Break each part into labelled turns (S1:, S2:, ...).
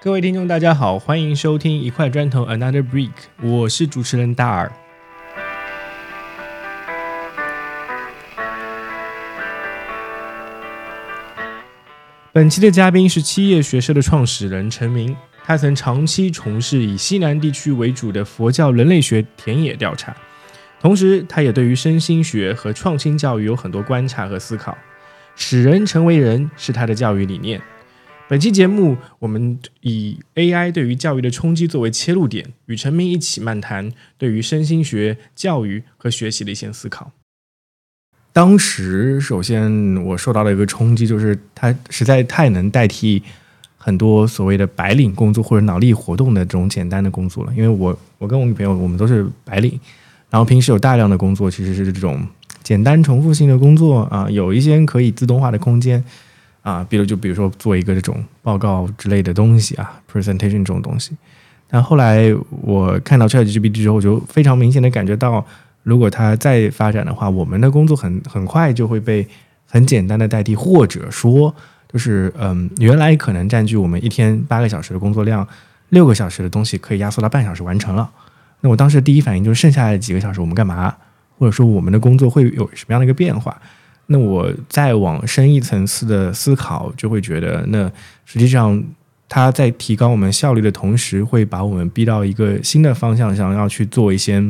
S1: 各位听众，大家好，欢迎收听一块砖头 Another Brick，我是主持人大耳。本期的嘉宾是七叶学社的创始人陈明，他曾长期从事以西南地区为主的佛教人类学田野调查，同时他也对于身心学和创新教育有很多观察和思考。使人成为人是他的教育理念。本期节目，我们以 AI 对于教育的冲击作为切入点，与陈明一起漫谈对于身心学、教育和学习的一些思考。当时，首先我受到了一个冲击，就是它实在太能代替很多所谓的白领工作或者脑力活动的这种简单的工作了。因为我，我跟我女朋友，我们都是白领，然后平时有大量的工作其实是这种简单重复性的工作啊，有一些可以自动化的空间啊，比如就比如说做一个这种报告之类的东西啊，presentation 这种东西。但后来我看到 ChatGPT 之后，就非常明显的感觉到，如果它再发展的话，我们的工作很很快就会被很简单的代替，或者说就是嗯，原来可能占据我们一天八个小时的工作量，六个小时的东西可以压缩到半小时完成了。那我当时第一反应就是，剩下的几个小时我们干嘛？或者说我们的工作会有什么样的一个变化？那我再往深一层次的思考，就会觉得，那实际上它在提高我们效率的同时，会把我们逼到一个新的方向上，要去做一些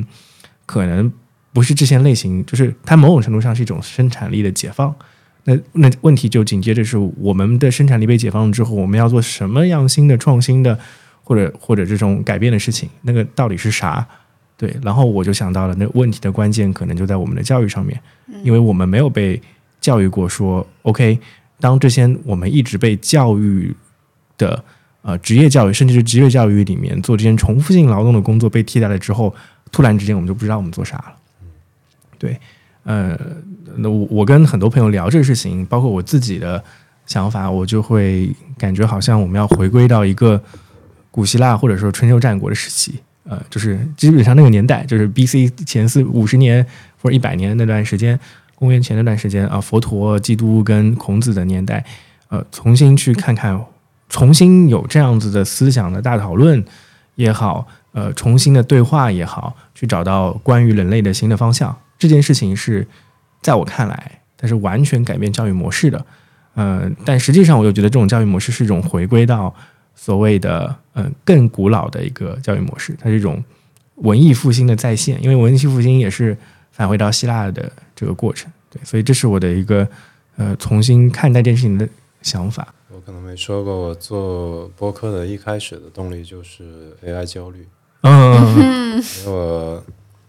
S1: 可能不是之前类型，就是它某种程度上是一种生产力的解放。那那问题就紧接着是我们的生产力被解放之后，我们要做什么样新的创新的，或者或者这种改变的事情，那个到底是啥？对，然后我就想到了，那问题的关键可能就在我们的教育上面，因为我们没有被教育过说，OK，当这些我们一直被教育的呃职业教育，甚至是职业教育里面做这些重复性劳动的工作被替代了之后，突然之间我们就不知道我们做啥了。对，呃，那我我跟很多朋友聊这个事情，包括我自己的想法，我就会感觉好像我们要回归到一个古希腊或者说春秋战国的时期，呃，就是基本上那个年代，就是 B.C. 前四五十年或者一百年那段时间，公元前那段时间啊、佛陀、基督跟孔子的年代，呃，重新去看看，重新有这样子的思想的大讨论也好，呃，重新的对话也好，去找到关于人类的新的方向，这件事情是在我看来，它是完全改变教育模式的。呃，但实际上，我又觉得这种教育模式是一种回归到所谓的嗯、呃更古老的一个教育模式，它是一种文艺复兴的再现，因为文艺复兴也是返回到希腊的这个过程，对，所以这是我的一个呃重新看待这件事情的想法。
S2: 我可能没说过，我做播客的一开始的动力就是 AI 焦虑，
S1: 嗯
S2: 因为我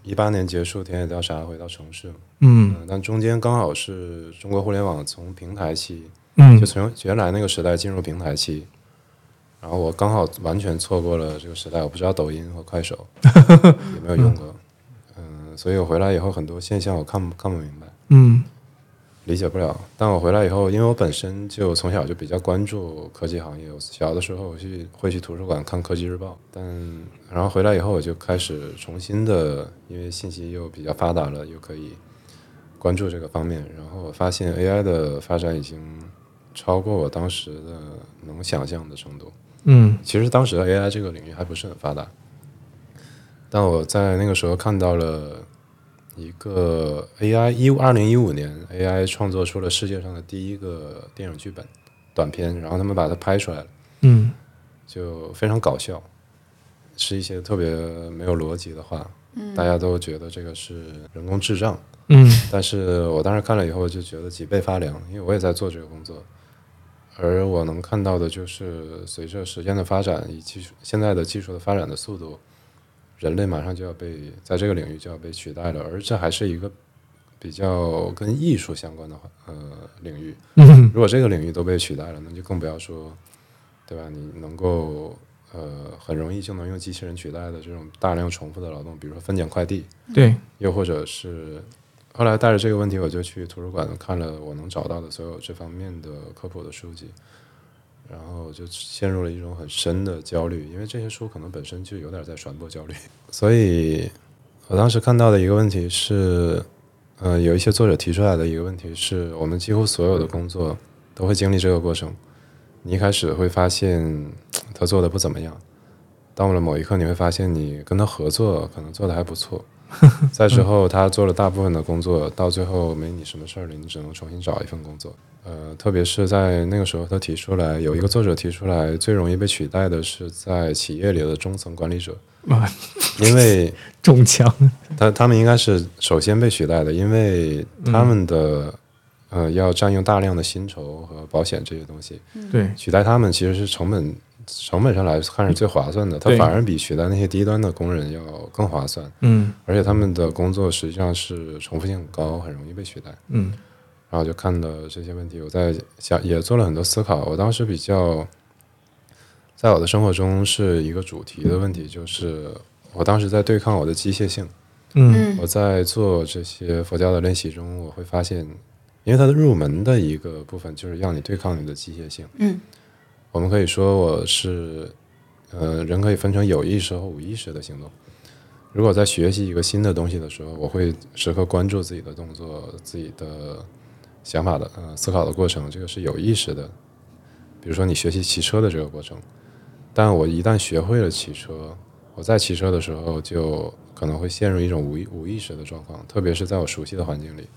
S2: 一八年结束田野调查回到城市嘛，
S1: 嗯
S2: 嗯，但中间刚好是中国互联网从平台期，就
S1: 嗯
S2: 从原来那个时代进入平台期，然后我刚好完全错过了这个时代，我不知道抖音和快手有没有用过，嗯，所以我回来以后很多现象我看不看不明白。
S1: 嗯
S2: 理解不了。但我回来以后，因为我本身就从小就比较关注科技行业，我小的时候我去会去图书馆看《科技日报》，但然后回来以后我就开始重新的，因为信息又比较发达了，又可以关注这个方面。然后我发现 AI 的发展已经超过我当时的能想象的程度。
S1: 嗯
S2: 其实当时 AI 这个领域还不是很发达，但我在那个时候看到了一个 AI 一五二零一五年 AI 创作出了世界上的第一个电影剧本短片，然后他们把它拍出来了，
S1: 嗯
S2: 就非常搞笑，是一些特别没有逻辑的话，大家都觉得这个是人工智障，
S1: 嗯
S2: 但是我当时看了以后就觉得脊背发凉，因为我也在做这个工作，而我能看到的就是随着时间的发展以技术现在的技术的发展的速度，人类马上就要被在这个领域就要被取代了，而这还是一个比较跟艺术相关的话呃领域。
S1: 嗯
S2: 如果这个领域都被取代了，那就更不要说，对吧？你能够呃很容易就能用机器人取代的这种大量重复的劳动，比如说分拣快递，
S1: 对
S2: 又或者是后来带着这个问题，我就去图书馆看了我能找到的所有这方面的科普的书籍，然后就陷入了一种很深的焦虑，因为这些书可能本身就有点在传播焦虑， 所以我当时看到的一个问题是，呃，有一些作者提出来的一个问题是我们几乎所有的工作都会经历这个过程，你一开始会发现他做的不怎么样。到了某一刻，你会发现你跟他合作可能做的还不错。再
S1: 嗯
S2: 之后，他做了大部分的工作，到最后没你什么事儿了，你只能重新找一份工作。呃，特别是在那个时候，他提出来有一个作者提出来，最容易被取代的是在企业里的中层管理者，
S1: 哇，
S2: 因为
S1: 中枪，
S2: 他他们应该是首先被取代的，因为
S1: 嗯
S2: 他们的、呃要占用大量的薪酬和保险这些东西，
S1: 嗯对，
S2: 取代他们其实是成本成本上来看是最划算的，它
S1: 对
S2: 反而比取代那些低端的工人要更划算，
S1: 嗯
S2: 而且他们的工作实际上是重复性很高，很容易被取代。
S1: 嗯
S2: 然后就看了这些问题，我在想也做了很多思考。我当时比较，在我的生活中是一个主题的问题，就是我当时在对抗我的机械性。
S1: 嗯
S2: 我
S3: 嗯
S2: 在做这些佛教的练习中，我会发现，因为它的入门的一个部分就是让你对抗你的机械性。
S3: 嗯
S2: 我们可以说我是，呃，人可以分成有意识和无意识的行动。如果在学习一个新的东西的时候，我会时刻关注自己的动作、自己的想法的呃思考的过程，这个是有意识的。比如说你学习骑车的这个过程，但我一旦学会了骑车，我在骑车的时候就可能会陷入一种无意无意识的状况，特别是在我熟悉的环境里。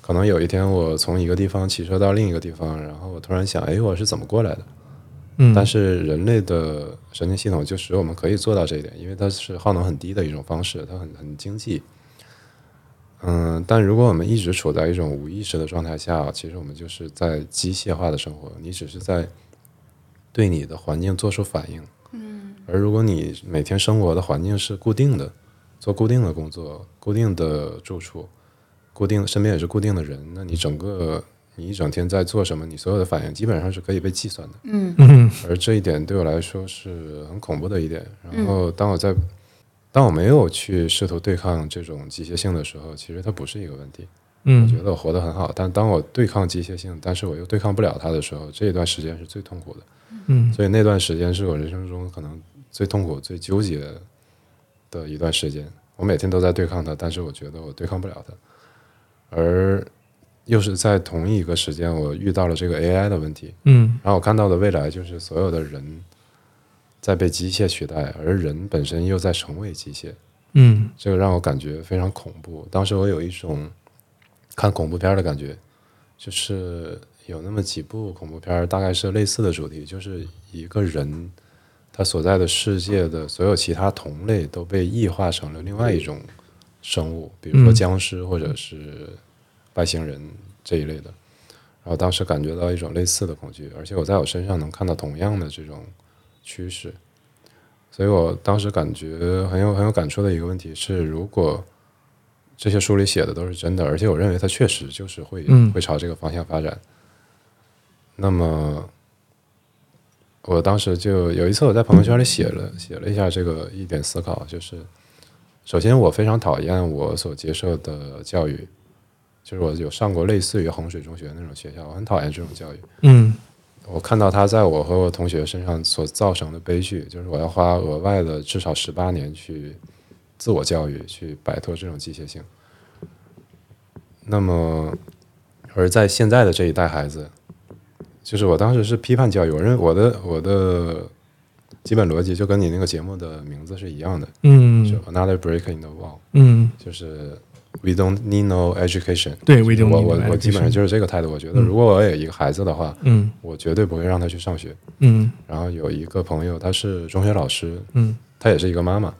S2: 可能有一天我从一个地方骑车到另一个地方，然后我突然想，哎，我是怎么过来的？
S1: 嗯，
S2: 但是人类的神经系统就使我们可以做到这一点，因为它是耗能很低的一种方式，它很很经济。嗯，但如果我们一直处在一种无意识的状态下，其实我们就是在机械化的生活，你只是在对你的环境做出反应。嗯，而如果你每天生活的环境是固定的，做固定的工作、固定的住处、固定身边也是固定的人，那你整个你一整天在做什么，你所有的反应基本上是可以被计算的。
S3: 嗯
S1: 嗯
S2: 而这一点对我来说是很恐怖的一点。然后，当我在、当我没有去试图对抗这种机械性的时候，其实它不是一个问题。我觉
S1: 嗯
S2: 得我活得很好，但当我对抗机械性，但是我又对抗不了它的时候，这一段时间是最痛苦的。
S1: 嗯
S2: 所以那段时间是我人生中可能最痛苦、最纠结的一段时间。我每天都在对抗它，但是我觉得我对抗不了它。而又是在同一个时间，我遇到了这个 AI 的问题。
S1: 嗯
S2: 然后我看到的未来就是所有的人在被机械取代，而人本身又在成为机械，
S1: 嗯
S2: 这个让我感觉非常恐怖。当时我有一种看恐怖片儿的感觉，就是有那么几部恐怖片儿，大概是类似的主题，就是一个人他所在的世界的所有其他同类都被异化成了另外一种生物，比如说
S1: 嗯
S2: 僵尸或者是外星人这一类的。然后当时感觉到一种类似的恐惧，而且我在我身上能看到同样的这种趋势，所以我当时感觉很有很有感触的一个问题是，如果这些书里写的都是真的，而且我认为它确实就是会、
S1: 嗯
S2: 会朝这个方向发展，那么我当时就有一次我在朋友圈里写了写了一下这个一点思考，就是首先我非常讨厌我所接受的教育，就是我有上过类似于衡水中学那种学校，我很讨厌这种教育。
S1: 嗯
S2: 我看到他在我和我同学身上所造成的悲剧，就是我要花额外的至少十八年去自我教育，去摆脱这种机械性。那么，而在现在的这一代孩子，就是我当时是批判教育，我认为我的我的基本逻辑就跟你那个节目的名字是一样的，就
S1: 嗯
S2: Another Break in the Wall，
S1: 嗯，
S2: 就是 We don't need no education。
S1: 对，我
S2: 我我我基本上就是这个态度。我觉得，
S1: 嗯
S2: 如果我有一个孩子的话，
S1: 嗯
S2: 我绝对不会让他去上学。
S1: 嗯
S2: 然后有一个朋友，他是中学老师，
S1: 嗯
S2: 他也是一个妈妈，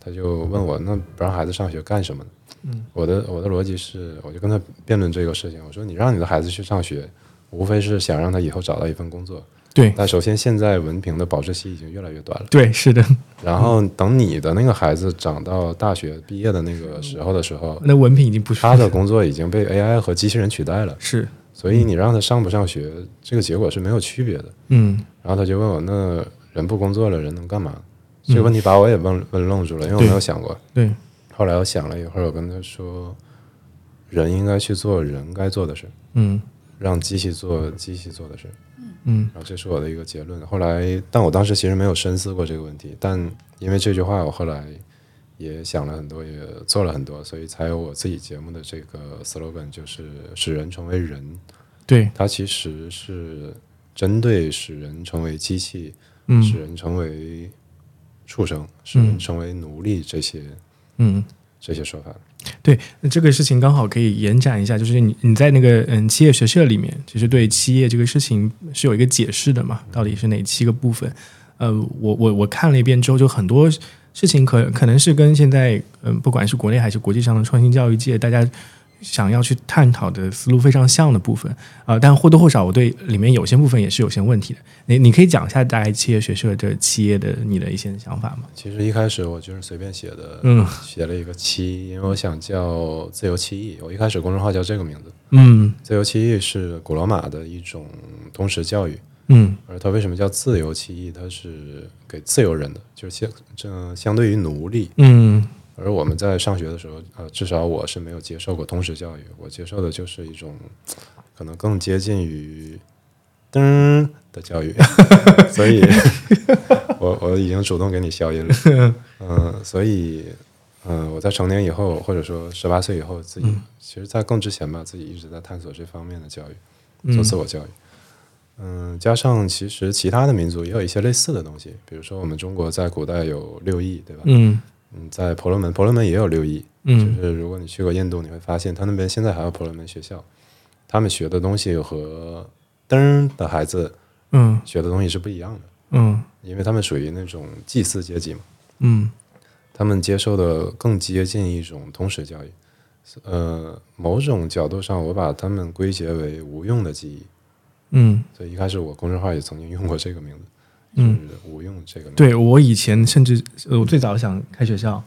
S2: 他就问我，那不让孩子上学干什么呢？
S1: 嗯，
S2: 我的我的逻辑是，我就跟他辩论这个事情，我说你让你的孩子去上学，无非是想让他以后找到一份工作。
S1: 对
S2: 但首先，现在文凭的保质期已经越来越短了。
S1: 对是的，
S2: 然后等你的那个孩子长到大学毕业的那个时候的时候，
S1: 那文凭已经不是
S2: 他的工作已经被 AI 和机器人取代了。
S1: 是
S2: 所以你让他上不上学，这个结果是没有区别的。
S1: 嗯
S2: 然后他就问我，那人不工作了，人能干嘛？这个问题把我也问问愣住了，因为我没有想过。
S1: 对
S2: 后来我想了一会儿，我跟他说，人应该去做人该做的事，
S1: 嗯
S2: 让机器做机器做的事。
S1: 嗯
S2: 然后这是我的一个结论。后来，但我当时其实没有深思过这个问题，但因为这句话，我后来也想了很多，也做了很多，所以才有我自己节目的这个 slogan，就是使人成为人。
S1: 对
S2: 它其实是针对使人成为机器
S1: 嗯
S2: 使人成为畜生，使人成为奴隶这些
S1: 嗯，
S2: 这些说法。
S1: 对，那这个事情刚好可以延展一下，就是你你在那个嗯企业学社里面，其实对企业这个事情是有一个解释的嘛，到底是哪七个部分？呃，我我我看了一遍之后，就很多事情可可能是跟现在嗯不管是国内还是国际上的创新教育界，大家想要去探讨的思路非常像的部分啊、呃但或多或少我对里面有些部分也是有些问题的。你你可以讲一下大概企业学社这企业的你的一些想法吗？
S2: 其实一开始我就是随便写的，
S1: 嗯
S2: 写了一个七，因为我想叫自由七艺。我一开始公众号叫这个名字，
S1: 嗯
S2: 自由七艺是古罗马的一种通识教育。
S1: 嗯
S2: 而它为什么叫自由七艺？它是给自由人的，就是相这相对于奴隶，
S1: 嗯
S2: 而我们在上学的时候，呃，至少我是没有接受过通识教育，我接受的就是一种可能更接近于噔的教育， 所以我我已经主动给你消音了，嗯、所以嗯、呃我在成年以后，或者说十八岁以后，自己、其实，在更之前吧，自己一直在探索这方面的教育，做自我教育。嗯，加上其实其他的民族也有一些类似的东西，比如说我们中国在古代有六艺，对吧？
S1: 嗯
S2: 嗯，在婆罗门，婆罗门也有六艺，就
S1: 嗯
S2: 是如果你去过印度，你会发现他那边现在还有婆罗门学校，他们学的东西和噔儿的孩子
S1: 嗯
S2: 学的东西是不一样的，
S1: 嗯
S2: 因为他们属于那种祭祀阶级嘛，
S1: 嗯
S2: 他们接受的更接近一种通识教育。呃，某种角度上，我把他们归结为无用的记忆，
S1: 嗯，
S2: 所以一开始我公众号也曾经用过这个名字，
S1: 嗯，
S2: 无用这个名字。
S1: 对我以前甚至呃我最早想开学校，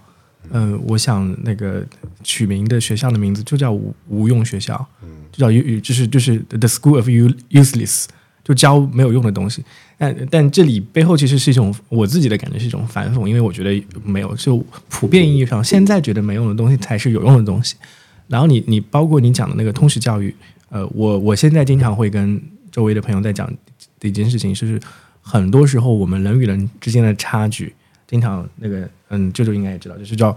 S1: 嗯、我想那个取名的学校的名字就叫无无用学校，
S2: 嗯，
S1: 就叫 u 就是就是 the school of u useless，就教没有用的东西。但但这里背后其实是一种我自己的感觉是一种反讽，因为我觉得没有，就普遍意义上现在觉得没用的东西才是有用的东西。然后你你包括你讲的那个通识教育，呃，我我现在经常会跟周围的朋友在讲的一件事情，就是很多时候我们人与人之间的差距，经常那个嗯，舅舅应该也知道，就是叫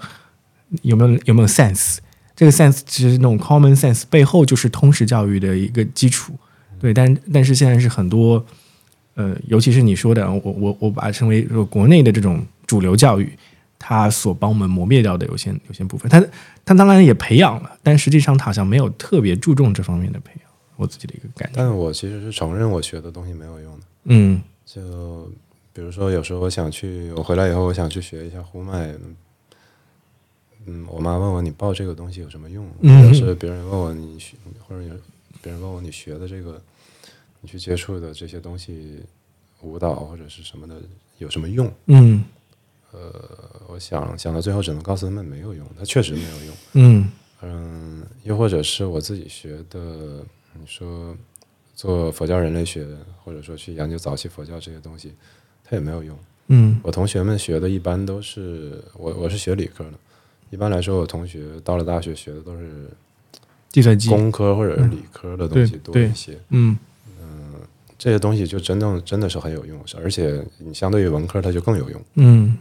S1: 有没有有没有 sense，这个 sense 其实那种 common sense 背后就是通识教育的一个基础，对，但但是现在是很多，呃，尤其是你说的，我我我把它称为说国内的这种主流教育，它所帮我们磨灭掉的有些有些部分，它它当然也培养了，但实际上它好像没有特别注重这方面的培养，我自己的一个感觉，
S2: 但我其实是承认我学的东西没有用的。
S1: 嗯
S2: 就比如说，有时候我想去，我回来以后我想去学一下呼麦，嗯，我妈问我你报这个东西有什么用？
S1: 嗯
S2: 或者是别人问我你学，或者有别人问我你学的这个，你去接触的这些东西，舞蹈或者是什么的有什么用？
S1: 嗯
S2: 呃我想想到最后只能告诉他们没有用，它确实没有用。
S1: 嗯
S2: 嗯，又或者是我自己学的，你说做佛教人类学，或者说去研究早期佛教这些东西，它也没有用。
S1: 嗯
S2: 我同学们学的一般都是我我是学理科的，一般来说我同学到了大学学的都是
S1: 计算机，
S2: 工科或者是理科的东西
S1: 嗯
S2: 多
S1: 对
S2: 一些。
S1: 嗯
S2: 这些东西就真正真的是很有用，而且你相对于文科它就更有用。
S1: 嗯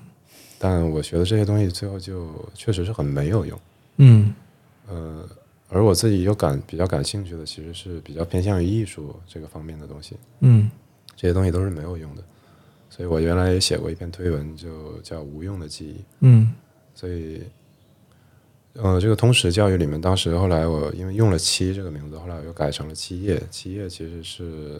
S2: 但我学的这些东西最后就确实是很没有用。
S1: 嗯
S2: 呃，而我自己又感比较感兴趣的其实是比较偏向于艺术这个方面的东西，
S1: 嗯
S2: 这些东西都是没有用的。所以我原来也写过一篇推文，就叫《无用的记忆》。
S1: 嗯
S2: 所以，呃，这个通识教育里面，当时后来我因为用了“七”这个名字，后来我又改成了“七叶”。七叶其实是，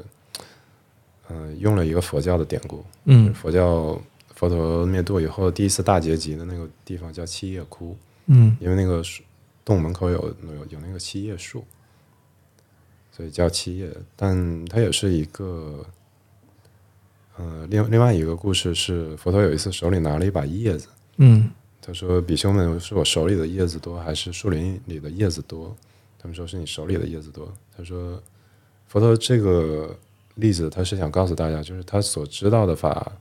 S2: 嗯、用了一个佛教的典故，
S1: 嗯
S2: 佛教佛陀灭度以后第一次大结集的那个地方叫七叶窟，
S1: 嗯
S2: 因为那个树洞门口有有有那个七叶树，所以叫七叶。但它也是一个，呃，另另外一个故事是佛陀有一次手里拿了一把叶子。
S1: 嗯
S2: 他说：“比丘们，是我手里的叶子多，还是树林里的叶子多？”他们说：“是你手里的叶子多。”他说：“佛陀这个例子，他是想告诉大家，就是他所知道的法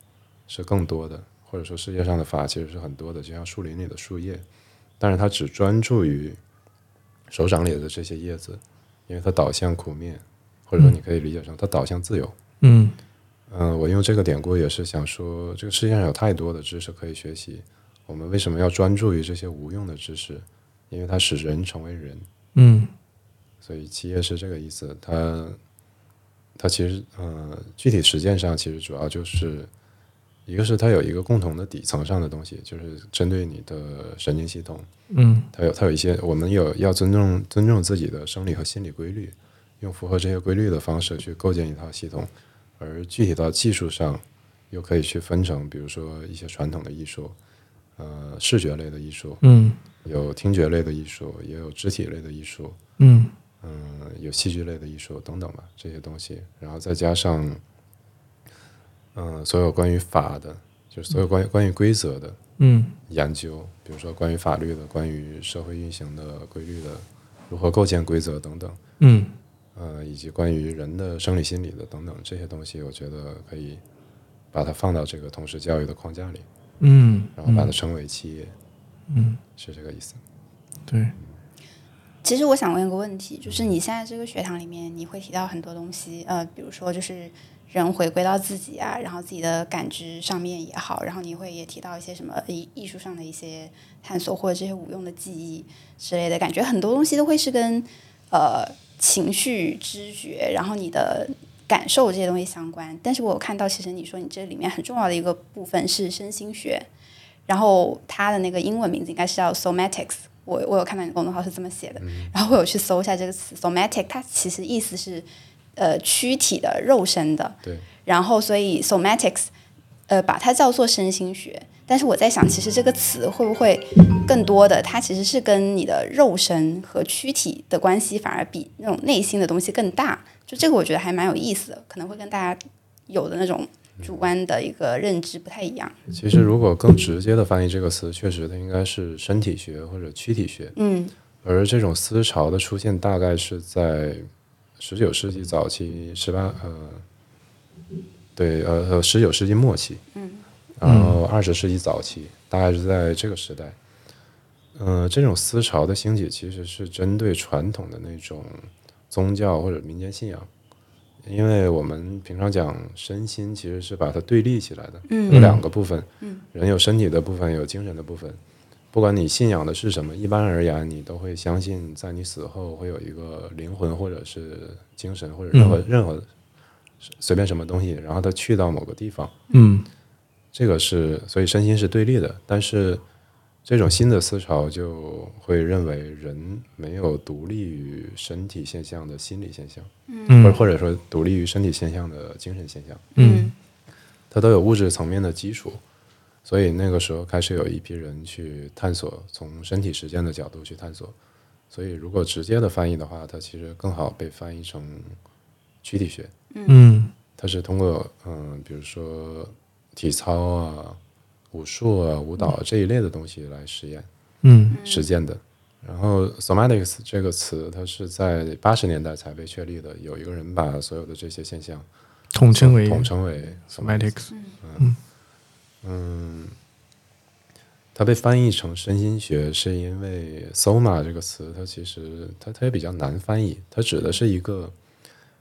S2: 是更多的，或者说世界上的法其实是很多的，就像树林里的树叶，但是他只专注于手掌里的这些叶子，因为它导向苦灭，或者说你可以理解成它导向自由。
S1: 嗯
S2: 嗯，我用这个典故也是想说，这个世界上有太多的知识可以学习，我们为什么要专注于这些无用的知识？因为它使人成为人，
S1: 嗯
S2: 所以七业是这个意思。它它其实呃，具体实践上其实主要就是一个是它有一个共同的底层上的东西，就是针对你的神经系统，
S1: 嗯
S2: 它有它有一些我们有要尊重尊重自己的生理和心理规律，用符合这些规律的方式去构建一套系统，而具体到技术上，又可以去分成，比如说一些传统的艺术，呃，视觉类的艺术，
S1: 嗯
S2: 有听觉类的艺术，也有肢体类的艺术，
S1: 嗯
S2: 嗯，有戏剧类的艺术等等吧，这些东西，然后再加上，嗯、所有关于法的，就是所有关于关于规则的
S1: 嗯
S2: 研究，比如说关于法律的、关于社会运行的规律的，如何构建规则等等，
S1: 嗯
S2: 呃，以及关于人的生理、心理的等等这些东西，我觉得可以把它放到这个通识教育的框架里，
S1: 嗯，
S2: 然后把它称为企业，
S1: 嗯，
S2: 是这个意思。
S1: 对，
S3: 其实我想问一个问题，就是你现在这个学堂里面，你会提到很多东西，呃，比如说就是人回归到自己啊，然后自己的感知上面也好，然后你会也提到一些什么呃艺艺术上的一些探索或者这些无用的记忆之类的，感觉很多东西都会是跟呃情绪、知觉，然后你的感受这些东西相关。但是我有看到，其实你说你这里面很重要的一个部分是身心学，然后它的那个英文名字应该是叫 somatics。我我有看到你的公众号是这么写
S2: 嗯
S3: 的，然后我有去搜一下这个词 somatic，它其实意思是呃躯体的、肉身的，
S2: 对，
S3: 然后所以 somatics 呃把它叫做身心学，但是我在想，其实这个词会不会更多的它其实是跟你的肉身和躯体的关系反而比那种内心的东西更大，就这个我觉得还蛮有意思的，可能会跟大家有的那种主观的一个认知不太一样。
S1: 嗯
S2: 其实如果更直接的翻译这个词，确实它应该是身体学或者躯体学，
S3: 嗯
S2: 而这种思潮的出现大概是在十九世纪早期，十八呃，对呃呃十九世纪末期，
S3: 嗯，
S2: 然后二十世纪早期，大概是在这个时代。呃，这种思潮的兴起其实是针对传统的那种宗教或者民间信仰，因为我们平常讲身心其实是把它对立起来的，
S3: 嗯
S2: 有两个部分，
S3: 嗯
S2: 人有身体的部分，有精神的部分。不管你信仰的是什么，一般而言，你都会相信在你死后会有一个灵魂，或者是精神，或者任何、
S3: 嗯
S2: 任何随便什么东西，然后它去到某个地方。
S1: 嗯
S2: 这个是，所以身心是对立的。但是这种新的思潮就会认为人没有独立于身体现象的心理现象，或者
S1: 嗯
S2: 或者说独立于身体现象的精神现象。
S1: 嗯
S2: 它都有物质层面的基础，所以那个时候开始有一批人去探索，从身体实践的角度去探索。所以如果直接的翻译的话，它其实更好被翻译成躯体学，
S1: 嗯
S2: 它是通过嗯，比如说体操啊、武术啊、舞蹈啊这一类的东西来实验
S1: 嗯
S2: 实践的。然后 somatics 这个词，它是在八十年代才被确立的，有一个人把所有的这些现象
S1: 统称为
S2: 统称为 somatics。
S1: somatics，
S2: 嗯，它被翻译成身心学，是因为 “soma” 这个词，它其实它它也比较难翻译。它指的是一个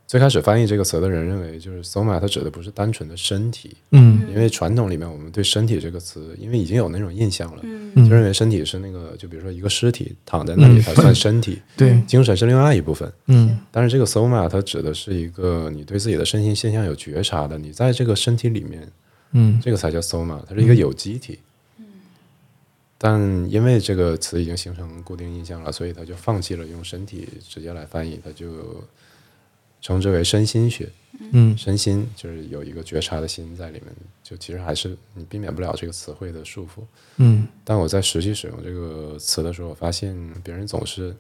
S2: 最开始翻译这个词的人认为，就是 “soma”，它指的不是单纯的身体，
S1: 嗯
S2: 因为传统里面我们对“身体”这个词，因为已经有那种印象了，
S3: 嗯
S1: 嗯
S2: 就认为身体是那个，就比如说一个尸体躺在那里，它算身体，
S1: 对，
S2: 精神是另外一部分。
S1: 嗯
S2: 但是这个 “soma” 它指的是一个你对自己的身心现象有觉察的，你在这个身体里面
S1: 嗯
S2: 这个才叫 soma，它是一个有机体。但因为这个词已经形成固定印象了，所以他就放弃了用身体直接来翻译，他就称之为身心学。
S1: 嗯
S2: 身心就是有一个觉察的心在里面，就其实还是你避免不了这个词汇的束缚。
S1: 嗯
S2: 但我在实际使用这个词的时候，我发现别人总是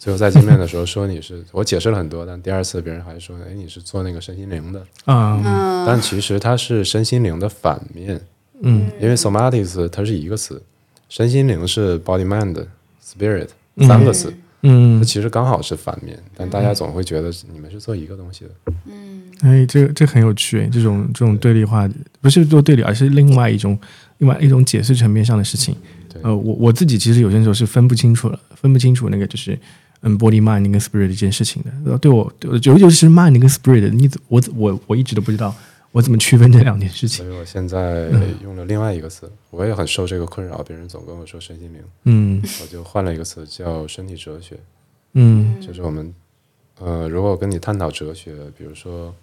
S2: 最后再见面的时候说你是我解释了很多，但第二次别人还说，哎，你是做那个身心灵的，
S1: 啊
S3: 嗯
S2: 但其实它是身心灵的反面。
S1: 嗯
S2: 因为 somatics 它是一个词，身心灵是 body mind spirit
S1: 嗯
S2: 三个词，它
S1: 嗯，
S2: 其实刚好是反面，但大家总会觉得你们是做一个东 西的。
S3: 嗯
S1: 哎，这这很有趣，这种这种对立化不是做对立，而是另外一种另外一种解释层面上的事情。
S2: 对
S1: 呃，我我自己其实有些时候是分不清楚了，分不清楚那个就是嗯，body mind 跟 spirit 这件事情的。呃对我，对我尤尤其是 mind 跟 spirit，你怎我我我一直都不知道我怎么区分这两件事情
S2: 所。以我现在
S1: 嗯
S2: 用了另外一个词，我也很受这个困扰，别人总跟我说身心灵，
S1: 嗯
S2: 我就换了一个词叫身体哲学，
S1: 嗯
S2: 就是我们呃，如果我跟你探讨哲学，比如说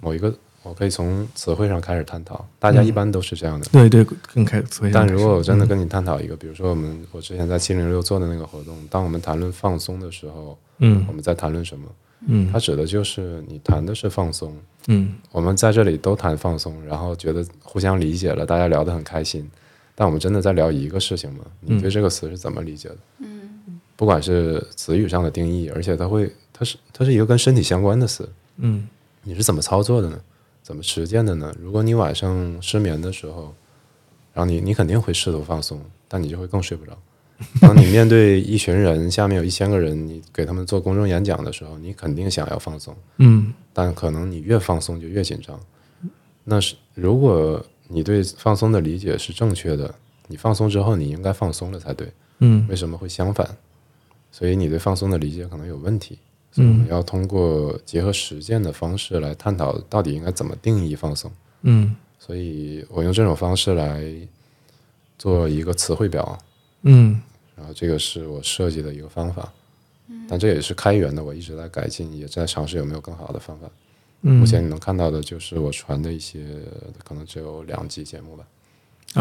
S2: 某一个。我可以从词汇上开始探讨。大
S1: 嗯
S2: 家一般都是这样的。
S1: 对对，更开会。
S2: 但如果我真的跟你探讨一个，比如说我们我之前在七零六做的那个活动，当我们谈论放松的时候，
S1: 嗯
S2: 我们在谈论什么？
S1: 嗯
S2: 它指的就是你谈的是放松，
S1: 嗯
S2: 我们在这里都谈放松，然后觉得互相理解了，大家聊得很开心。但我们真的在聊一个事情吗？你对这个词是怎么理解的？嗯，不管是词语上的定义，而且它会，它是它是一个跟身体相关的词，
S1: 嗯
S2: 你是怎么操作的呢？怎么实践的呢？如果你晚上失眠的时候，然后你你肯定会试图放松，但你就会更睡不着。当你面对一群人，下面有一千个人，你给他们做公众演讲的时候，你肯定想要放松，
S1: 嗯
S2: 但可能你越放松就越紧张。那是如果你对放松的理解是正确的，你放松之后你应该放松了才对，
S1: 嗯
S2: 为什么会相反？所以你对放松的理解可能有问题。所以
S1: 嗯
S2: 我们要通过结合实践的方式来探讨到底应该怎么定义放松。
S1: 嗯
S2: 所以我用这种方式来做一个词汇表，
S1: 嗯
S2: 然后这个是我设计的一个方法。但这也是开源的，我一直在改进，也在尝试有没有更好的方法。
S1: 嗯
S2: 目前你能看到的就是我传的一些，可能只有两集节目吧，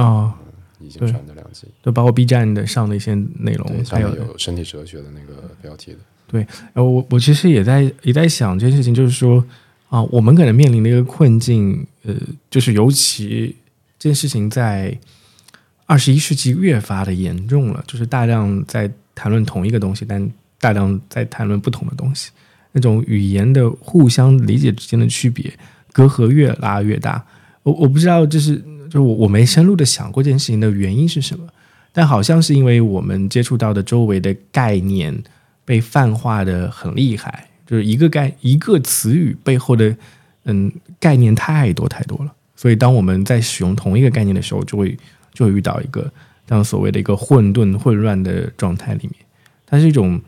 S1: 啊，
S2: 已经
S1: 对
S2: 传的两集。
S1: 就包括 B 站的上的一些内容，
S2: 对，
S1: 还
S2: 上面
S1: 有
S2: 有身体哲学的那个标题的。
S1: 呃，我我其实也在也在想这件事情，就是说啊、我们可能面临的一个困境，呃，就是尤其这件事情在二十一世纪越发的严重了，就是大量在谈论同一个东西，但大量在谈论不同的东西，那种语言的互相理解之间的区别，隔阂越拉越大。我我不知道，就是就是我我没深入的想过这件事情的原因是什么，但好像是因为我们接触到的周围的概念。被泛化的很厉害，就是一个概一个词语背后的嗯概念太多太多了，所以当我们在使用同一个概念的时候，就会就会遇到一个这样所谓的一个混沌混乱的状态里面，它是一种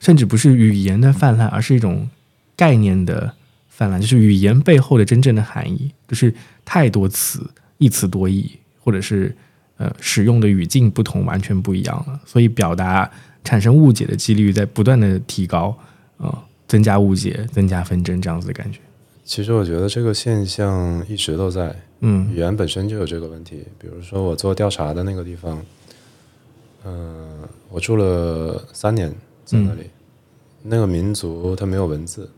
S1: 甚至不是语言的泛滥，而是一种概念的泛滥，就是语言背后的真正的含义，就是太多词一词多义，或者是呃使用的语境不同，完全不一样了，所以表达产生误解的几率在不断的提高，呃，增加误解，增加纷争这样子的感觉。
S2: 其实我觉得这个现象一直都在，
S1: 嗯
S2: 语言本身就有这个问题。比如说我做调查的那个地方，嗯、我住了三年在
S1: 嗯
S2: 那里，那个民族它没有文字，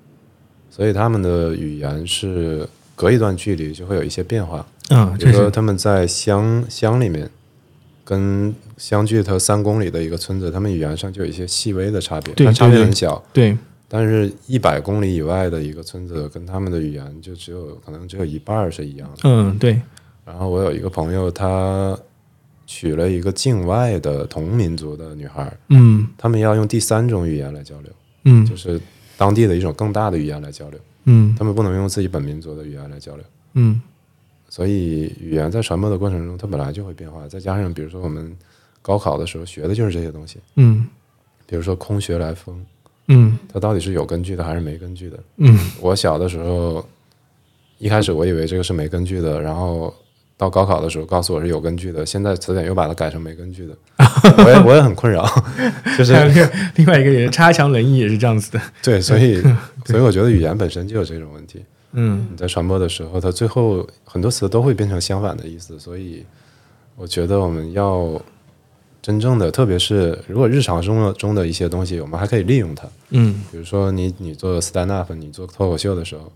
S2: 所以他们的语言是隔一段距离就会有一些变化。
S1: 啊，
S2: 比
S1: 这
S2: 如说
S1: 是
S2: 他们在乡乡里面，跟相距它三公里的一个村子，他们语言上就有一些细微的差别，
S1: 对
S2: 但差别
S1: 对对
S2: 很小。
S1: 对，
S2: 但是，一百公里以外的一个村子，跟他们的语言就只有可能只有一半儿是一样的。
S1: 嗯对，
S2: 然后我有一个朋友，他娶了一个境外的同民族的女孩儿，
S1: 嗯
S2: 他们要用第三种语言来交流，就
S1: 嗯
S2: 是当地的一种更大的语言来交流，
S1: 嗯
S2: 他们不能用自己本民族的语言来交流。
S1: 嗯
S2: 所以，语言在传播的过程中，它本来就会变化。再加上，比如说我们高考的时候学的就是这些东西，
S1: 嗯
S2: 比如说空穴来风，
S1: 嗯
S2: 它到底是有根据的还是没根据的？
S1: 嗯
S2: 我小的时候，一开始我以为这个是没根据的，然后到高考的时候告诉我是有根据的，现在词典又把它改成没根据的， 我也我也很困扰， 就 是
S1: 还有一个另外一个也是差强人意，也是这样子的。
S2: 对，所以所以我觉得语言本身就有这种问题，
S1: 嗯
S2: 你在传播的时候，它最后很多词都会变成相反的意思，所以我觉得我们要。真正的，特别是如果日常生活中的一些东西，我们还可以利用它。
S1: 嗯
S2: 比如说你你做 stand up，你做脱口秀的时候，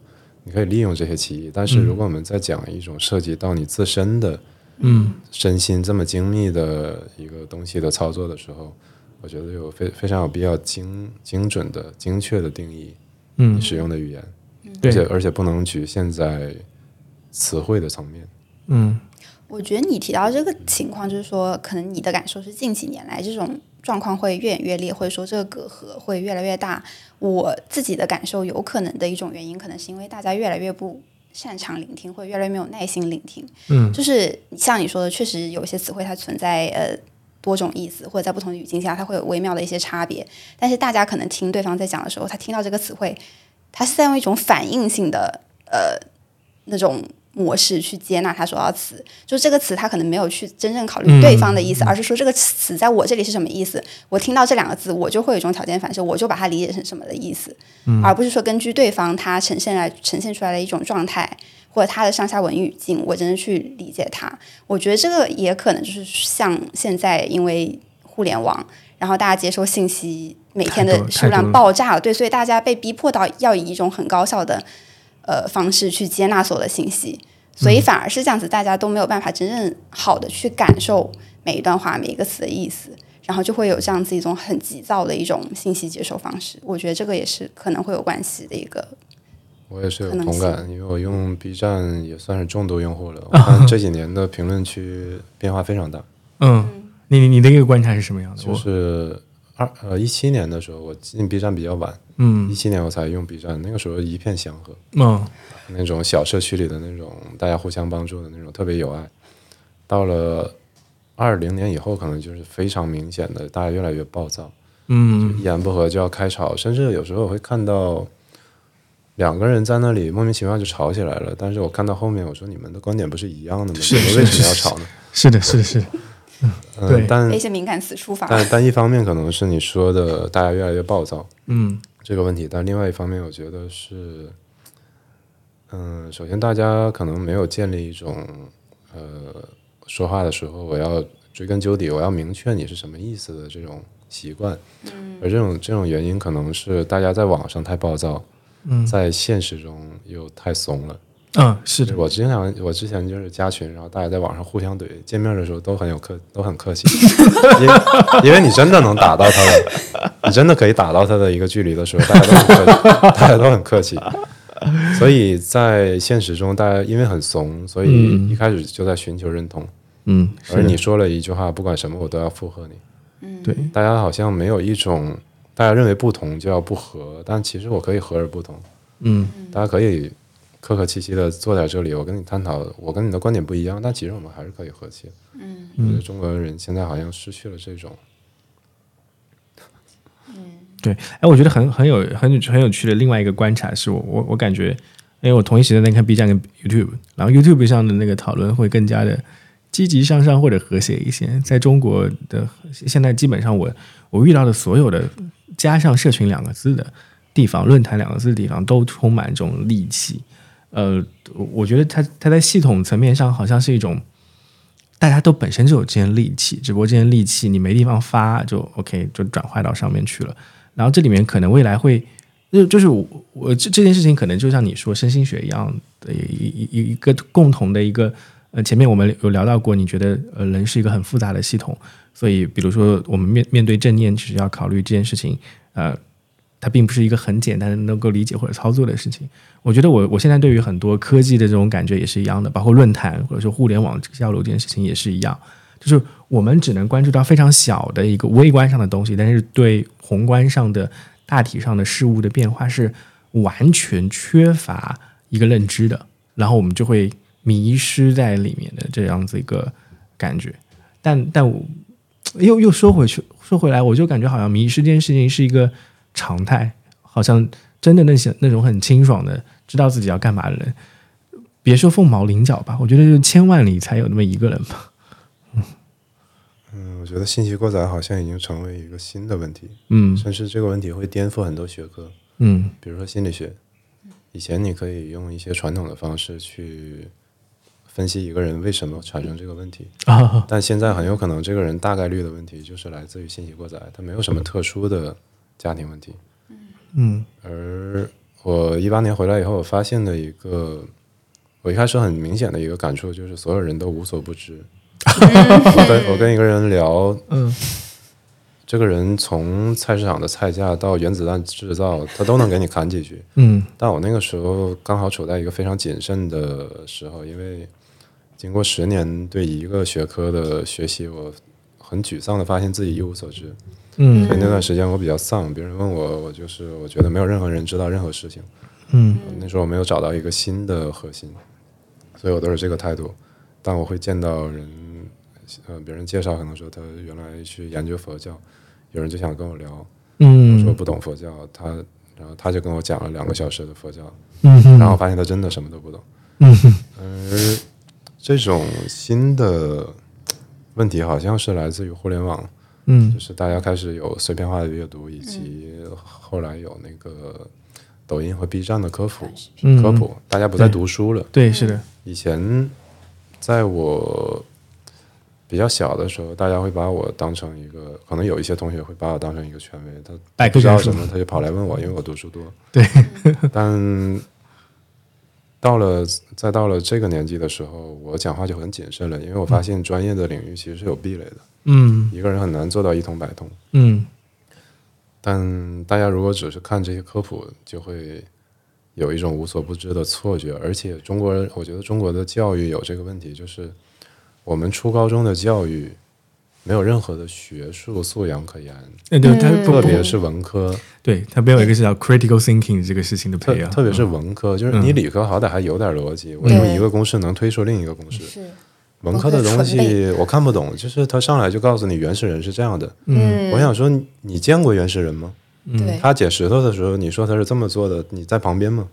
S2: 你可以利用这些歧义。但是如果我们在讲一种涉及到你自身的
S1: 嗯
S2: 身心这么精密的一个东西的操作的时候，我觉得有非非常有必要精精准的、精确的定义你
S1: 嗯，
S2: 使用的语言，而
S1: 对，
S2: 且而且不能局限在词汇的层面。
S1: 嗯
S3: 我觉得你提到这个情况，就是说，可能你的感受是近几年来这种状况会越演越烈，或者说这个隔阂会越来越大。我自己的感受，有可能的一种原因，可能是因为大家越来越不擅长聆听，或者越来越没有耐心聆听。
S1: 嗯
S3: 就是像你说的，确实有一些词汇它存在呃多种意思，或者在不同的语境下，它会有微妙的一些差别。但是大家可能听对方在讲的时候，他听到这个词汇，他是在用一种反应性的呃那种模式去接纳它所要的词，就这个词它可能没有去真正考虑对方的意思，而是说这个词在我这里是什么意思。我听到这两个字，我就会有一种条件反射，我就把它理解成什么的意思，而不是说根据对方他呈现来呈现出来的一种状态或者他的上下文语境，我真的去理解它。我觉得这个也可能就是像现在因为互联网，然后大家接收信息每天
S1: 太多
S3: 的
S1: 了
S3: 数
S1: 太多
S3: 量
S1: 了
S3: 爆炸了，对，所以大家被逼迫到要以一种很高效的呃方式去接纳所有的信息，所以反而是这样子，大家都没有办法真正好的去感受每一段话、每一个词的意思。然后就会有这样子一种很急躁的一种信息接收方式，我觉得这个也是可能会有关系的一个。
S2: 我也是有
S3: 可能
S2: 同
S3: 性
S2: 感，因为我用 B 站也算是重度用 户了。我看这几年的评论区变化非常大，
S1: 嗯，你你你的一个观察是什么样的？
S2: 就
S1: 我
S2: 是二呃一七年的时候，我进 B 站比较晚，一
S1: 嗯
S2: 七年我才用 B 站，那个时候一片祥和，
S1: 嗯
S2: 那种小社区里的那种大家互相帮助的那种特别有爱。到了二零年以后，可能就是非常明显的，大家越来越暴躁，
S1: 嗯
S2: 一言不合就要开吵，甚至有时候我会看到两个人在那里莫名其妙就吵起来了。但是我看到后面，我说你们的观点不是一样的吗？
S1: 是
S2: 你们
S1: 是
S2: 为什么要
S1: 是是
S2: 吵呢？
S1: 是的，是的，是的，对
S2: 嗯，但
S3: 被一些敏感词触发，
S2: 但但一方面可能是你说的大家越来越暴躁
S1: 嗯
S2: 这个问题，但另外一方面我觉得是，嗯，首先大家可能没有建立一种呃说话的时候我要追根究底，我要明确你是什么意思的这种习惯，而这种这种原因可能是大家在网上太暴躁，
S1: 嗯
S2: 在现实中又太怂了。
S1: 嗯，是的，
S2: 我之前我之前就是加群，然后大家在网上互相怼，见面的时候都很有客，都很客气，因为因为你真的能打到他的，你真的可以打到他的一个距离的时候，大家都很客气，大家都很客气。所以在现实中，大家因为很怂，所以一开始就在寻求认同。
S1: 嗯，是
S2: 而
S1: 的
S2: 你说了一句话，不管什么我都要附和你。
S1: 对，
S2: 大家好像没有一种大家认为不同就要不和，但其实我可以和而不同。
S1: 嗯
S2: 大家可以客客气气的坐在这里，我跟你探讨，我跟你的观点不一样，但其实我们还是可以和气。嗯，我觉得中国人现在好像失去了这种，
S1: 对，哎，我觉得很很有很有很有趣的另外一个观察是我我我感觉，因为我同一时间在看 B 站跟 YouTube，然后 YouTube 上的那个讨论会更加的积极向上或者和谐一些。在中国的现在，基本上我我遇到的所有的加上“社群”两个字的地方，论坛两个字的地方，都充满这种戾气。呃，我我觉得它它在系统层面上好像是一种。大家都本身就有这些戾气，只不过这些戾气你没地方发，就 OK 就转化到上面去了。然后这里面可能未来会，就就是我我这这件事情可能就像你说身心学一样的一一一一个共同的一个呃，前面我们有聊到过，你觉得呃人是一个很复杂的系统，所以比如说我们面面对正念，只是要考虑这件事情，呃，它并不是一个很简单的能够理解或者操作的事情。我觉得我我现在对于很多科技的这种感觉也是一样的，包括论坛或者说互联网交流这件事情也是一样。就是我们只能关注到非常小的一个微观上的东西，但是对宏观上的大体上的事物的变化是完全缺乏一个认知的，然后我们就会迷失在里面的这样子一个感觉。但但我又又说回去说回来，我就感觉好像迷失这件事情是一个常态，好像真的那些那种很清爽的知道自己要干嘛的人，别说凤毛麟角吧，我觉得就千万里才有那么一个人吧。
S2: 嗯，我觉得信息过载好像已经成为一个新的问题，
S1: 嗯
S2: 甚至这个问题会颠覆很多学科，
S1: 嗯
S2: 比如说心理学。以前你可以用一些传统的方式去分析一个人为什么产生这个问题，
S1: 啊，
S2: 但现在很有可能这个人大概率的问题就是来自于信息过载，他没有什么特殊的家庭问题。
S1: 嗯
S2: 而我一八年回来以后，我发现的一个，我一开始很明显的一个感触就是，所有人都无所不知。 我跟我跟一个人聊，
S1: 嗯，
S2: 这个人从菜市场的菜价到原子弹制造，他都能给你侃几句。
S1: 嗯
S2: 但我那个时候刚好处在一个非常谨慎的时候，因为经过十年对一个学科的学习，我很沮丧的发现自己一无所知。
S1: 嗯
S2: 所以那段时间我比较丧，别人问我，我就是我觉得没有任何人知道任何事情。
S1: 嗯
S2: 那时候我没有找到一个新的核心，所以我都是这个态度。但我会见到人，呃，别人介绍可能说他原来去研究佛教，有人就想跟我聊，我说我
S1: 嗯
S2: 不懂佛教，他然后他就跟我讲了两个小时的佛教，
S1: 嗯，
S2: 然后发现他真的什么都不懂。
S1: 嗯
S2: 而这种新的问题好像是来自于互联网，
S1: 嗯
S2: 就是大家开始有碎片化的阅读，以及后来有那个抖音和 B 站的科普
S1: 嗯，
S2: 科普，大家不再
S1: 对
S2: 读书了。
S1: 对，是的，
S2: 以前在我比较小的时候，大家会把我当成一个，可能有一些同学会把我当成一个权威，他
S1: 百
S2: 不
S1: 科
S2: 知道
S1: 全书
S2: 什，么，他就跑来问我，因为我读书多。
S1: 对，
S2: 但到了再到了这个年纪的时候，我讲话就很谨慎了，因为我发现专业的领域其实是有壁垒的，
S1: 嗯
S2: 一个人很难做到一通百通。
S1: 嗯
S2: 但大家如果只是看这些科普，就会有一种无所不知的错觉。而且中国人，我觉得中国的教育有这个问题，就是我们初高中的教育没有任何的学术素养可言，
S1: 那对，他
S3: 嗯
S1: 不
S2: 特
S1: 不
S2: 别是文科，
S1: 对他没有一个是叫 critical thinking 这个事情的
S2: 特
S1: 培养，
S2: 特别是文科，就是你理科好歹还有点逻辑，我用一个公式能推出另一个公式。
S3: 是，
S2: 文科的东西我看不懂，就是他上来就告诉你原始人是这样的。
S3: 嗯
S2: 我想说你，你见过原始人吗？
S3: 对，
S2: 他捡石头的时候，你说他是这么做的，你在旁边吗？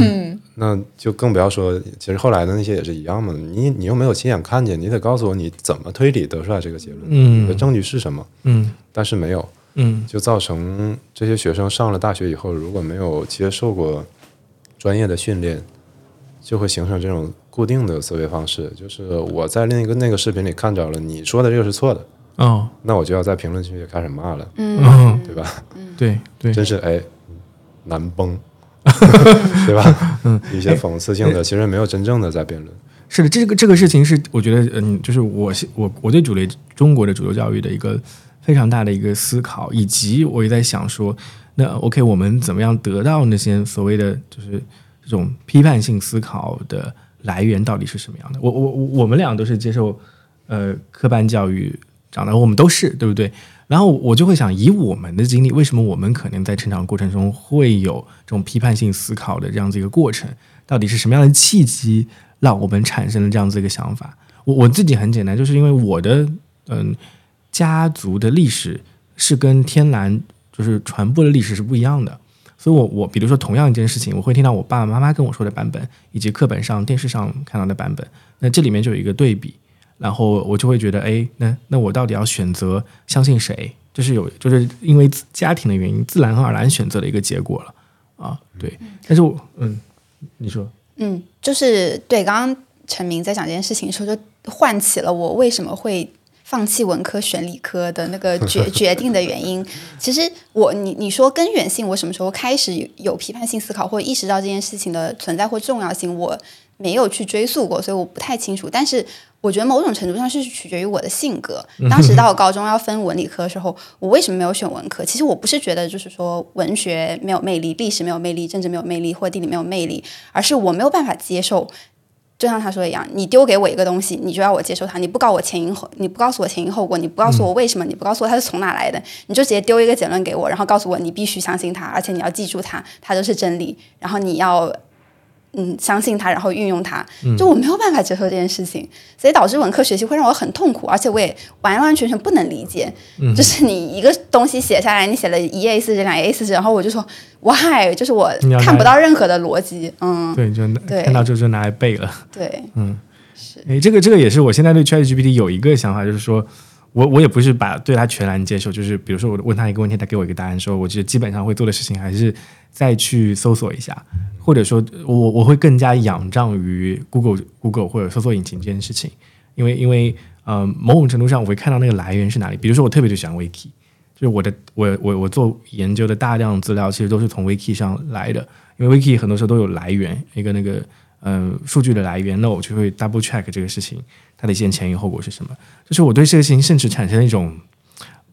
S3: 嗯
S2: 那就更不要说，其实后来的那些也是一样嘛。你你又没有亲眼看见，你得告诉我你怎么推理得出来这个结论，你的
S1: 嗯
S2: 证据是什么？
S1: 嗯
S2: 但是没有，
S1: 嗯
S2: 就造成这些学生上了大学以后，如果没有接受过专业的训练，就会形成这种固定的思维方式，就是我在另一个那个视频里看着了，你说的这个是错的，
S1: 哦
S2: 那我就要在评论区也开始骂了，
S1: 嗯，
S2: 对吧？
S1: 对对，
S2: 真是哎，难崩，对吧？一些讽刺性的，其实没有真正的在辩论。
S1: 是的，这个这个事情是我觉得，嗯，就是我是我我对主流中国的主流教育的一个非常大的一个思考，以及我也在想说，那 OK，我们怎么样得到那些所谓的就是这种批判性思考的来源到底是什么样的？我我我我们俩都是接受呃科班教育长大，我们都是对不对？然后我就会想，以我们的经历，为什么我们可能在成长过程中会有这种批判性思考的这样子一个过程？到底是什么样的契机让我们产生了这样子一个想法？我我自己很简单，就是因为我的嗯家族的历史是跟天然就是传播的历史是不一样的，所以我我比如说同样一件事情，我会听到我爸爸妈妈跟我说的版本，以及课本上、电视上看到的版本，那这里面就有一个对比，然后我就会觉得，哎，那那我到底要选择相信谁？就是有，就是因为自家庭的原因，自然而然选择的一个结果了啊，对。但是我，嗯，你说，
S3: 嗯，就是对，刚刚陈明在讲这件事情的时候，就唤起了我为什么会放弃文科选理科的那个决决定的原因。其实我，你你说根源性，我什么时候开始有有批判性思考，或者意识到这件事情的存在或重要性，我没有去追溯过，所以我不太清楚。但是我觉得某种程度上是取决于我的性格。当时到我高中要分文理科的时候，我为什么没有选文科？其实我不是觉得就是说文学没有魅力、历史没有魅力、政治没有魅力或地理没有魅力，而是我没有办法接受。就像他说的一样，你丢给我一个东西，你就要我接受它，你不告我前因后，你不告诉我前因后果，你不告诉我为什么，你不告诉我它是从哪来的，
S1: 嗯
S3: 你就直接丢一个结论给我，然后告诉我你必须相信它，而且你要记住它，它就是真理，然后你要嗯相信它，然后运用它。就我没有办法接受这件事情，所以导致文科学习会让我很痛苦，而且我也完完全全不能理解。就是你一个东西写下来，你写了一 A 四纸、两 A 四纸，然后我就说 why，就是我
S1: 你要来
S3: 看不到啊任何的逻辑。嗯，
S1: 对，就拿
S3: 对
S1: 看到这就拿来背了。
S3: 对，
S1: 诶，哎这个这个也是我现在对 ChatGPT 有一个想法，就是说我我也不是把对它全然接受，就是比如说我问他一个问题，他给我一个答案的时候，我就基本上会做的事情还是再去搜索一下，或者说我我会更加仰仗于 Google Google 或者搜索引擎这件事情，因为因为呃某种程度上我会看到那个来源是哪里，比如说我特别就喜欢 Wiki。就是我的，我我我做研究的大量资料其实都是从 Wiki 上来的，因为 Wiki 很多时候都有来源，一个那个嗯、数据的来源，那我就会 double check 这个事情它的一些前因后果是什么。就是我对这个事情甚至产生一种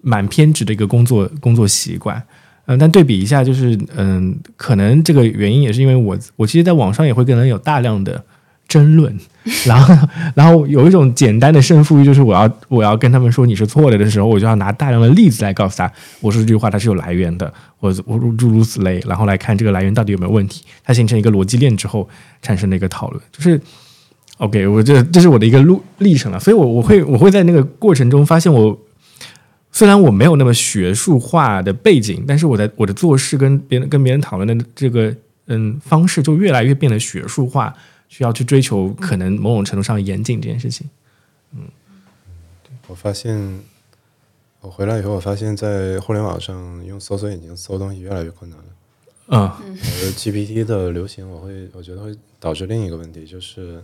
S1: 蛮偏执的一个工作 工作习惯。嗯、但对比一下，就是嗯、可能这个原因也是因为我我其实在网上也会跟人有大量的争论， 然后然后有一种简单的胜负欲，就是我要我要跟他们说你是错的的时候，我就要拿大量的例子来告诉他，我说这句话它是有来源的，我我诸如此类，然后来看这个来源到底有没有问题，它形成一个逻辑链之后产生的一个讨论，就是 OK，我这这是我的一个路历程了，所以我我会我会在那个过程中发现我。虽然我没有那么学术化的背景，但是我在我的做事跟别人跟别人讨论的这个嗯方式就越来越变得学术化，需要去追求可能某种程度上严谨这件事情。
S2: 我发现我回来以后，我发现在互联网上用搜索引擎搜东西越来越困难了。
S1: 嗯
S2: 我觉得 GPT 的流行，我会我觉得会导致另一个问题，就是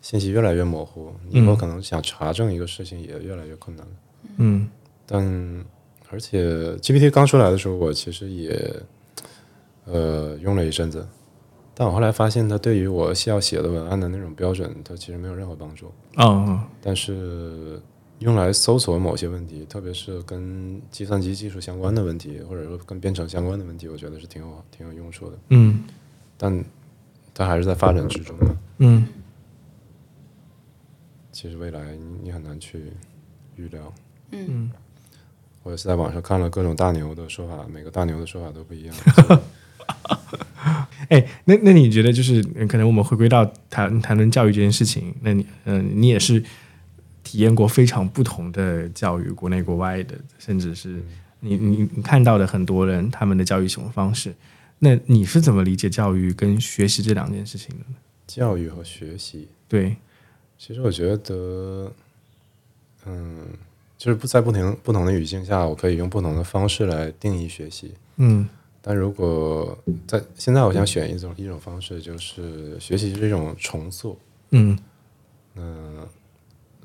S2: 信息越来越模糊，你以后可能想查证一个事情也越来越困难了。
S1: 嗯
S2: 但而且 GPT 刚出来的时候，我其实也呃用了一阵子，但我后来发现它对于我需要写的文案的那种标准，它其实没有任何帮助。
S1: 哦
S2: 但是用来搜索某些问题，特别是跟计算机技术相关的问题，或者说跟编程相关的问题，我觉得是挺有挺有用处的。
S1: 嗯
S2: 但它还是在发展之中嘛。
S1: 嗯
S2: 其实未来你你很难去预料。
S1: 嗯，
S2: 我也是在网上看了各种大牛的说法，每个大牛的说法都 不一样。所以
S1: 哎，那那你觉得就是嗯可能我们回归到谈谈论教育这件事情，那你嗯、你也是体验过非常不同的教育，国内国外的，甚至是你你你看到的很多人他们的教育行为方式，那你是怎么理解教育跟学习这两件事情的呢？
S2: 教育和学习，
S1: 对，
S2: 其实我觉得，嗯，就是不在不停不同的语境下，我可以用不同的方式来定义学习。
S1: 嗯
S2: 但如果在现在，我想选一种一种方式，就是学习是一种重塑，
S1: 嗯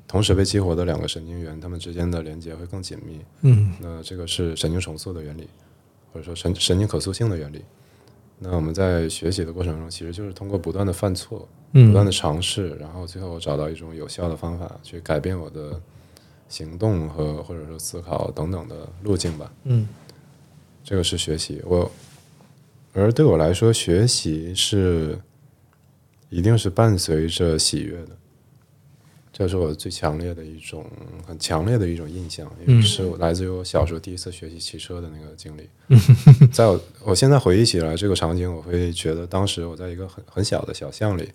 S2: 同时被激活的两个神经元，它们之间的连接会更紧密。
S1: 嗯
S2: 那这个是神经重塑的原理，或者说神神经可塑性的原理。那我们在学习的过程中，其实就是通过不断的犯错，不断
S1: 嗯
S2: 的尝试，然后最后找到一种有效的方法去改变我的行动和或者说思考等等的路径吧。
S1: 嗯
S2: 这个是学习。我而对我来说，学习是一定是伴随着喜悦的，这是我最强烈的一种很强烈的一种印象，
S1: 嗯
S2: 也是我来自于我小时候第一次学习骑车的那个经历。在我我现在回忆起来这个场景，我会觉得当时我在一个很很小的小巷里。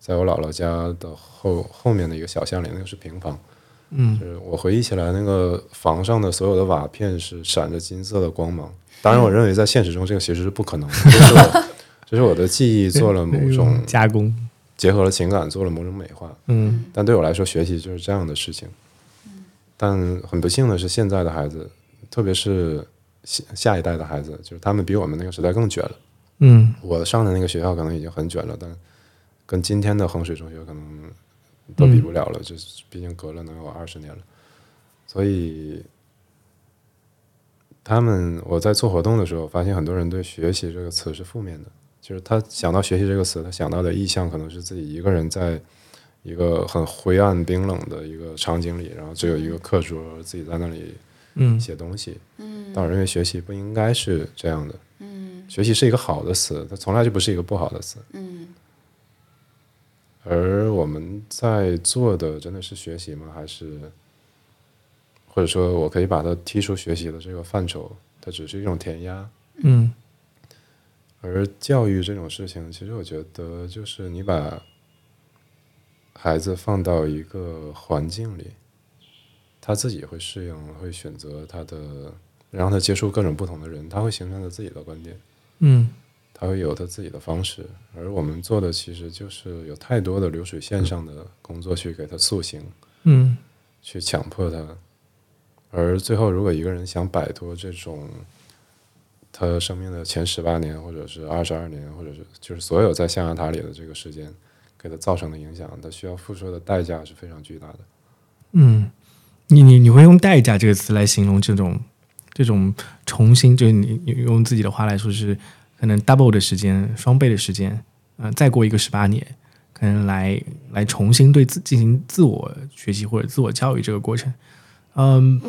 S2: 在我姥姥家的后后面的一个小巷里，那个是平房，
S1: 嗯
S2: 就是我回忆起来，那个房上的所有的瓦片是闪着金色的光芒。当然，我认为在现实中这个其实是不可能的，这是我这是我的记忆做了某 种
S1: 加工，
S2: 结合了情感，做了某种美化。
S1: 嗯
S2: 但对我来说，学习就是这样的事情。但很不幸的是，现在的孩子，特别是下下一代的孩子，就是他们比我们那个时代更卷了。
S1: 嗯
S2: 我上的那个学校可能已经很卷了，但跟今天的衡水中学可能都比不了了，就是毕竟隔了能有二十年了。所以他们我在做活动的时候，发现很多人对“学习”这个词是负面的，就是他想到“学习”这个词，他想到的意象可能是自己一个人在一个很灰暗冰冷的一个场景里，然后只有一个课桌，自己在那里
S1: 嗯
S2: 写东西。嗯，但我认为学习不应该是这样的。嗯，学习是一个好的词，它从来就不是一个不好的词。
S3: 嗯
S2: 而我们在做的真的是学习吗？还是或者说我可以把它剔出学习的这个范畴？它只是一种填鸭。
S1: 嗯
S2: 而教育这种事情，其实我觉得就是你把孩子放到一个环境里，他自己会适应，会选择他的，让他接触各种不同的人，他会形成他自己的观点，
S1: 嗯
S2: 他会有他自己的方式。而我们做的其实就是有太多的流水线上的工作去给他塑形，
S1: 嗯
S2: 去强迫他。而最后，如果一个人想摆脱这种他生命的前十八年，或者是二十二年，或者是就是所有在象牙塔里的这个时间给他造成的影响，他需要付出的代价是非常巨大的。
S1: 嗯，你你你会用代价这个词来形容这种这种重新，就是你你用自己的话来说是可能 double 的时间，双倍的时间，嗯、再过一个十八年，可能来来重新对自进行自我学习或者自我教育这个过程。嗯，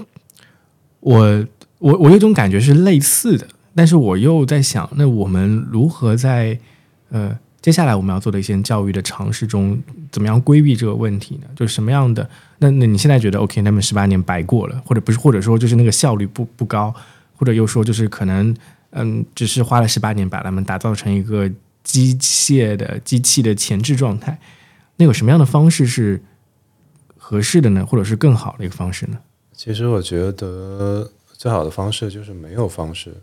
S1: 我我我有一种感觉是类似的，但是我又在想，那我们如何在呃接下来我们要做的一些教育的尝试中，怎么样规避这个问题呢？就是什么样的？那那你现在觉得 OK，他们十八年白过了，或者不是，或者说就是那个效率不不高，或者又说就是可能嗯，只是花了十八年把他们打造成一个机械的机器的前置状态，那有什么样的方式是合适的呢？或者是更好的一个方式呢？
S2: 其实我觉得最好的方式就是没有方式，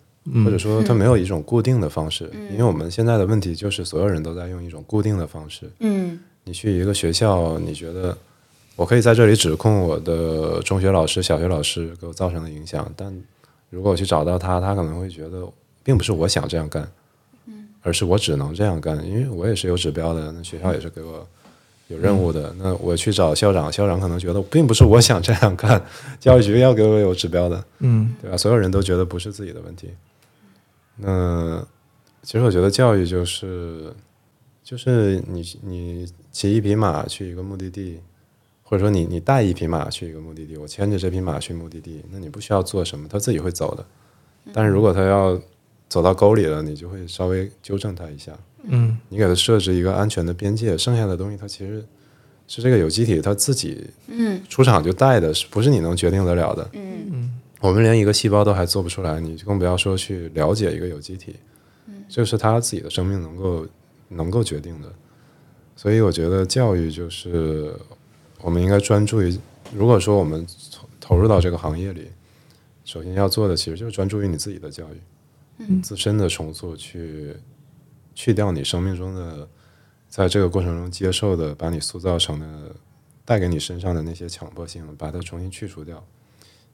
S2: 或者说它没有一种固定的方式，因为我们现在的问题就是所有人都在用一种固定的方式。
S3: 嗯
S2: 你去一个学校，你觉得我可以在这里指控我的中学老师、小学老师给我造成的影响，但如果我去找到他，他可能会觉得并不是我想这样干，而是我只能这样干，因为我也是有指标的，那学校也是给我有任务的，那我去找校长，校长可能觉得并不是我想这样干，教育局要给我有指标的，
S1: 嗯
S2: 对吧？所有人都觉得不是自己的问题。那其实我觉得教育就是，就是你你骑一匹马去一个目的地，或者说你你带一匹马去一个目的地，我牵着这匹马去目的地，那你不需要做什么，它自己会走的。但是如果它要走到沟里了，你就会稍微纠正它一下，
S1: 嗯
S2: 你给它设置一个安全的边界，剩下的东西它其实是这个有机体它自己
S3: 嗯
S2: 出厂就带的，是不是你能决定得了的？
S3: 嗯
S2: 我们连一个细胞都还做不出来，你更不要说去了解一个有机体。这是他自己的生命能够能够决定的。所以我觉得教育就是我们应该专注于，如果说我们投投入到这个行业里，首先要做的其实就是专注于你自己的教育，嗯、自身的重塑，去去掉你生命中的，在这个过程中接受的，把你塑造成的，带给你身上的那些强迫性，把它重新去除掉，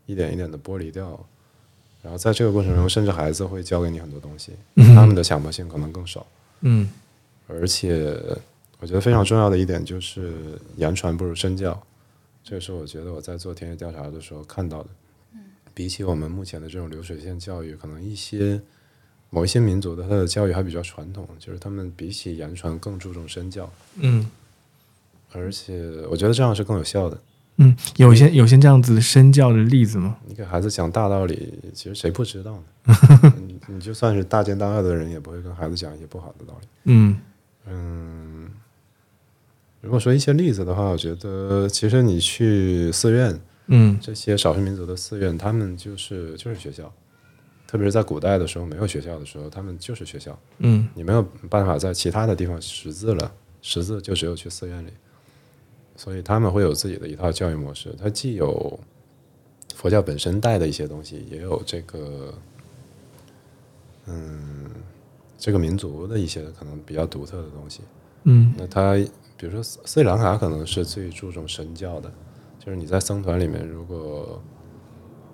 S2: 一点一点的剥离掉。然后在这个过程中，甚至孩子会教给你很多东西，他们的强迫性可能更少。
S1: 嗯
S2: 而且我觉得非常重要的一点就是言传不如身教，这是我觉得我在做田野调查的时候看到的。比起我们目前的这种流水线教育，可能一些某一些民族的它的教育还比较传统，就是他们比起言传更注重身教，
S1: 嗯
S2: 而且我觉得这样是更有效的。
S1: 嗯，有些有些这样子身教的例子吗？
S2: 你给孩子讲大道理，其实谁不知道呢？你你就算是大奸大恶的人，也不会跟孩子讲一些不好的道理。
S1: 嗯
S2: 嗯，如果说一些例子的话，我觉得其实你去寺院，
S1: 嗯
S2: 这些少数民族的寺院，他们就是就是学校，特别是在古代的时候没有学校的时候，他们就是学校，
S1: 嗯
S2: 你没有办法在其他的地方识字了，识字就只有去寺院里，所以他们会有自己的一套教育模式，它既有佛教本身带的一些东西，也有这个，嗯，这个民族的一些可能比较独特的东西。
S1: 嗯
S2: 那他比如说斯斯里兰卡可能是最注重神教的，就是你在僧团里面如果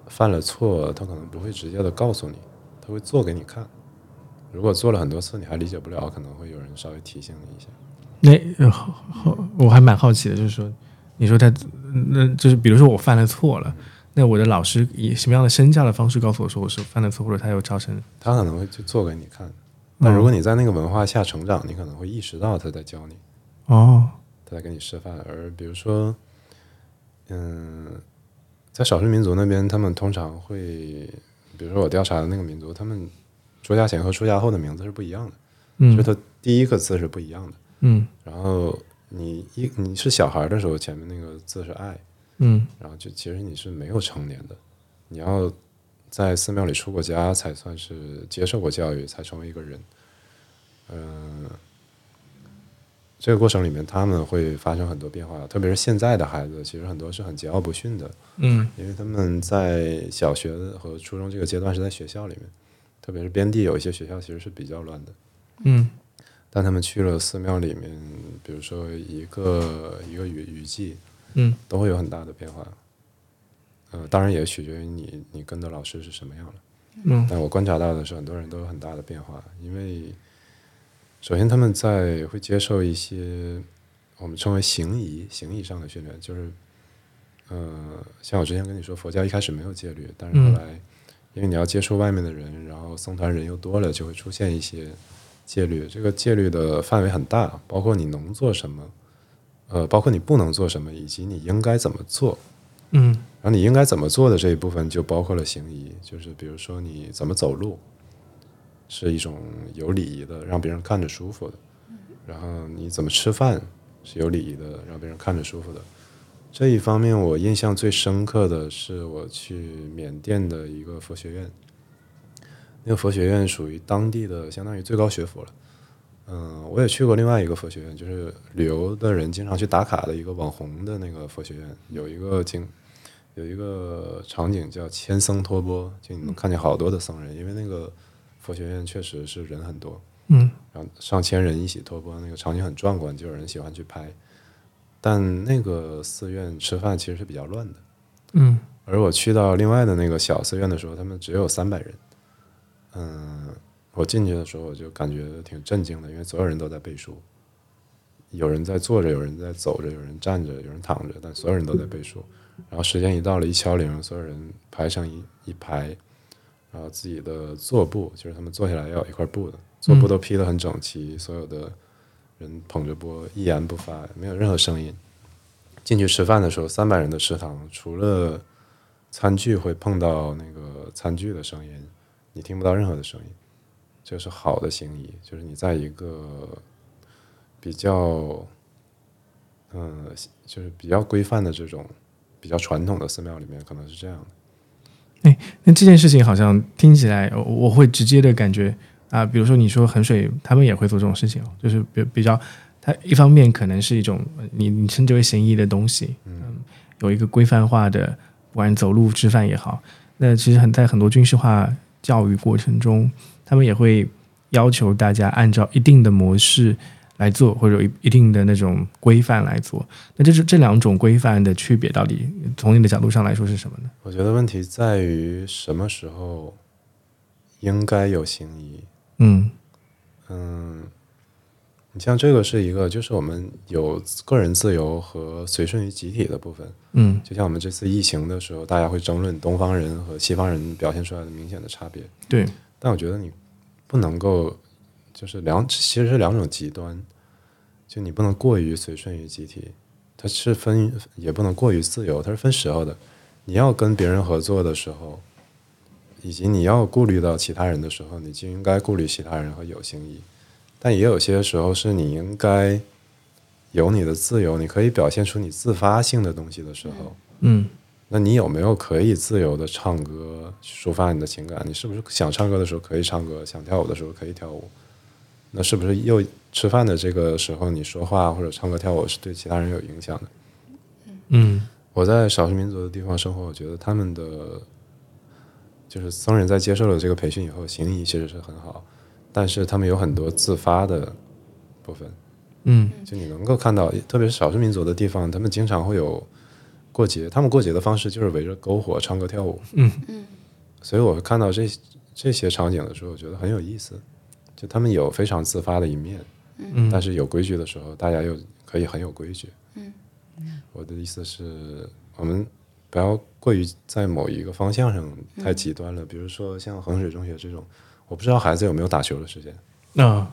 S2: 犯了错，他可能不会直接的告诉你，他会做给你看。如果做了很多次你还理解不了，可能会有人稍微提醒你一下。
S1: 那、呃好好，我还蛮好奇的，就是说，你说他，嗯那就是比如说我犯了错了，那我的老师以什么样的身教的方式告诉我说我是犯了错，或者他有造成？
S2: 他可能会去做给你看。但如果你在那个文化下成长，你可能会意识到他在教你，
S1: 哦，
S2: 他在给你示范。而比如说，嗯，在少数民族那边，他们通常会，比如说我调查的那个民族，他们出家前和出家后的名字是不一样的。
S1: 嗯
S2: 就它第一个字是不一样的。
S1: 嗯
S2: 然后你一你是小孩的时候，前面那个字是爱，
S1: 嗯
S2: 然后就其实你是没有成年的，你要在寺庙里出过家，才算是接受过教育，才成为一个人。嗯、这个过程里面他们会发生很多变化，特别是现在的孩子，其实很多是很桀骜不驯的，
S1: 嗯
S2: 因为他们在小学和初中这个阶段是在学校里面，特别是边地有一些学校其实是比较乱的。
S1: 嗯
S2: 但他们去了寺庙里面，比如说一个一个雨雨季，
S1: 嗯
S2: 都会有很大的变化。呃，当然也取决于你你跟的老师是什么样了。
S1: 嗯
S2: 但我观察到的是，很多人都有很大的变化，因为首先他们在会接受一些我们称为行仪行仪上的训练，就是呃，像我之前跟你说，佛教一开始没有戒律，但是后
S1: 嗯
S2: 来、因为你要接触外面的人，然后僧团人又多了，就会出现一些戒律。这个戒律的范围很大，包括你能做什么，呃，包括你不能做什么，以及你应该怎么做。
S1: 嗯
S2: 然后你应该怎么做的这一部分就包括了行仪，就是比如说你怎么走路，是一种有礼仪的，让别人看着舒服的；然后你怎么吃饭是有礼仪的，让别人看着舒服的。这一方面，我印象最深刻的是我去缅甸的一个佛学院，那个佛学院属于当地的相当于最高学府了。嗯，我也去过另外一个佛学院，就是旅游的人经常去打卡的一个网红的那个佛学院，有一个景有一个场景叫千僧托钵，就
S1: 嗯
S2: 你能看见好多的僧人，因为那个佛学院确实是人很多，
S1: 嗯，
S2: 然后上千人一起托钵，那个场景很壮观，就有人喜欢去拍。但那个寺院吃饭其实是比较乱的，
S1: 嗯，
S2: 而我去到另外的那个小寺院的时候，他们只有三百人。嗯，我进去的时候我就感觉挺震惊的，因为所有人都在背书，有人在坐着，有人在走着，有人站着，有人躺着，但所有人都在背书。然后时间一到了，一敲铃，所有人排成一一排，然后自己的坐布，就是他们坐下来要有一块布的，坐布都披得很整齐，所有的人捧着钵一言不发，没有任何声音。进去吃饭的时候，三百人的食堂，除了餐具会碰到那个餐具的声音，你听不到任何的声音，这是好的行仪，就是你在一个比较，嗯、就是比较规范的这种比较传统的寺庙里面，可能是这样的。
S1: 那这件事情好像听起来，呃我我会直接的感觉啊、比如说你说衡水，他们也会做这种事情哦，就是比比较，它一方面可能是一种呃你你称之为行医的东西，嗯，有一个规范化的，不管走路吃饭也好，那其实很在很多军事化教育过程中，他们也会要求大家按照一定的模式。来做，或者有一一定的那种规范来做，那这是这两种规范的区别到底从你的角度上来说是什么呢？
S2: 我觉得问题在于什么时候应该有行仪，
S1: 嗯
S2: 嗯，你像这个是一个，就是我们有个人自由和随顺于集体的部分。
S1: 嗯
S2: 就像我们这次疫情的时候，大家会争论东方人和西方人表现出来的明显的差别，
S1: 对，
S2: 但我觉得你不能够，就是两，其实是两种极端，就你不能过于随顺于集体，它是分，也不能过于自由，它是分时候的。你要跟别人合作的时候，以及你要顾虑到其他人的时候，你就应该顾虑其他人和有心意。但也有些时候是你应该有你的自由，你可以表现出你自发性的东西的时候，
S1: 嗯
S2: 那你有没有可以自由的唱歌抒发你的情感？你是不是想唱歌的时候可以唱歌，想跳舞的时候可以跳舞？那是不是又吃饭的这个时候你说话或者唱歌跳舞是对其他人有影响的？
S1: 嗯
S2: 我在少数民族的地方生活，我觉得他们的就是僧人在接受了这个培训以后，行医其实是很好，但是他们有很多自发的部分，
S1: 嗯
S2: 就你能够看到，特别是少数民族的地方，他们经常会有过节，他们过节的方式就是围着篝火唱歌跳舞。
S1: 嗯
S3: 嗯
S2: 所以我看到这这些场景的时候，我觉得很有意思，就他们有非常自发的一面，
S1: 嗯
S2: 但是有规矩的时候，大家又可以很有规矩。
S3: 嗯，
S2: 我的意思是，我们不要过于在某一个方向上太极端了，比如说像衡水中学这种，我不知道孩子有没有打球的时间，
S1: 那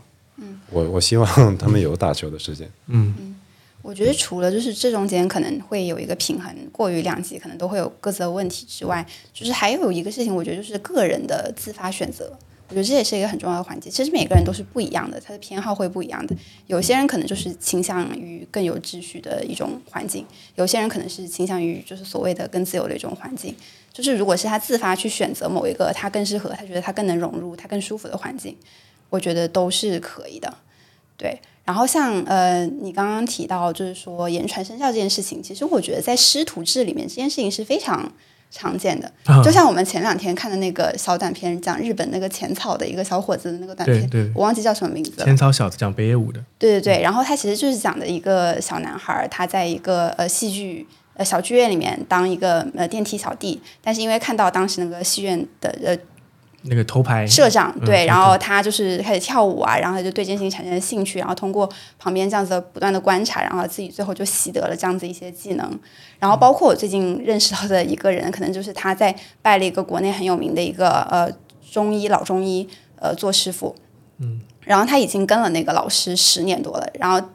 S2: 我我希望他们有打球的时间。
S1: 嗯
S3: 我觉得除了就是这中间可能会有一个平衡，过于两极可能都会有各自的问题之外，就是还有一个事情，我觉得就是个人的自发选择。我觉得这也是一个很重要的环节。其实每个人都是不一样的，他的偏好会不一样的。有些人可能就是倾向于更有秩序的一种环境，有些人可能是倾向于就是所谓的更自由的一种环境。就是如果是他自发去选择某一个他更适合、他觉得他更能融入、他更舒服的环境，我觉得都是可以的。对，然后像呃，你刚刚提到就是说言传身教这件事情，其实我觉得在师徒制里面这件事情是非常常见的。
S1: 啊
S3: 就像我们前两天看的那个小短片，讲日本那个浅草的一个小伙子的那个短
S1: 对
S3: 片，
S1: 对
S3: 我忘记叫什么名字了
S1: 天。草小子讲北野武的，
S3: 对对对，然后他其实就是讲的一个小男孩儿，他在一个呃戏剧呃小剧院里面当一个呃电梯小弟，但是因为看到当时那个戏院的呃
S1: 那个头牌
S3: 社长
S1: 嗯
S3: 对，
S1: 嗯
S3: 然后他就是开始跳舞啊，然后他就对这件事情产生了兴趣，然后通过旁边这样子的不断的观察，然后自己最后就习得了这样子一些技能。然后包括我最近认识到的一个人，可能就是他在拜了一个国内很有名的一个呃中医老中医呃做师傅，嗯，然后他已经跟了那个老师十年多了，然后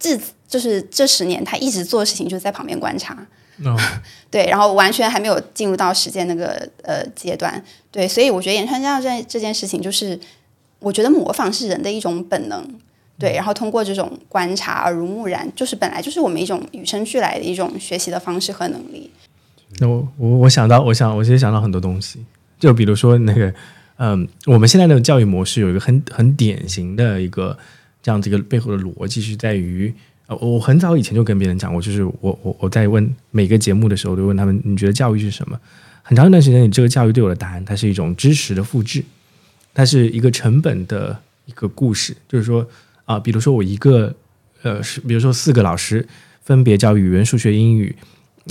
S3: 至此就是这十年他一直做的事情就是在旁边观察，
S1: 哦
S3: 对，然后完全还没有进入到实践那个呃阶段，对，所以我觉得言传身教这这件事情，就是我觉得模仿是人的一种本能，对，然后通过这种观察耳濡目染，就是本来就是我们一种与生俱来的一种学习的方式和能力，
S1: 那我我我想到，我想我其实想到很多东西，就比如说那个，嗯，我们现在的教育模式有一个很很典型的一个这样子一个背后的逻辑是在于，呃，我很早以前就跟别人讲过，就是我我我在问每个节目的时候，都问他们你觉得教育是什么？很长一段时间，你这个教育对我的答案，它是一种知识的复制，它是一个成本的一个故事，就是说啊、比如说我一个呃，是比如说四个老师分别教语文、数学、英语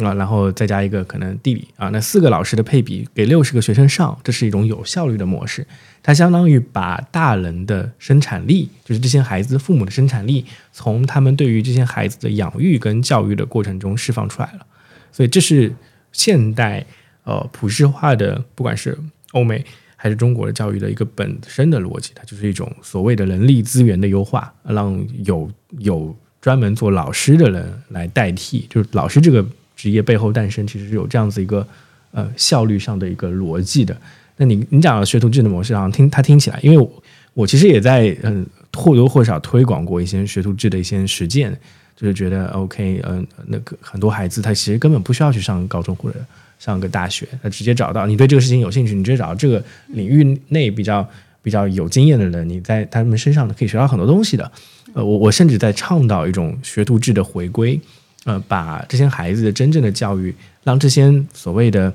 S1: 啊、然后再加一个可能地理啊，那四个老师的配比给六十个学生上，这是一种有效率的模式，它相当于把大人的生产力，就是这些孩子父母的生产力，从他们对于这些孩子的养育跟教育的过程中释放出来了。所以这是现代呃普世化的，不管是欧美还是中国的教育的一个本身的逻辑，它就是一种所谓的人力资源的优化，让有有专门做老师的人来代替，就是老师这个职业背后诞生其实是有这样子一个呃效率上的一个逻辑的。那你你讲的学徒制的模式，好像听它听起来，因为我我其实也在嗯或多或少推广过一些学徒制的一些实践，就是觉得 OK，嗯、那个很多孩子他其实根本不需要去上高中或者上个大学，他直接找到你对这个事情有兴趣，你直接找到这个领域内比较比较有经验的人，你在他们身上可以学到很多东西的。呃，我我甚至在倡导一种学徒制的回归，呃，把这些孩子的真正的教育，让这些所谓的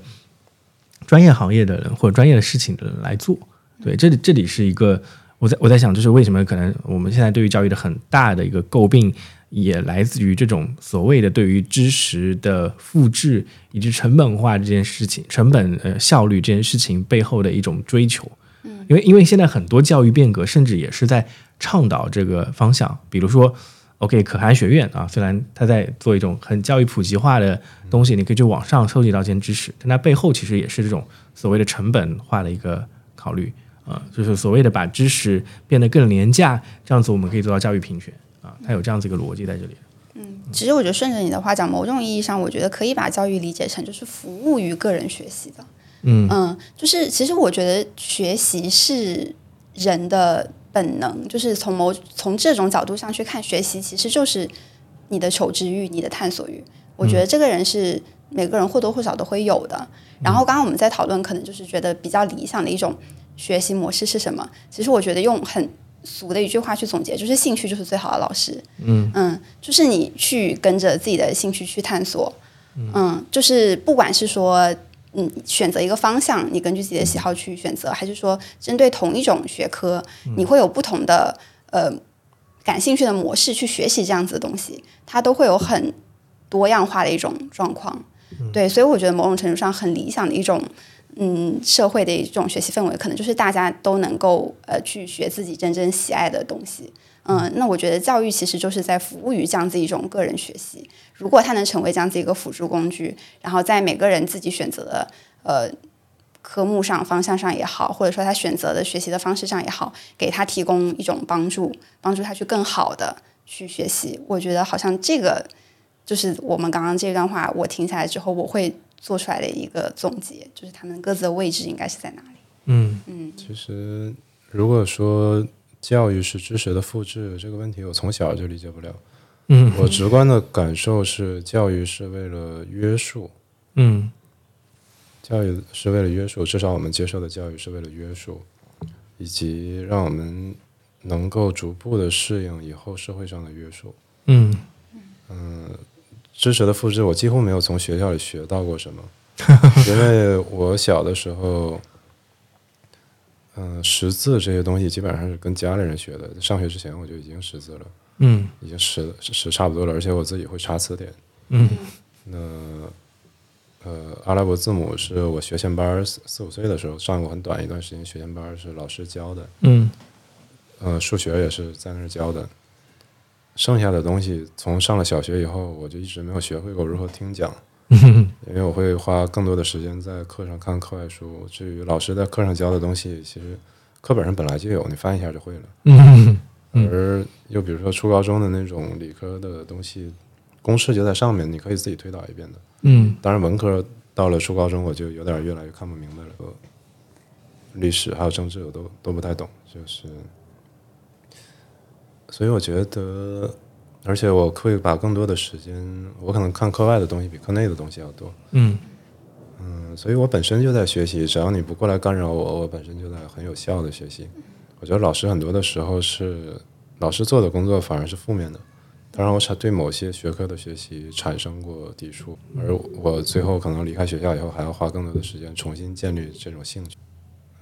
S1: 专业行业的人或者专业的事情的人来做。对，这里这里是一个我在我在想，就是为什么可能我们现在对于教育的很大的一个诟病，也来自于这种所谓的对于知识的复制以及成本化这件事情、成本呃效率这件事情背后的一种追求。因为因为现在很多教育变革甚至也是在倡导这个方向，比如说，OK 可汗学院啊，虽然它在做一种很教育普及化的东西，你可以去网上收集到一些知识，但它背后其实也是这种所谓的成本化的一个考虑啊、就是所谓的把知识变得更廉价，这样子我们可以做到教育平权啊、它有这样子一个逻辑在这里。
S3: 其实我觉得顺着你的话讲，某种意义上，我觉得可以把教育理解成就是服务于个人学习的。
S1: 嗯
S3: 就是其实我觉得学习是人的本能，就是从某从这种角度上去看，学习其实就是你的求知欲、你的探索欲。我觉得这个人是每个人或多或少都会有的。然后刚刚我们在讨论，可能就是觉得比较理想的一种学习模式是什么？其实我觉得用很俗的一句话去总结，就是兴趣就是最好的老师。嗯就是你去跟着自己的兴趣去探索。嗯，就是不管是说嗯选择一个方向，你根据自己的喜好去选择，还是说针对同一种学科，你会有不同的呃感兴趣的模式去学习这样子的东西，它都会有很多样化的一种状况。对，所以我觉得某种程度上很理想的一种，嗯，社会的一种学习氛围，可能就是大家都能够呃去学自己真正喜爱的东西。嗯，那我觉得教育其实就是在服务于这样子一种个人学习。如果它能成为这样子一个辅助工具，然后在每个人自己选择的呃科目上、方向上也好，或者说他选择的学习的方式上也好，给他提供一种帮助，帮助他去更好的去学习。我觉得好像这个就是我们刚刚这段话，我听下来之后，我会做出来的一个总结，就是他们各自的位置应该是在哪里。
S1: 嗯
S2: 其实，如果说教育是知识的复制这个问题，我从小就理解不了。
S1: 嗯
S2: 我直观的感受是，教育是为了约束，
S1: 嗯
S2: 教育是为了约束，至少我们接受的教育是为了约束，以及让我们能够逐步的适应以后社会上的约束。
S1: 嗯
S2: 知识的复制，我几乎没有从学校里学到过什么，因为我小的时候，嗯、识字这些东西基本上是跟家里人学的。上学之前我就已经识字了，
S1: 嗯
S2: 已经识识差不多了，而且我自己会查词典。
S1: 嗯
S2: 那呃，阿拉伯字母是我学前班儿四四五岁的时候上过很短一段时间学前班儿，是老师教的。
S1: 嗯
S2: 呃，数学也是在那儿教的。剩下的东西，从上了小学以后，我就一直没有学会过如何 听讲。因为我会花更多的时间在课上看课外书。至于老师在课上教的东西，其实课本上本来就有，你翻一下就会了。
S1: 嗯
S2: 而又比如说初高中的那种理科的东西，公式就在上面，你可以自己推导一遍的。
S1: 嗯
S2: 当然，文科到了初高中，我就有点越来越看不明白了。呃历史还有政治，我都都不太懂，就是，所以我觉得，而且我会把更多的时间，我可能看课外的东西比课内的东西要多。
S1: 嗯
S2: 嗯，所以我本身就在学习，只要你不过来干扰我，我本身就在很有效的学习。我觉得老师很多的时候是老师做的工作反而是负面的，它让我产对某些学科的学习产生过抵触，而我最后可能离开学校以后，还要花更多的时间重新建立这种兴趣。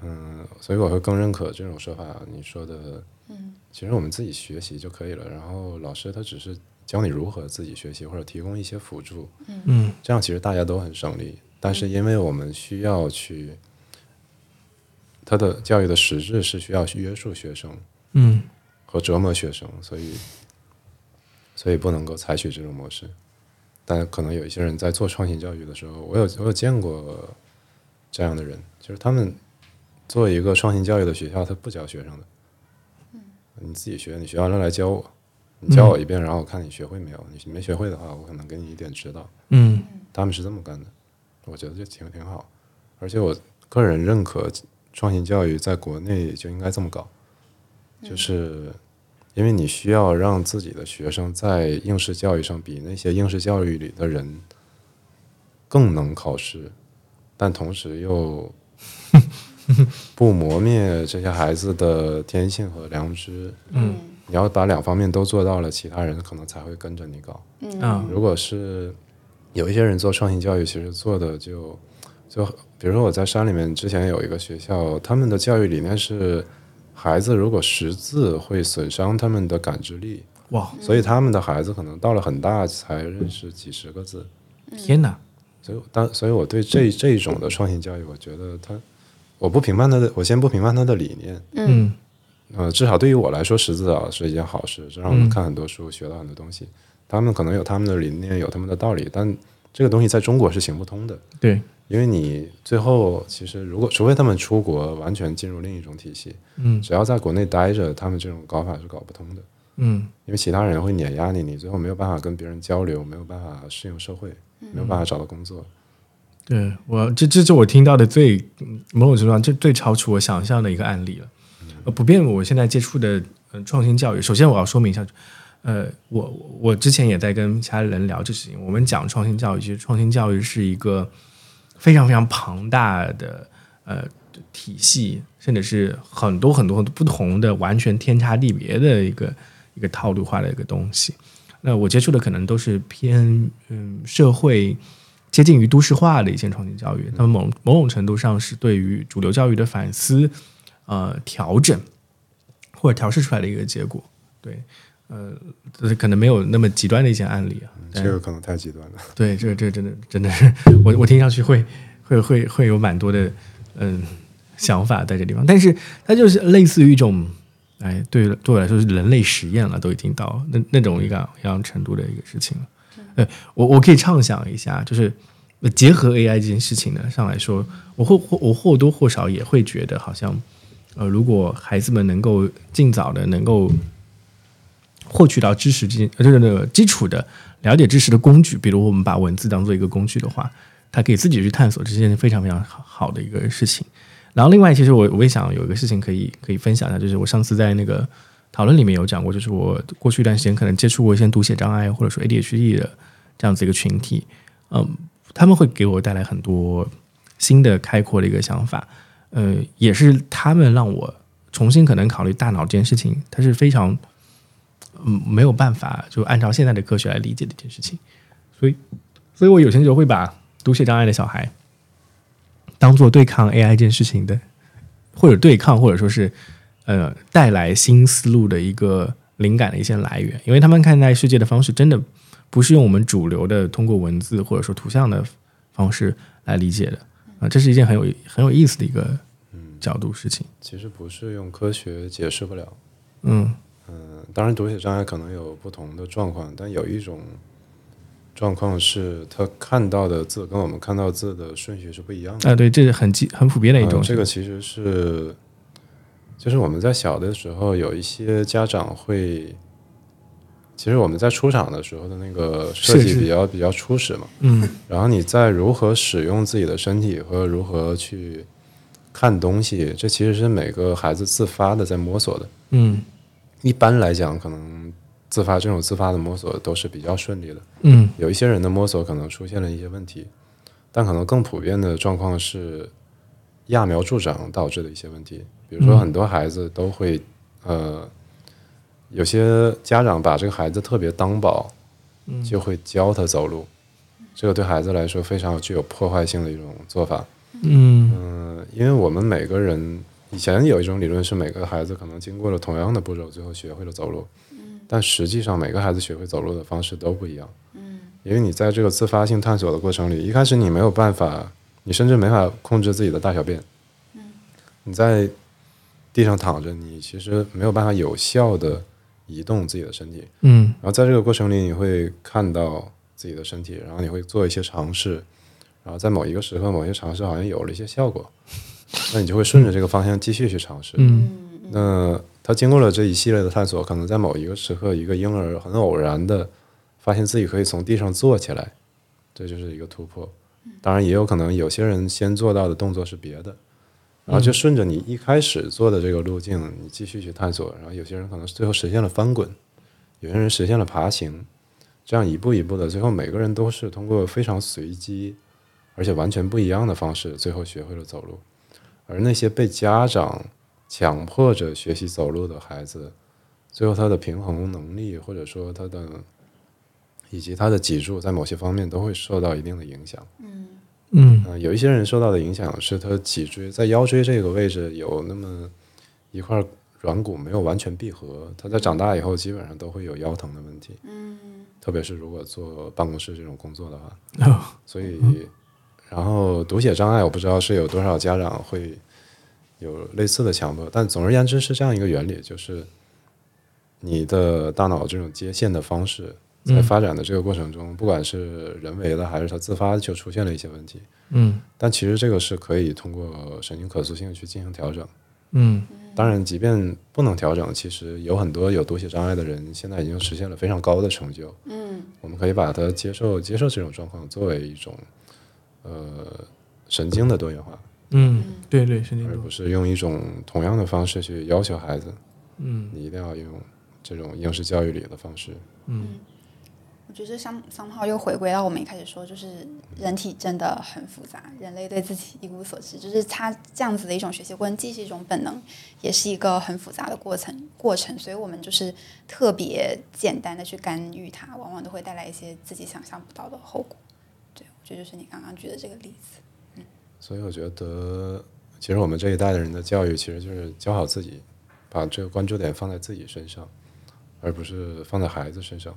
S2: 嗯，所以我会更认可这种说法，你说的，嗯，其实我们自己学习就可以了，然后老师他只是教你如何自己学习，或者提供一些辅助，
S1: 嗯，
S2: 这样其实大家都很省力。但是因为我们需要去，他的教育的实质是需要约束学生
S1: 嗯，
S2: 和折磨学生，所以，所以不能够采取这种模式。但可能有一些人在做创新教育的时候，我有我有见过这样的人，就是他们做一个创新教育的学校，他不教学生的，嗯，你自己学，你学完了来教我，你教我一遍，然后我看你学会没有，你没学会的话，我可能给你一点指导。
S1: 嗯，
S2: 他们是这么干的，我觉得就挺挺好。而且我个人认可创新教育在国内就应该这么搞，就是因为你需要让自己的学生在应试教育上比那些应试教育里的人更能考试，但同时又不磨灭这些孩子的天性和良知。
S3: 嗯
S2: 你要把两方面都做到了，其他人可能才会跟着你搞。
S3: 嗯
S1: 啊
S2: 如果是有一些人做创新教育，其实做的就就比如说我在山里面之前有一个学校，他们的教育理念是孩子如果识字会损伤他们的感知力，
S1: 哇，
S2: 所以他们的孩子可能到了很大才认识几十个字。
S1: 天哪，
S2: 所以我，当所以我对这这一种的创新教育，我觉得他我不评判他的，我先不评判他的理念，
S1: 嗯
S2: 呃，至少对于我来说，识字啊是一件好事，这让我
S1: 嗯
S2: 们看很多书，学到很多东西。他们可能有他们的理念，有他们的道理，但这个东西在中国是行不通的，
S1: 对，
S2: 因为你最后其实如果除非他们出国，完全进入另一种体系，
S1: 嗯
S2: 只要在国内待着，他们这种搞法是搞不通的，
S1: 嗯
S2: 因为其他人会碾压你，你最后没有办法跟别人交流，没有办法适应社会，没有办法找到工作。
S1: 对我这这是我听到的最嗯某种程度上这最超出我想象的一个案例了。呃，普遍我现在接触的呃创新教育，首先我要说明一下，呃，我我我之前也在跟其他人聊这事情，我们讲创新教育，其实创新教育是一个非常非常庞大的呃体系，甚至是很多很多不同的完全天差地别的一个一个套路化的一个东西。那我接触的可能都是偏嗯社会接近于都市化的一些创新教育，那么某某种程度上是对于主流教育的反思、呃调整或者调试出来的一个结果。对，呃，这可能没有那么极端的一些案例啊。
S2: 嗯
S1: 但
S2: 这个可能太极端了。
S1: 对，这个这个真的真的是，我我听上去会会会会有蛮多的嗯想法在这地方，但是它就是类似于一种，哎，对对我来说是人类实验了，都已经到那那种一个一样程度的一个事情了。对我我可以畅想一下，就是呃结合 AI 这件事情呢上来说，我或或我或多或少也会觉得好像，呃，如果孩子们能够尽早的能够获取到知识这件，呃，就是那个基础的了解知识的工具，比如我们把文字当做一个工具的话，他可以自己去探索，这是件非常非常好好的一个事情。然后另外，其实我我也想有一个事情可以可以分享一下，就是我上次在那个讨论里面有讲过，就是我过去一段时间可能接触过一些读写障碍或者说 ADHD 的这样子一个群体，嗯，他们会给我带来很多新的开阔的一个想法，呃，也是他们让我重新可能考虑大脑这件事情，它是非常嗯，没有办法就按照现在的科学来理解的一件事情，所以，所以我有些时候会把读写障碍的小孩当做对抗 AI 这件事情的，或者对抗，或者说是呃带来新思路的一个灵感的一些来源，因为他们看待世界的方式真的不是用我们主流的通过文字或者说图像的方式来理解的啊、这是一件很有很有意思的一个角度事情，
S2: 其实不是用科学解释不了，
S1: 嗯
S2: 嗯，当然，读写障碍可能有不同的状况，但有一种状况是他看到的字跟我们看到字的顺序是不一样的。
S1: 啊，对，这是很基很普遍的一种、
S2: 嗯这个其实是，就是我们在小的时候，有一些家长会，其实我们在出厂的时候的那个设
S1: 是
S2: 计
S1: 是
S2: 比较比较初始嘛，
S1: 嗯
S2: 然后你在如何使用自己的身体和如何去看东西，这其实是每个孩子自发的在摸索的。
S1: 嗯
S2: 一般来讲，可能自发这种自发的摸索都是比较顺利的。
S1: 嗯
S2: 有一些人的摸索可能出现了一些问题，但可能更普遍的状况是揠
S1: 嗯
S2: 苗助长导致的一些问题。比如说，很多孩子都会、呃有些家长把这个孩子特别当宝，
S1: 嗯
S2: 就会教他走路，这个对孩子来说非常具有破坏性的一种做法。
S1: 嗯
S2: 嗯，因为我们每个人以前有一种理论是每个孩子可能经过了同样的步骤，最后学会了走路，但实际上每个孩子学会走路的方式都不一样。因为你在这个自发性探索的过程里，一开始你没有办法，你甚至没法控制自己的大小便。你在地上躺着，你其实没有办法有效的移动自己的身体。
S1: 嗯
S2: 然后在这个过程里，你会看到自己的身体，然后你会做一些尝试，然后在某一个时刻、某些尝试好像有了一些效果，那你就会顺着这个方向继续去尝试。
S1: 嗯
S2: 那他经过了这一系列的探索，可能在某一个时刻，一个婴儿很偶然的发现自己可以从地上坐起来，这就是一个突破。
S1: 嗯
S2: 当然，也有可能有些人先做到的动作是别的，然后就顺着你一开始做的这个路径，你继续去探索。然后有些人可能最后实现了翻滚，有些人实现了爬行，这样一步一步的，最后每个人都是通过非常随机而且完全不一样的方式，最后学会了走路。而那些被家长强迫着学习走路的孩子，最后他的平衡能力，或者说他的以及他的脊柱，在某些方面都会受到一定的影响。
S1: 嗯
S2: 嗯，有一些人受到的影响是他脊椎在腰椎这个位置有那么一块软骨没有完全闭合，他在长大以后基本上都会有腰疼的问题。嗯，特别是如果做办公室这种工作的话，
S1: 哦
S2: 所以，然后读写障碍，我不知道是有多少家长会有类似的强迫，但总而言之是这样一个原理，就是你的大脑这种接线的方式，
S1: 嗯
S2: 在发展的这个过程中，不管是人为的还是它自发的，就出现了一些问题。
S1: 嗯
S2: 但其实这个是可以通过神经可塑性去进行调整。
S1: 嗯
S2: 当然，即便不能调整，其实有很多有读写障碍的人，现在已经实现了非常高的成就。
S3: 嗯
S2: 我们可以把它接受接受这种状况作为一种呃神经的多元化，
S1: 嗯，对对，神经
S2: 而
S1: 毒
S2: 不是用一种同样的方式去要求孩子，
S1: 嗯
S2: 你一定要用这种应试教育里的方式。
S3: 我觉得商商号又回归到我们一开始说，就是人体真的很复杂，人类对自己一无所知，就是它这样子的一种学习过程，既是一种本能，也是一个很复杂的过程过程，所以我们就是特别简单的去干预它，往往都会带来一些自己想象不到的后果。对，我觉得就是你刚刚举的这个例子。
S2: 所以我觉得，其实我们这一代的人的教育，其实就是教好自己，把这个关注点放在自己身上，而不是放在孩子身上。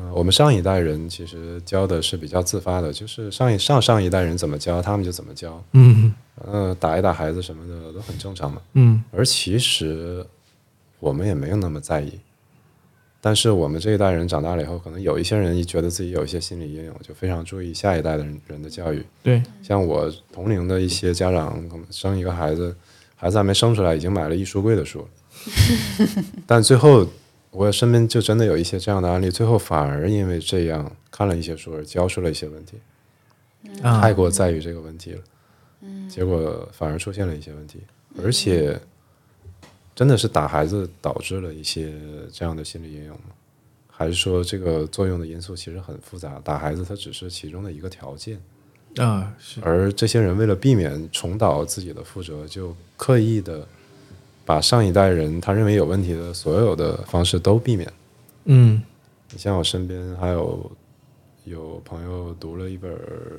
S2: 嗯、我们上一代人其实教的是比较自发的，就是上一上上一代人怎么教，他们就怎么教，
S1: 嗯
S2: 嗯、打一打孩子什么的都很正常嘛。
S1: 嗯
S2: 而其实我们也没有那么在意。但是我们这一代人长大了以后，可能有一些人一觉得自己有一些心理阴影，就非常注意下一代的人人的教育。
S1: 对，
S2: 像我同龄的一些家长，可能生一个孩子，孩子还没生出来，已经买了一书柜的书了。 但最后，我身边就真的有一些这样的案例，最后反而因为这样看了一些书而教出了一些问题，
S1: 啊
S2: 太过在意这个问题了，结果反而出现了一些问题，而且真的是打孩子导致了一些这样的心理阴影吗？还是说这个作用的因素其实很复杂，打孩子它只是其中的一个条件？
S1: 啊是
S2: 而这些人为了避免重蹈自己的覆辙，就刻意的把上一代人他认为有问题的所有的方式都避免。
S1: 嗯
S2: 你像我身边还有有朋友读了一本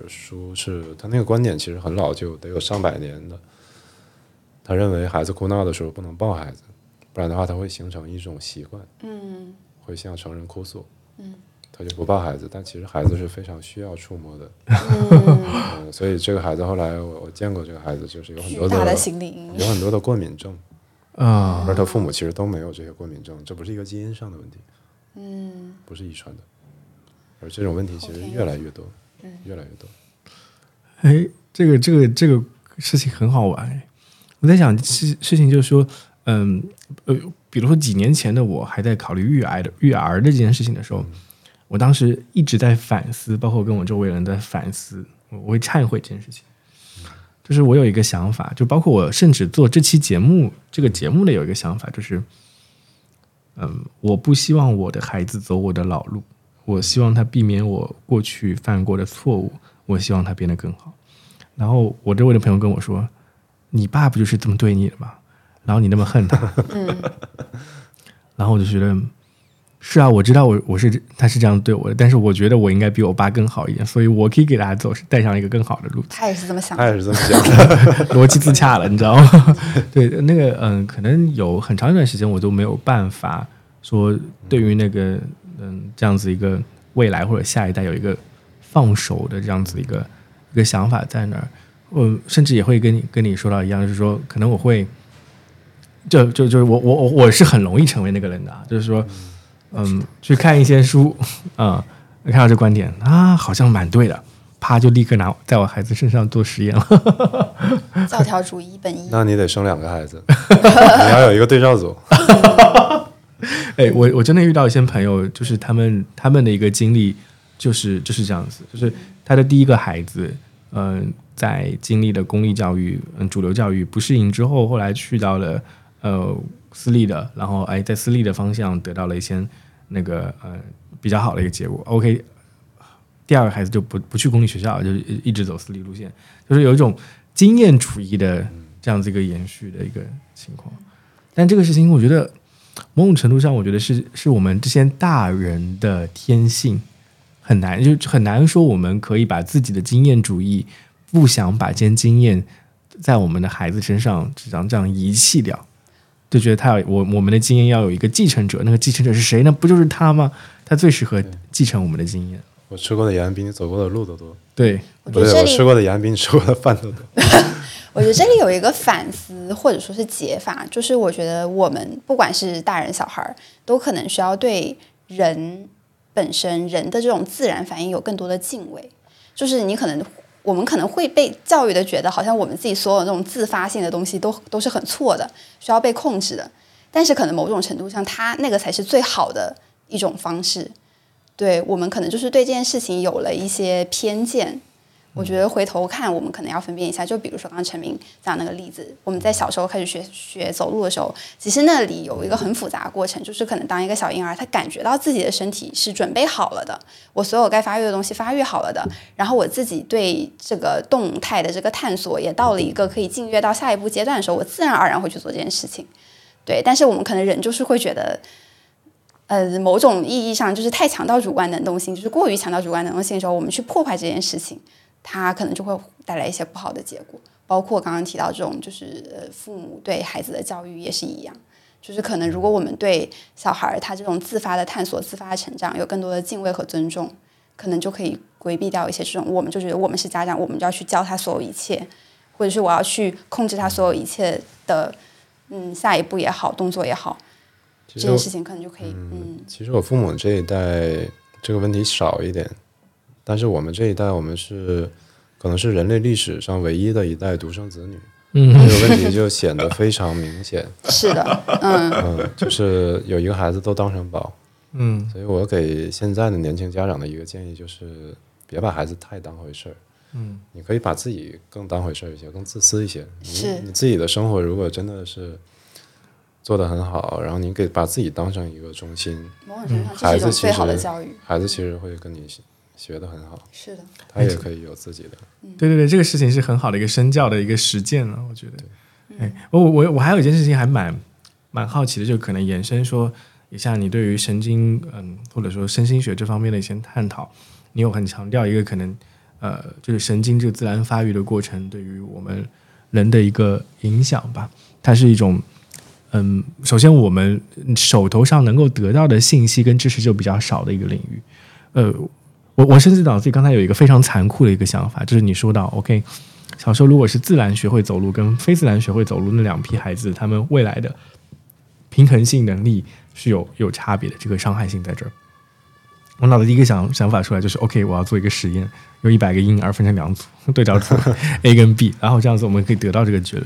S2: 书，是他那个观点其实很老旧，得有上百年的。他认为孩子哭闹的时候不能抱孩子，不然的话他会形成一种习惯，
S3: 嗯
S2: 会向成人哭诉。
S3: 嗯，
S2: 他就不抱孩子，但其实孩子是非常需要触摸的。嗯，所以这个孩子后来我我见过这个孩子，就是有很
S3: 巨
S2: 多
S3: 大
S2: 的
S3: 的心理阴影。
S2: 有很多的过敏症，
S1: 啊
S2: 而他父母其实都没有这些过敏症，这不是一个基因上的问题，
S3: 嗯，
S2: 不是遗传的，而这种问题其实越来越多，越来越多。
S1: 哎，这个这个这个事情很好玩哎。我在想事事情就是说，嗯呃，比如说几年前的我还在考虑育儿的育儿的这件事情的时候，我当时一直在反思，包括跟我周围人在反思，我我会忏悔这件事情。就是我有一个想法，就包括我甚至做这期节目这个节目的有一个想法，就是，嗯，我不希望我的孩子走我的老路，我希望他避免我过去犯过的错误，我希望他变得更好。然后我周围的朋友跟我说：“你爸不就是这么对你的吗？然后你那么恨他。”然后我就觉得，嗯是啊，我知道我我是他是这样对我的，但是我觉得我应该比我爸更好一点，所以我可以给大家走带上一个更好的路
S3: 他也是这么想
S2: 他
S3: 的。
S2: 也是这么想的。
S1: 逻辑自洽了，你知道吗？ 对，那个嗯，可能有很长一段时间我都没有办法说对于那个嗯这样子一个未来或者下一代有一个放手的这样子一个一个想法在那儿。我甚至也会跟你跟你说到一样，就是说可能我会就就就是我我我我是很容易成为那个人的、啊，就是说嗯去看一些书 啊、嗯，看到这观点啊好像蛮对的。啪！就立刻拿在我孩子身上做实验了，
S3: 教条主义本意，
S2: 那你得生两个孩 子，你要有一个对照组。
S1: 哎，我我真的遇到一些朋友，就是他们他们的一个经历，就是就是这样子，就是他的第一个孩子，嗯、在经历了公立教育、嗯主流教育不适应之后，后来去到了呃私立的，然后哎在私立的方向得到了一些那个呃比较好的一个结果。OK，第二个孩子就不不去公立学校了，就是一直走私立路线，就是有一种经验主义的这样子一个延续的一个情况。但这个事情，我觉得某种程度上，我觉得是是我们这些大人的天性，很难就很难说我们可以把自己的经验主义，不想把这些经验在我们的孩子身上这样这样遗弃掉，就觉得他有我我们的经验要有一个继承者，那个继承者是谁呢？不就是他吗？他最适合继承我们的经验。
S2: 我吃过的盐比你走过的路都多，
S1: 对，
S3: 我
S2: 不
S3: 觉
S2: 对，
S3: 得这
S2: 我
S3: 里
S2: 吃过的盐比你吃过的饭都多。
S3: 我觉得这里有一个反思或者说是解法， 就是我觉得我们不管是大人小孩儿，都可能需要对人本身人的这种自然反应有更多的敬畏。就是你可能我们可能会被教育的觉得，好像我们自己所有那种自发性的东西都都是很错的，需要被控制的。但是可能某种程度上，它那个才是最好的一种方式。对我们可能就是对这件事情有了一些偏见，我觉得回头看，我们可能要分辨一下。就比如说刚刚陈明讲那个例子，我们在小时候开始学学走路的时候，其实那里有一个很复杂的过程，就是可能当一个小婴儿，他感觉到自己的身体是准备好了的，我所有该发育的东西发育好了的，然后我自己对这个动态的这个探索也到了一个可以进跃到下一步阶段的时候，我自然而然会去做这件事情。对，但是我们可能人就是会觉得，呃，某种意义上就是太强调主观能动性，就是过于强调主观能动性的时候，我们去破坏这件事情。它可能就会带来一些不好的结果，包括刚刚提到这种，就是呃父母对孩子的教育也是一样，就是可能如果我们对小孩儿他这种自发的探索、自发的成长有更多的敬畏和尊重，可能就可以规避掉一些这种，我们就觉得我们是家长，我们就要去教他所有一切，或者是我要去控制他所有一切的，嗯，下一步也好，动作也好，
S2: 其
S3: 这
S2: 实我
S3: 件事情可能就可以，嗯，
S2: 其实我父母这一代这个问题少一点，但是我们这一代，我们是可能是人类历史上唯一的一代独生子女，
S1: 嗯，
S2: 这个问题就显得非常明显。
S3: 是的，嗯，
S2: 嗯，就是有一个孩子都当成宝，
S1: 嗯
S2: 所以我给现在的年轻家长的一个建议就是，别把孩子太当回事儿。
S1: 嗯，
S2: 你可以把自己更当回事儿一些，更自私一些。你
S3: 是
S2: 你自己的生活如果真的是做得很好，然后你给把自己当成一个中心，
S3: 某种程度上
S2: 孩
S3: 这是一种
S2: 子其
S3: 最好的
S2: 实
S3: 教育，
S2: 孩子其实会跟你学学得很好，
S3: 是的。
S2: 他也可以有自己的。
S1: 对对对，这个事情是很好的一个身教的一个实践了，我觉得。哎，我我我还有一件事情还蛮蛮好奇的，就可能延伸说一下，你对于神经嗯或者说身心学这方面的一些探讨，你有很强调一个可能呃就是神经这个自然发育的过程对于我们人的一个影响吧，它是一种。嗯，首先我们手头上能够得到的信息跟知识就比较少的一个领域，呃，我我甚至脑子里刚才有一个非常残酷的一个想法，就是你说到 OK，小时候如果是自然学会走路跟非自然学会走路那两批孩子，他们未来的平衡性能力是有有差别的，这个伤害性在这儿。我脑子第一个想想法出来就是 OK，我要做一个实验，用一百个婴儿分成两组，对照组 A 跟 B，然后这样子我们可以得到这个结论。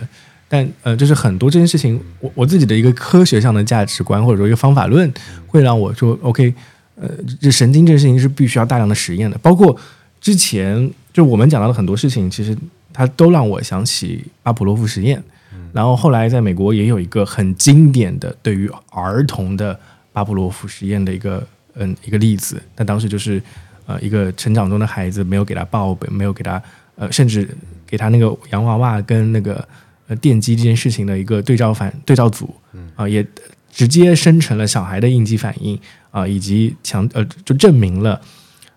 S1: 但呃，就是很多这件事情，我我自己的一个科学上的价值观或者说一个方法论，会让我说 OK，呃，这神经这个事情是必须要大量的实验的，包括之前就我们讲到的很多事情，其实它都让我想起阿普洛夫实验。然后后来在美国也有一个很经典的对于儿童的巴甫洛夫实验的一个嗯一个例子，那当时就是呃一个成长中的孩子没有给他抱本，没有给他呃甚至给他那个洋娃娃跟那个呃电击这件事情的一个对照反对照组，啊、也直接生成了小孩的应激反应啊、以及强呃，就证明了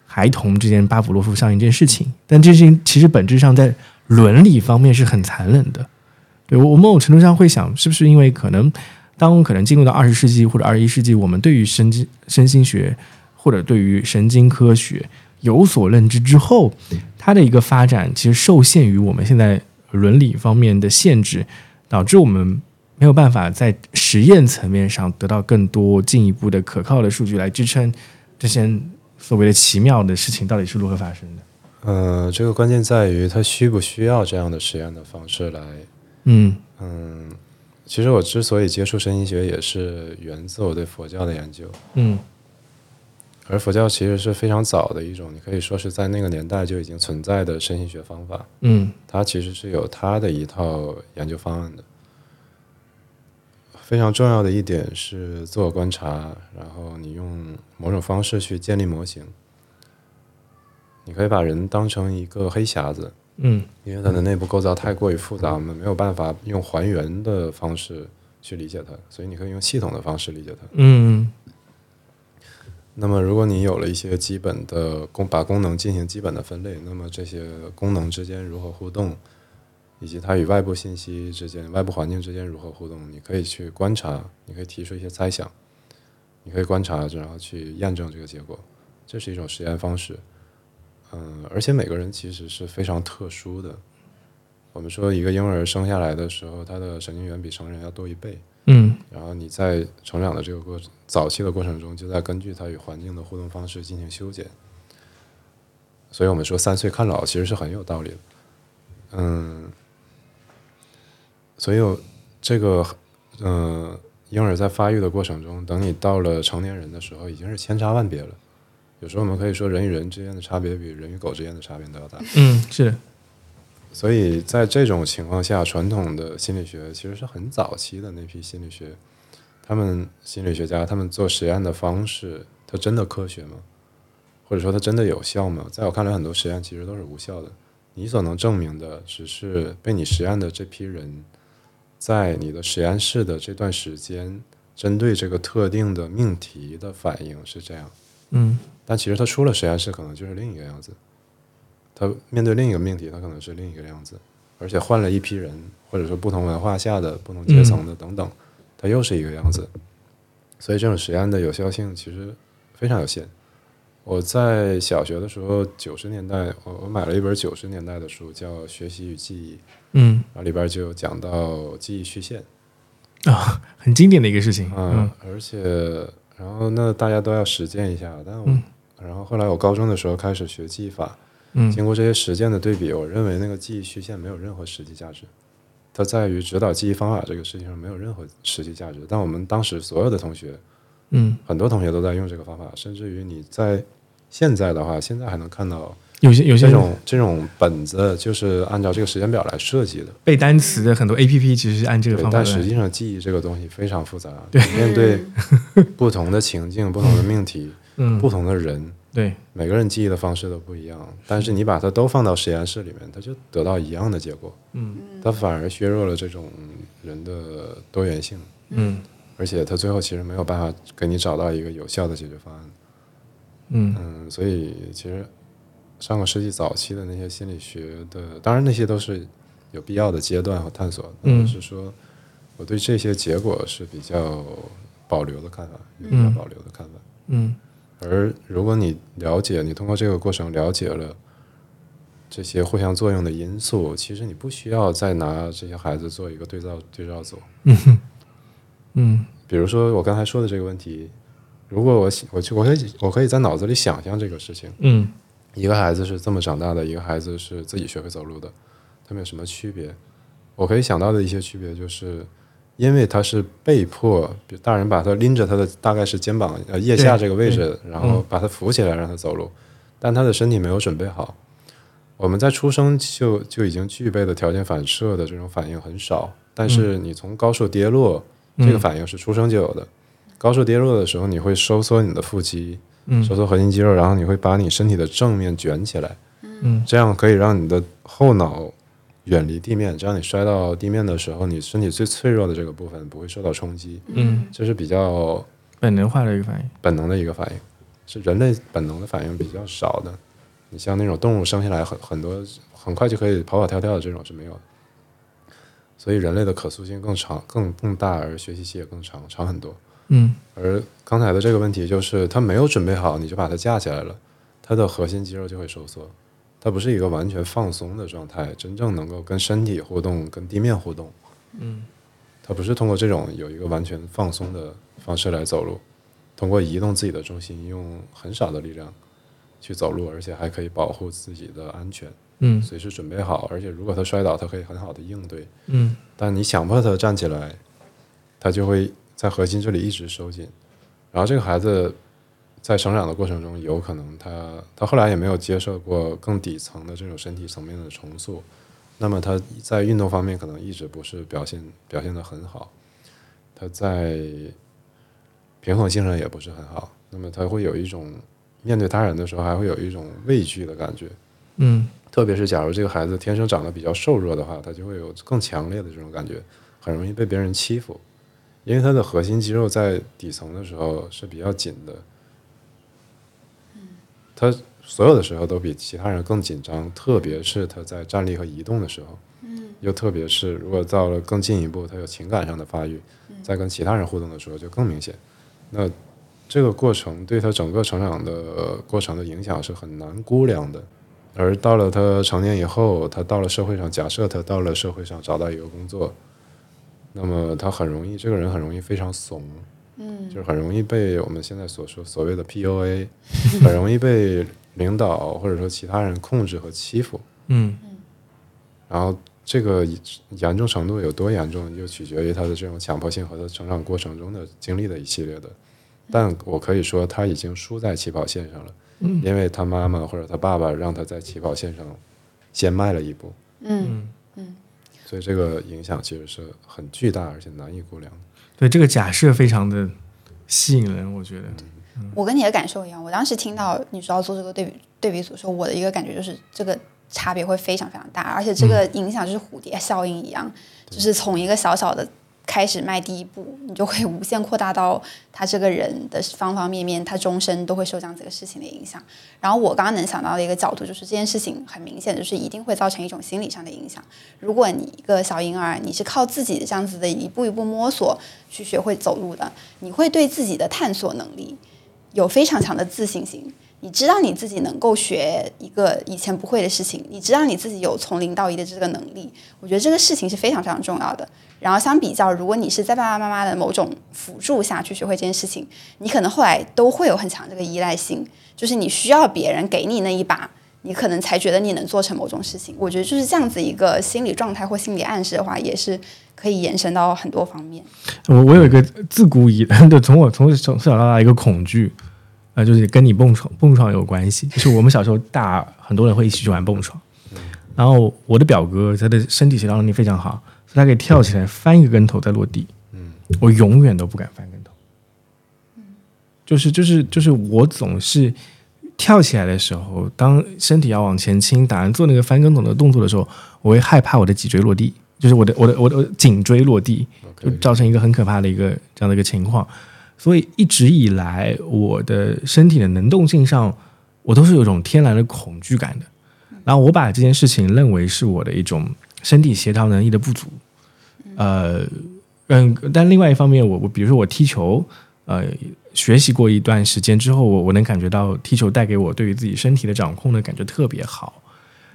S1: 孩童之间巴甫洛夫效应这件事情。但这件事情其实本质上在伦理方面是很残忍的。对我，我某种程度上会想，是不是因为可能当可能进入到二十世纪或者二十一世纪，我们对于神经身心学或者对于神经科学有所认知之后，它的一个发展其实受限于我们现在伦理方面的限制，导致我们没有办法在实验层面上得到更多进一步的可靠的数据来支撑这些所谓的奇妙的事情到底是如何发生的。
S2: 呃，这个关键在于它需不需要这样的实验的方式来。
S1: 嗯
S2: 嗯，其实我之所以接触神医学，也是源自我对佛教的研究。
S1: 嗯
S2: 而佛教其实是非常早的一种，你可以说是在那个年代就已经存在的身心学方法。
S1: 嗯
S2: 它其实是有它的一套研究方案的。非常重要的一点是自我观察，然后你用某种方式去建立模型。你可以把人当成一个黑匣子，
S1: 嗯
S2: 因为它的内部构造太过于复杂，我们没有办法用还原的方式去理解它，所以你可以用系统的方式理解它。
S1: 嗯
S2: 那么，如果你有了一些基本的功，把功能进行基本的分类，那么这些功能之间如何互动，以及它与外部信息之间、外部环境之间如何互动，你可以去观察，你可以提出一些猜想，你可以观察，然后去验证这个结果，这是一种实验方式。嗯，而且每个人其实是非常特殊的。我们说，一个婴儿生下来的时候，他的神经元比成人要多一倍。
S1: 嗯
S2: 然后你在成长的这个过程早期的过程中，就在根据它与环境的互动方式进行修剪。所以我们说三岁看老其实是很有道理的，嗯，所以有这个呃婴儿在发育的过程中，等你到了成年人的时候，已经是千差万别了。有时候我们可以说，人与人之间的差别比人与狗之间的差别都要大。
S1: 嗯，是的
S2: 所以在这种情况下，传统的心理学其实是很早期的那批心理学，他们心理学家他们做实验的方式，它真的科学吗？或者说它真的有效吗？在我看来，很多实验其实都是无效的。你所能证明的，只是被你实验的这批人，在你的实验室的这段时间，针对这个特定的命题的反应是这样。
S1: 嗯
S2: 但其实他出了实验室，可能就是另一个样子。他面对另一个命题，他可能是另一个样子，而且换了一批人，或者说不同文化下的、不同阶层的等等，他又是一个样子。所以这种实验的有效性其实非常有限。我在小学的时候，九十年代，我我买了一本九十年代的书，叫《学习与记忆》，
S1: 嗯
S2: 然后啊里边就有讲到记忆曲线。
S1: 啊、很经典的一个事情。
S2: 嗯，而且然后那大家都要实践一下，但我、然后后来我高中的时候开始学记忆法，
S1: 嗯
S2: 经过这些实践的对比，我认为那个记忆曲线没有任何实际价值，它在于指导记忆方法这个事情上没有任何实际价值。但我们当时所有的同学，
S1: 嗯，
S2: 很多同学都在用这个方法，甚至于你在现在的话，现在还能看到
S1: 有些有些
S2: 这种这种本子就是按照这个时间表来设计的。
S1: 背单词的很多 A P P 其实是按这个
S2: 对
S1: 方法
S2: 但
S1: 来
S2: 实际上记忆这个东西非常复杂，你面对不同的情境、不同的命题、
S1: 嗯
S2: 不同的人，
S1: 对
S2: 每个人记忆的方式都不一样。但是你把它都放到实验室里面，它就得到一样的结果。
S1: 嗯，
S2: 它反而削弱了这种人的多元性，
S1: 嗯
S2: 而且它最后其实没有办法给你找到一个有效的解决方案。
S1: 嗯
S2: 嗯，所以其实上个世纪早期的那些心理学的，当然那些都是有必要的阶段和探索。
S1: 嗯
S2: 只是说我对这些结果是比较保留的看法，有比较
S1: 嗯
S2: 保留的看法。
S1: 嗯
S2: 而如果你了解，你通过这个过程了解了这些互相作用的因素，其实你不需要再拿这些孩子做一个对照对照组。
S1: 嗯
S2: 比如说我刚才说的这个问题，如果我我去我可以我可以在脑子里想象这个事情。
S1: 嗯
S2: 一个孩子是这么长大的，一个孩子是自己学会走路的，他们有什么区别？我可以想到的一些区别就是，因为他是被迫，比如大人把他拎着他的大概是肩膀呃腋下这个位置，然后把他扶起来让他走路，但他的身体没有准备好。我们在出生就就已经具备的条件反射的这种反应很少，但是你从高处跌落，这个反应是出生就有的。高处跌落的时候，你会收缩你的腹肌，收缩核心肌肉，然后你会把你身体的正面卷起来，
S1: 嗯
S2: 这样可以让你的后脑远离地面，这样你摔到地面的时候，你身体最脆弱的这个部分不会受到冲击，
S1: 嗯，
S2: 这是比较
S1: 本能化的一个反应。
S2: 本能的一个反应，是人类本能的反应比较少的。你像那种动物生下来很很多很快就可以跑跑跳跳的这种是没有的，所以人类的可塑性更长、更更大，而学习期也更长，长很多。
S1: 嗯
S2: 而刚才的这个问题就是，他没有准备好，你就把它架起来了，他的核心肌肉就会收缩，它不是一个完全放松的状态，真正能够跟身体互动、跟地面互动，嗯，它不是通过这种有一个完全放松的方式来走路，通过移动自己的重心，用很少的力量去走路，而且还可以保护自己的安全，
S1: 嗯
S2: 随时准备好，而且如果他摔倒，他可以很好的应对，
S1: 嗯
S2: 但你强迫他站起来，他就会在核心这里一直收紧。然后这个孩子在成长的过程中，有可能他他后来也没有接受过更底层的这种身体层面的重塑，那么他在运动方面可能一直不是表现表现的很好，他在平衡性上也不是很好，那么他会有一种面对他人的时候还会有一种畏惧的感觉。
S1: 嗯
S2: 特别是假如这个孩子天生长得比较瘦弱的话，他就会有更强烈的这种感觉，很容易被别人欺负，因为他的核心肌肉在底层的时候是比较紧的，他所有的时候都比其他人更紧张，特别是他在站立和移动的时候，嗯，又特别是如果到了更进一步，他有情感上的发育，在跟其他人互动的时候就更明显，那。这个过程对他整个成长的呃过程的影响是很难估量的，而到了他成年以后，他到了社会上，假设他到了社会上找到一个工作，那么他很容易，这个人很容易非常怂，嗯，就是很容易被我们现在所说所谓的 PUA，很容易被领导或者说其他人控制和欺负，
S1: 嗯
S2: 然后这个严重程度有多严重，就取决于他的这种强迫性和他成长过程中的经历的一系列的。但我可以说，他已经输在起跑线上了，
S3: 嗯
S2: 因为他妈妈或者他爸爸让他在起跑线上先迈了一步，
S3: 嗯，
S2: 所以这个影响其实是很巨大而且难以估量的。
S1: 对，这个假设非常的吸引人，我觉得。
S3: 我跟你的感受一样，我当时听到你说要做这个对比对比组的时候，我的一个感觉就是这个差别会非常非常大，而且这个影响就是蝴蝶效应一样，就是从一个小小的开始迈第一步，你就会无限扩大到他这个人的方方面面，他终身都会受这样子一个事情的影响。然后我刚刚能想到的一个角度就是这件事情很明显，就是一定会造成一种心理上的影响。如果你一个小婴儿，你是靠自己这样子的一步一步摸索去学会走路的，你会对自己的探索能力有非常强的自信心。你知道你自己能够学一个以前不会的事情，你知道你自己有从零到一的这个能力，我觉得这个事情是非常非常重要的。然后相比较，如果你是在爸爸妈妈的某种辅助下去学会这件事情，你可能后来都会有很强这个依赖性，就是你需要别人给你那一把，你可能才觉得你能做成某种事情。我觉得就是这样子一个心理状态或心理暗示的话，也是可以延伸到很多方面。
S1: 我我有一个自古以来 对，从我从从小到大一个恐惧，啊、就是跟你蹦床蹦床有关系。就是我们小时候大很多人会一起去玩蹦床，然后我的表哥他的身体协调能力非常好，所以他可以跳起来翻一个跟头再落地。嗯，我永远都不敢翻跟头。就是就是就是我总是跳起来的时候，当身体要往前倾，打算做那个翻跟头的动作的时候，我会害怕我的脊椎落地，就是我的我的我的我的颈椎落地。就
S2: OK，
S1: 造成一个很可怕的一个这样的一个情况。所以一直以来，我的身体的能动性上，我都是有一种天然的恐惧感的。然后我把这件事情认为是我的一种身体协调能力的不足。呃，嗯，但另外一方面，我我比如说我踢球，呃，学习过一段时间之后，我我能感觉到踢球带给我对于自己身体的掌控的感觉特别好。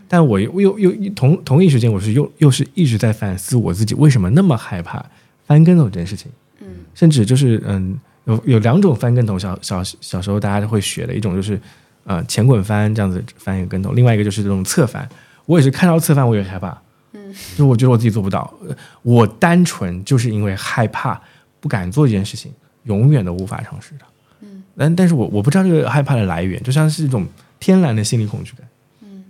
S1: 但我又又又同同一时间，我是又又是一直在反思我自己为什么那么害怕翻跟头这件事情。
S3: 嗯，
S1: 甚至就是嗯，有有两种翻跟头，小小小时候大家会学的一种就是呃前滚翻这样子翻一个跟头，另外一个就是这种侧翻。我也是看到侧翻我也害怕，嗯，就我觉得我自己做不到，呃我单纯就是因为害怕不敢做这件事情，永远都无法尝试它。嗯，但但是我我不知道这个害怕的来源，就像是一种天然的心理恐惧感。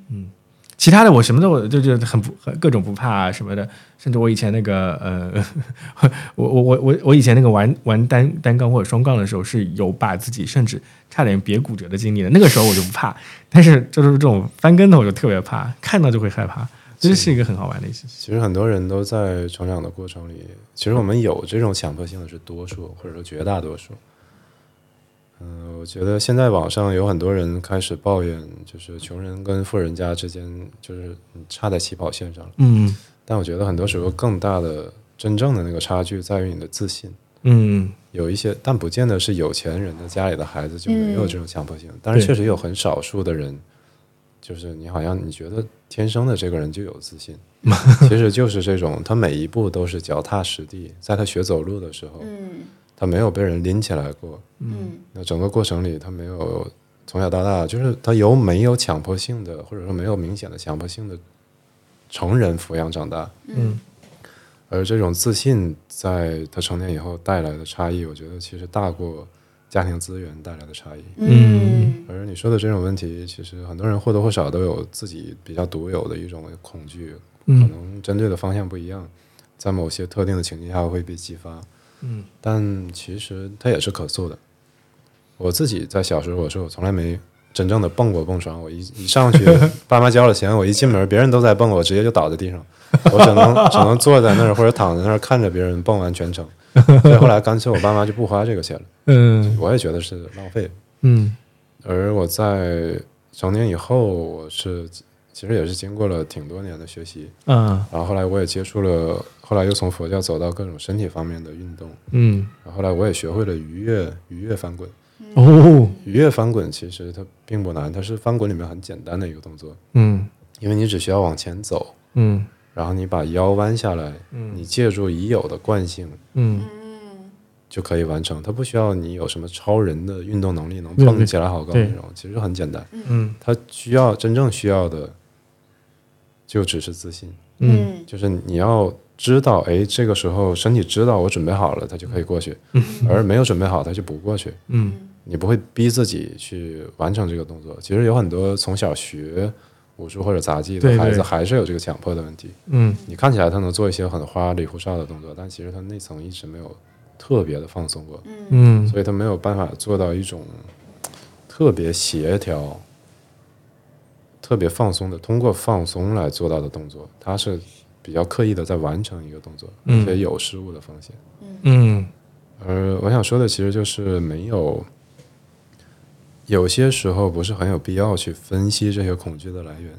S1: 嗯其他的我什么都就就很不很各种不怕啊什么的，甚至我以前那个呃，我我我我我以前那个玩玩单单杠或者双杠的时候是有把自己甚至差点别骨折的经历的，那个时候我就不怕，但是就是这种翻跟头我就特别怕，看到就会害怕，真是一个很好玩的一件事。
S2: 其实很多人都在成长的过程里，其实我们有这种强迫性的是多数，或者说绝大多数。嗯、我觉得现在网上有很多人开始抱怨，就是穷人跟富人家之间就是差在起跑线上了。
S1: 嗯
S2: 但我觉得很多时候更大的、真正的那个差距在于你的自信。
S1: 嗯，
S2: 有一些，但不见得是有钱人的家里的孩子就没有这种强迫性。
S3: 嗯
S2: 当然，
S1: 对
S2: 确实有很少数的人，就是你好像你觉得天生的这个人就有自 信，其实就是这种，他每一步都是脚踏实地。在他学走路的时候，
S3: 嗯
S2: 他没有被人拎起来过。
S3: 嗯
S2: 那整个过程里，他没有从小到大，就是他由没有强迫性的，或者说没有明显的强迫性的成人抚养长大。
S1: 嗯，
S2: 而这种自信在他成年以后带来的差异，我觉得其实大过家庭资源带来的差异。
S1: 嗯
S2: 而你说的这种问题，其实很多人或多或少都有自己比较独有的一种恐惧，可
S1: 嗯
S2: 能针对的方向不一样，在某些特定的情境下会被激发。
S1: 嗯，
S2: 但其实它也是可塑的。我自己在小时候，我说我从来没真正的蹦过蹦床，我一一上 去，爸妈交了钱，我一进门，别人都在蹦，我直接就倒在 地上，我只能只能坐在那儿或者躺在那儿看着别人蹦完全程。所以后来干脆我爸妈就不花这个钱了，
S1: 嗯
S2: 我也觉得是浪费。
S1: 嗯
S2: 而我在成年以后，我是其实也是经过了挺多年的学习，
S1: 啊
S2: 然后后来我也接触了，后来又从佛教走到各种身体方面的运动，
S1: 嗯
S2: 然后后来我也学会了愉悦愉悦翻滚。
S1: 哦
S2: 愉悦翻滚其实它并不难，它是翻滚里面很简单的一个动作，
S1: 嗯
S2: 因为你只需要往前走，
S1: 嗯
S2: 然后你把腰弯下来，你借助已有的惯性
S1: 嗯
S2: 就可以完成，它不需要你有什么超人的运动能力，能
S1: 对对
S2: 蹦起来好高
S1: 对
S2: 那种，其实很简单。
S1: 嗯
S2: 它需要真正需要的就只是自信，
S1: 嗯
S3: 嗯
S2: 就是你要知道，哎，这个时候身体知道我准备好了，它就可以过去，而没有准备好，它就不过去。
S1: 嗯
S2: 你不会逼自己去完成这个动作。其实有很多从小学武术或者杂技
S1: 对
S2: 的孩
S1: 对
S2: 子还是有这个强迫的问题。
S1: 嗯
S2: 你看起来他能做一些很花里胡哨的动作，但其实他内层一直没有特别的放松过，
S1: 嗯
S2: 所以他没有办法做到一种特别协调、特别放松的，通过放松来做到的动作。他是比较刻意的在完成一个动作，
S1: 嗯
S2: 而且有失误的风险。
S1: 嗯
S2: 而我想说的其实就是没有，有些时候不是很有必要去分析这些恐惧的来源。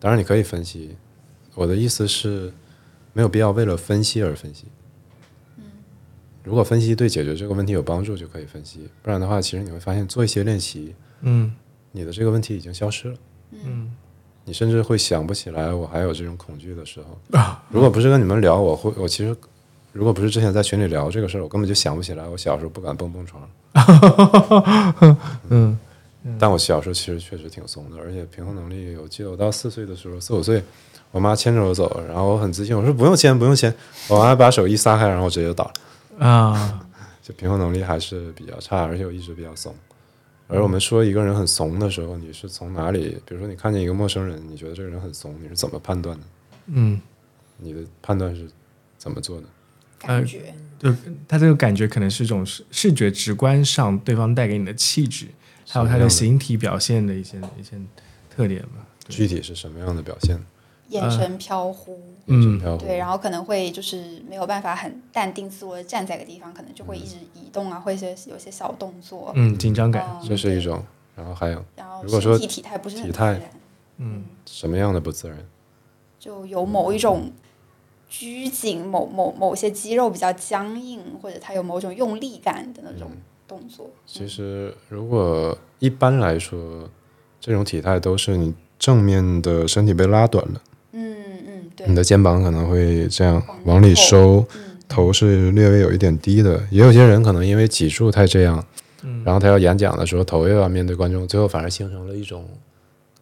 S2: 当然你可以分析，我的意思是没有必要为了分析而分析。如果分析对解决这个问题有帮助，就可以分析；不然的话，其实你会发现做一些练习，
S1: 嗯
S2: 你的这个问题已经消失了。
S1: 嗯
S2: 你甚至会想不起来我还有这种恐惧的时候。 如果不是跟你们聊，我会我其实如果不是之前在群里聊这个事儿，我根本就想不起来我小时候不敢蹦蹦床。
S1: 嗯
S2: 但我小时候其实确实挺怂的，而且平衡能力，我记得我到四岁的时候，四五岁，我妈牵着我走，然后我很自信，我说不用牵，不用牵，我妈把手一撒开，然后我直接就倒了。
S1: 啊
S2: 就平衡能力还是比较差，而且我一直比较怂。而我们说一个人很怂的时候，你是从哪里？比如说你看见一个陌生人，你觉得这个人很怂，你是怎么判断的？
S1: 嗯，
S2: 你的判断是怎么做的？
S3: 感觉
S1: 就他这个感觉可能是一种视视觉直观上对方带给你的气质，还有他的形体表现的一些一些特点吧。
S2: 具体是什么样的表现？
S3: 眼神飘忽，
S2: 眼神飘忽，
S3: 对，然后可能会就是没有办法很淡定自若地站在一个地方，可能就
S2: 嗯
S3: 会一直移动啊，或一些有些小动作，
S1: 嗯，紧张感。
S2: 这是一种。然后还有
S3: 然后
S2: 如果说
S3: 身体体态不是很
S2: 体
S3: 自然
S2: 态什么样的不自然？
S3: 就有某一种拘谨，某某某些肌肉比较僵硬，或者它有某种用力感的那种
S2: 嗯
S3: 动作。
S2: 其实如果一般来说，这种体态都是你正面的身体被拉短了，
S3: 嗯嗯，对
S2: 你，的肩膀可能会这样
S3: 往
S2: 往里
S3: 后
S2: 收，
S3: 嗯
S2: 头是略微有一点低的。也有些人可能因为脊柱太这样，然后他要演讲的时候头又要面对观众，最后反而形成了一种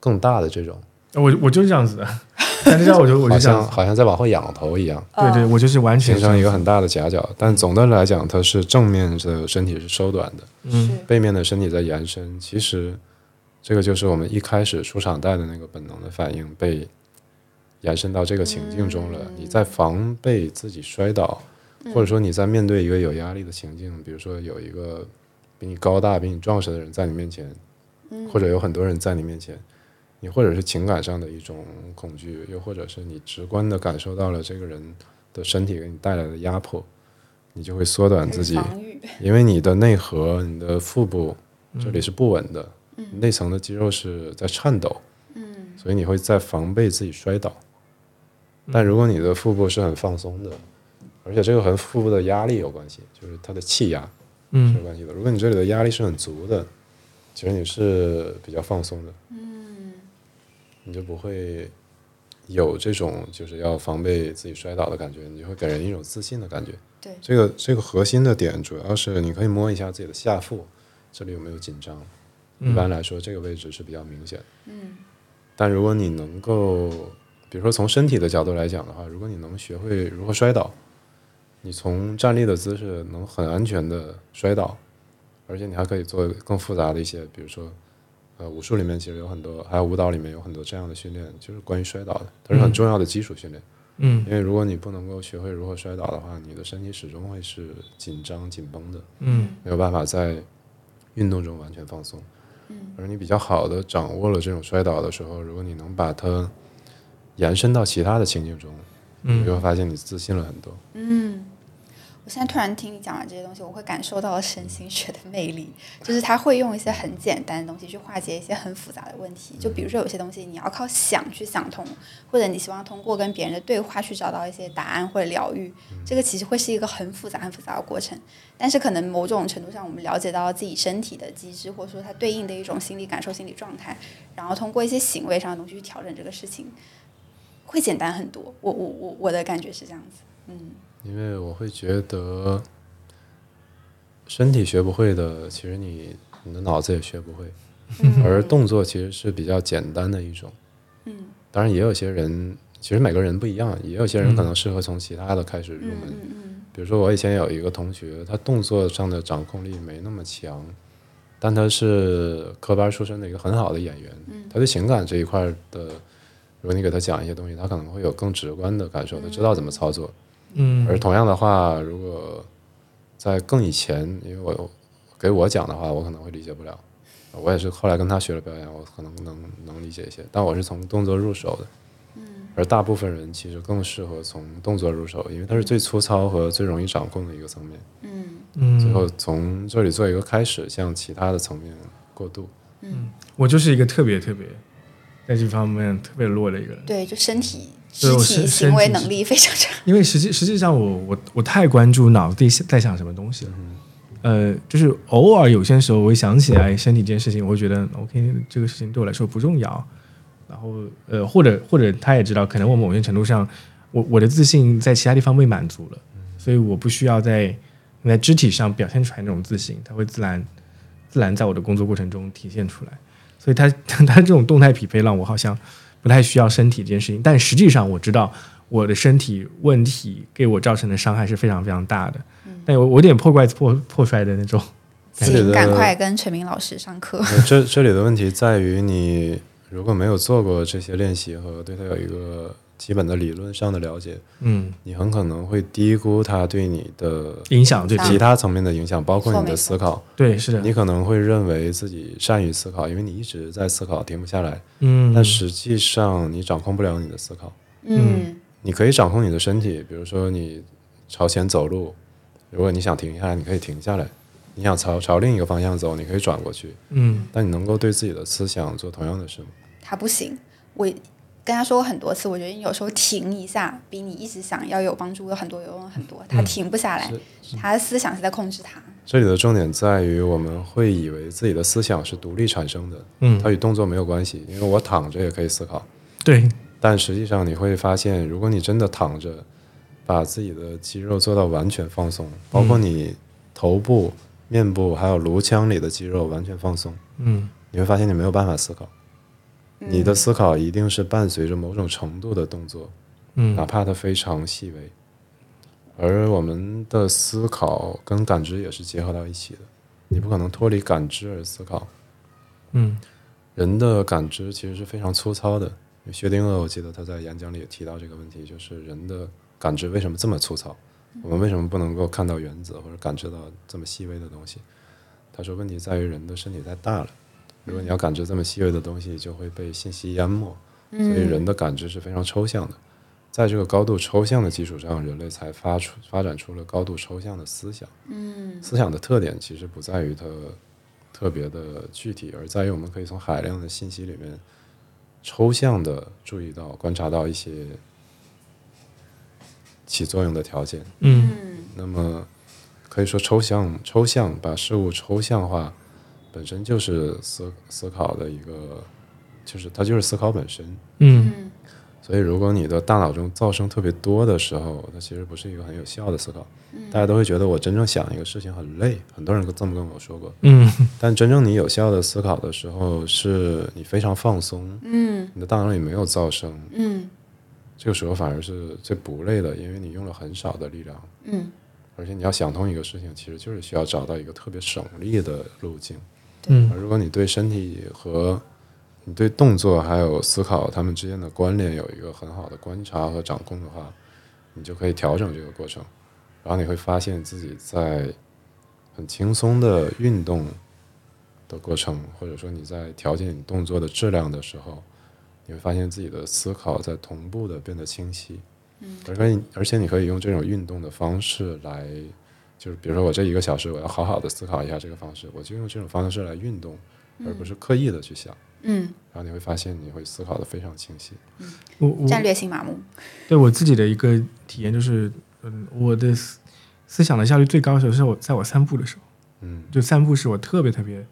S2: 更大的这种，
S1: 呃我我就是这样子的，但是这样我就我就
S2: 好
S1: 这样
S2: 像
S1: 子。
S2: 好像在往后仰头一样。
S1: 对对，我就是完全这
S2: 形
S1: 样
S2: 成一个很大的夹角。但总的来讲，它是正面的身体是收短的，
S1: 嗯
S2: 背面的身体在延伸。其实，这个就是我们一开始出场带的那个本能的反应被延伸到这个情境中了。你在防备自己摔倒，或者说你在面对一个有压力的情境，比如说有一个比你高大、比你壮实的人在你面前，或者有很多人在你面前，你或者是情感上的一种恐惧，又或者是你直观的感受到了这个人的身体给你带来的压迫，你就会缩短嗯自己，
S3: 防御，
S2: 因为你的内核、你的腹部这里是不稳的，内层的肌肉是在颤抖，
S3: 嗯
S2: 所以你会在防备自己摔倒。但如果你的腹部是很放松的，而且这个和腹部的压力有关系，就是它的气压是有
S1: 嗯
S2: 关系的。如果你这里的压力是很足的，其实你是比较放松的，
S3: 嗯
S2: 你就不会有这种就是要防备自己摔倒的感觉，你就会给人一种自信的感觉。
S3: 对，
S2: 这个这个核心的点主要是你可以摸一下自己的下腹，这里有没有紧张？一般来说，这个位置是比较明显的。
S3: 嗯
S2: 但如果你能够，比如说从身体的角度来讲的话，如果你能学会如何摔倒，你从站立的姿势能很安全的摔倒，而且你还可以做更复杂的一些，比如说，呃，武术里面其实有很多，还有舞蹈里面有很多这样的训练，就是关于摔倒的，它是很重要的基础训练。
S1: 嗯
S2: 因为如果你不能够学会如何摔倒的话，你的身体始终会是紧张紧绷的，
S1: 嗯
S2: 没有办法在运动中完全放松。
S3: 嗯
S2: 而你比较好的掌握了这种摔倒的时候，如果你能把它延伸到其他的情境中，你就
S1: 嗯
S2: 会发现你自信了很多。
S3: 嗯。我现在突然听你讲完这些东西，我会感受到了身心学的魅力，就是他会用一些很简单的东西去化解一些很复杂的问题。就比如说有些东西你要靠想去想通，或者你希望通过跟别人的对话去找到一些答案或者疗愈，这个其实会是一个很复杂、很复杂的过程。但是可能某种程度上，我们了解到自己身体的机制，或者说它对应的一种心理感受、心理状态，然后通过一些行为上的东西去调整这个事情，会简单很多。我我我我的感觉是这样子，嗯
S2: 因为我会觉得，身体学不会的，其实你你的脑子也学不会，而动作其实是比较简单的一种。
S3: 嗯
S2: 当然，也有些人，其实每个人不一样，也有些人可能适合从其他的开始入
S3: 嗯
S2: 门。
S3: 嗯嗯
S2: 比如说，我以前有一个同学，他动作上的掌控力没那么强，但他是科班出身的一个很好的演员，
S3: 嗯
S2: 他对情感这一块儿的，如果你给他讲一些东西，他可能会有更直观的感受，他知道怎么操作。
S1: 嗯
S2: 而同样的话，如果在更以前，因为我给我讲的话，我可能会理解不了。我也是后来跟他学了表演，我可能能能理解一些，但我是从动作入手的。嗯，而大部分人其实更适合从动作入手，因为它是最粗糙和最容易掌控的一个层面。
S3: 嗯
S1: 嗯，
S2: 最后从这里做一个开始，向其他的层面过渡。
S1: 我就是一个特别特别在这方面特别弱的一个人，
S3: 对，就身体、
S1: 嗯对
S3: 肢
S1: 我
S3: 体
S1: 身
S3: 行
S1: 身
S3: 为
S1: 体
S3: 能
S1: 是
S3: 力非常 差。
S1: 因为实际实际上我我我太关注脑子里想在想什么东西了。呃，就是偶尔有些时候，我会想起来身体这件事情，我会觉得 OK，这个事情对我来说不重要。然后呃，或者或者他也知道，可能我某些程度上，我我的自信在其他地方被满足了，所以我不需要在在肢体上表现出来那种自信，它会自然自然在我的工作过程中体现出来。所以他 他这种动态匹配让我好像不太需要身体这件事情，但实际上我知道我的身体问题给我造成的伤害是非常非常大的。但我我有点破罐子破破摔的那种。
S2: 这里
S3: 请赶
S2: 的
S3: 快跟陈明老师上课。
S2: 呃这这里的问题在于，你如果没有做过这些练习和对它有一个基本的理论上的了解，
S1: 嗯，
S2: 你很可能会低估它对你的
S1: 影响最
S3: 像
S2: 其
S1: 大。
S2: 他层面的影响，包括你的思考。
S1: 对，是的。
S2: 你可能会认为自己善于思考，因为你一直在思考，停不下来。
S1: 嗯，
S2: 但实际上，你掌控不了你的思考。
S3: 嗯
S2: 你可以掌控你的身体，比如说你朝前走路，如果你想停下来，你可以停下来；你想朝朝另一个方向走，你可以转过去。
S1: 嗯
S2: 但你能够对自己的思想做同样的事吗？
S3: 他不行。我跟他说过很多次，我觉得你有时候停一下，比你一直想要有帮助有很多有用很多。
S1: 嗯
S3: 他停不下来，他的思想是在控制他。
S2: 这里的重点在于，我们会以为自己的思想是独立产生的，
S1: 嗯
S2: 它与动作没有关系，因为我躺着也可以思考。
S1: 对，
S2: 但实际上，你会发现，如果你真的躺着，把自己的肌肉做到完全放松，包括你头部、面部还有颅腔里的肌肉完全放松，
S1: 嗯
S2: 你会发现你没有办法思考。你的思考一定是伴随着某种程度的动作，哪
S1: 嗯
S2: 怕它非常细微。而我们的思考跟感知也是结合到一起的，你不可能脱离感知而思考。
S1: 嗯
S2: 人的感知其实是非常粗糙的。薛定谔，我记得他在演讲里也提到这个问题，就是人的感知为什么这么粗糙？我们为什么不能够看到原子或者感知到这么细微的东西？他说，问题在于人的身体太大了，如果你要感知这么细微的东西，就会被信息淹没。所以人的感知是非常抽象的。在这个高度抽象的基础上，人类才发出发展出了高度抽象的思想。嗯，思想的特点其实不在于它特别的具体，而在于我们可以从海量的信息里面抽象的注意到、观察到一些起作用的条件。
S1: 嗯
S2: 那么可以说抽象抽象把事物抽象化，本身就是思思考的一个，就是它就是思考本身。
S1: 嗯
S2: 所以，如果你的大脑中噪声特别多的时候，它其实不是一个很有效的思考。
S3: 嗯
S2: 大家都会觉得我真正想一个事情很累，很多人这么跟我说过。
S1: 嗯
S2: 但真正你有效的思考的时候，是你非常放松，
S3: 嗯
S2: 你的大脑里没有噪声，
S3: 嗯
S2: 这个时候反而是最不累的，因为你用了很少的力量，
S3: 嗯，
S2: 而且你要想通一个事情，其实就是需要找到一个特别省力的路径。
S1: 嗯
S2: 而如果你对身体和你对动作还有思考它们之间的关联有一个很好的观察和掌控的话，你就可以调整这个过程，然后你会发现自己在很轻松的运动的过程，或者说你在调节你动作的质量的时候，你会发现自己的思考在同步的变得清晰。嗯，而且你而且你可以用这种运动的方式来就是比如说我这一个小时，我要好好的思考一下这个方式，我就用这种方式来运动，而不是刻意的去想。
S3: 嗯，
S2: 然后你会发现，你会思考的非常清晰。
S1: 我我
S3: 战略性麻木。
S1: 对我自己的一个体验就是，嗯，我的思思想的效率最高的时候是我在我散步的时候，
S2: 嗯
S1: 就散步是我特别特别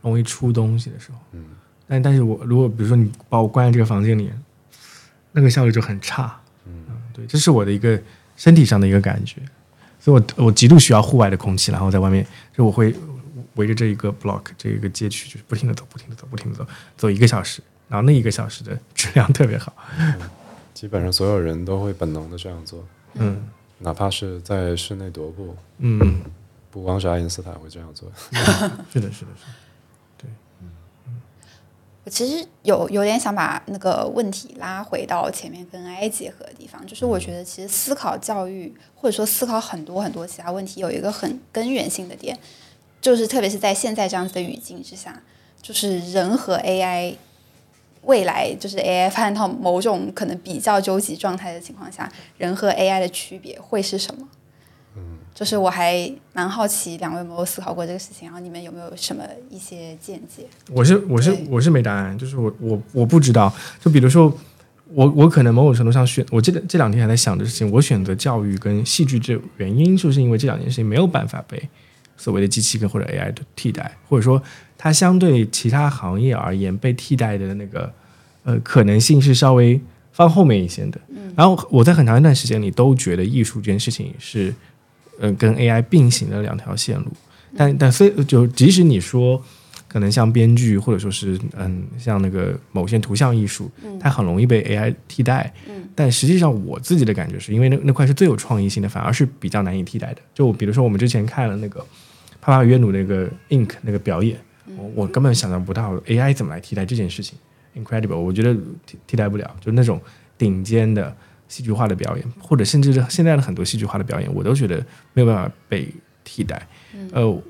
S1: 容易出东西的时候。
S2: 嗯
S1: 但但是我如果比如说你把我关在这个房间里，那个效率就很差。
S2: 嗯，
S1: 对，这是我的一个身体上的一个感觉，所以我我极度需要户外的空气，然后在外面就我会围着这一个 block 这一个街区，就是不停的走，不停的走，不停的走，走一个小时，然后那一个小时的质量特别好。
S2: 基本上所有人都会本能的这样做，
S1: 嗯
S2: 哪怕是在室内踱步，
S1: 嗯，
S2: 不光是爱因斯坦会这样做。
S1: 是的，是的，是的。
S3: 我其实有有点想把那个问题拉回到前面跟 AI 结合的地方，就是我觉得其实思考教育或者说思考很多很多其他问题有一个很根源性的点，就是特别是在现在这样子的语境之下，就是人和 AI 未来就是 AI 发展到某种可能比较纠集状态的情况下，人和 AI 的区别会是什么？就是我还蛮好奇两位有没有思考过这个事情，然后你们有没有什么一些见解？
S1: 我是我是
S3: 对
S1: 我是没答案，就是我我我不知道。就比如说，我我可能某种程度上选，我这这两天还在想的事情，我选择教育跟戏剧这原因，就是因为这两件事情没有办法被所谓的机器跟或者 AI 的替代，或者说它相对其他行业而言被替代的那个呃可能性是稍微放后面一些的。然后我在很长一段时间里都觉得艺术这件事情是呃跟 AI 并行的两条线路，但但非就即使你说。可能像编剧，或者说是嗯，像那个某些图像艺术，它很容易被 AI 替代。
S3: 嗯
S1: 但实际上我自己的感觉是，因为那那块是最有创意性的，反而是比较难以替代的。就比如说我们之前看了那个帕帕约努那个 Ink 那个表演，我我根本想象不到 AI 怎么来替代这件事情，incredible，我觉得替替代不了，就那种顶尖的戏剧化的表演，或者甚至是现在的很多戏剧化的表演，我都觉得没有办法被替代。呃，我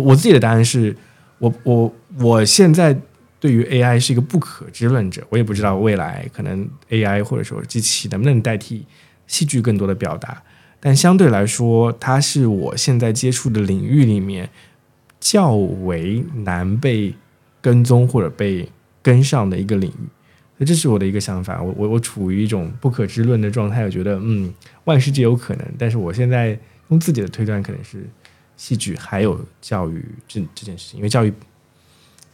S1: 我自己的答案是，我我我现在对于 AI 是一个不可知论者，我也不知道未来可能 AI 或者说机器能不能代替戏剧更多的表达，但相对来说，它是我现在接触的领域里面较为难被跟踪或者被跟上的一个领域。所以这是我的一个想法，我我我处于一种不可知论的状态，我觉得嗯，万事皆有可能，但是我现在用自己的推断可能是戏剧还有教育这这件事情，因为教育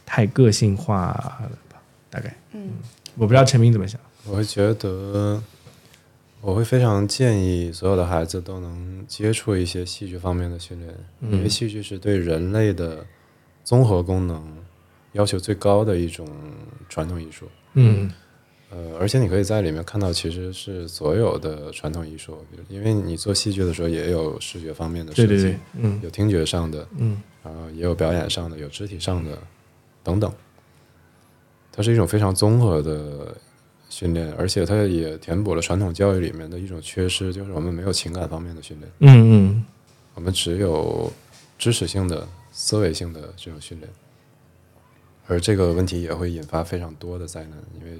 S1: 太个性化了吧？大概
S3: 嗯
S1: 我不知道陈明怎么想。
S2: 我会觉得，我会非常建议所有的孩子都能接触一些戏剧方面的训练，因为戏剧是对人类的综合功能要求最高的一种传统艺术。
S1: 嗯
S2: 呃，而且你可以在里面看到，其实是所有的传统艺术，因为你做戏剧的时候也有视觉方面的设
S1: 对
S2: 计，
S1: 对对，嗯
S2: 有听觉上的，
S1: 嗯
S2: 然后也有表演上的，有肢体上的，等等。它是一种非常综合的训练，而且它也填补了传统教育里面的一种缺失，就是我们没有情感方面的训练，
S1: 嗯嗯
S2: 我们只有知识性的、思维性的这种训练。而这个问题也会引发非常多的灾难，因为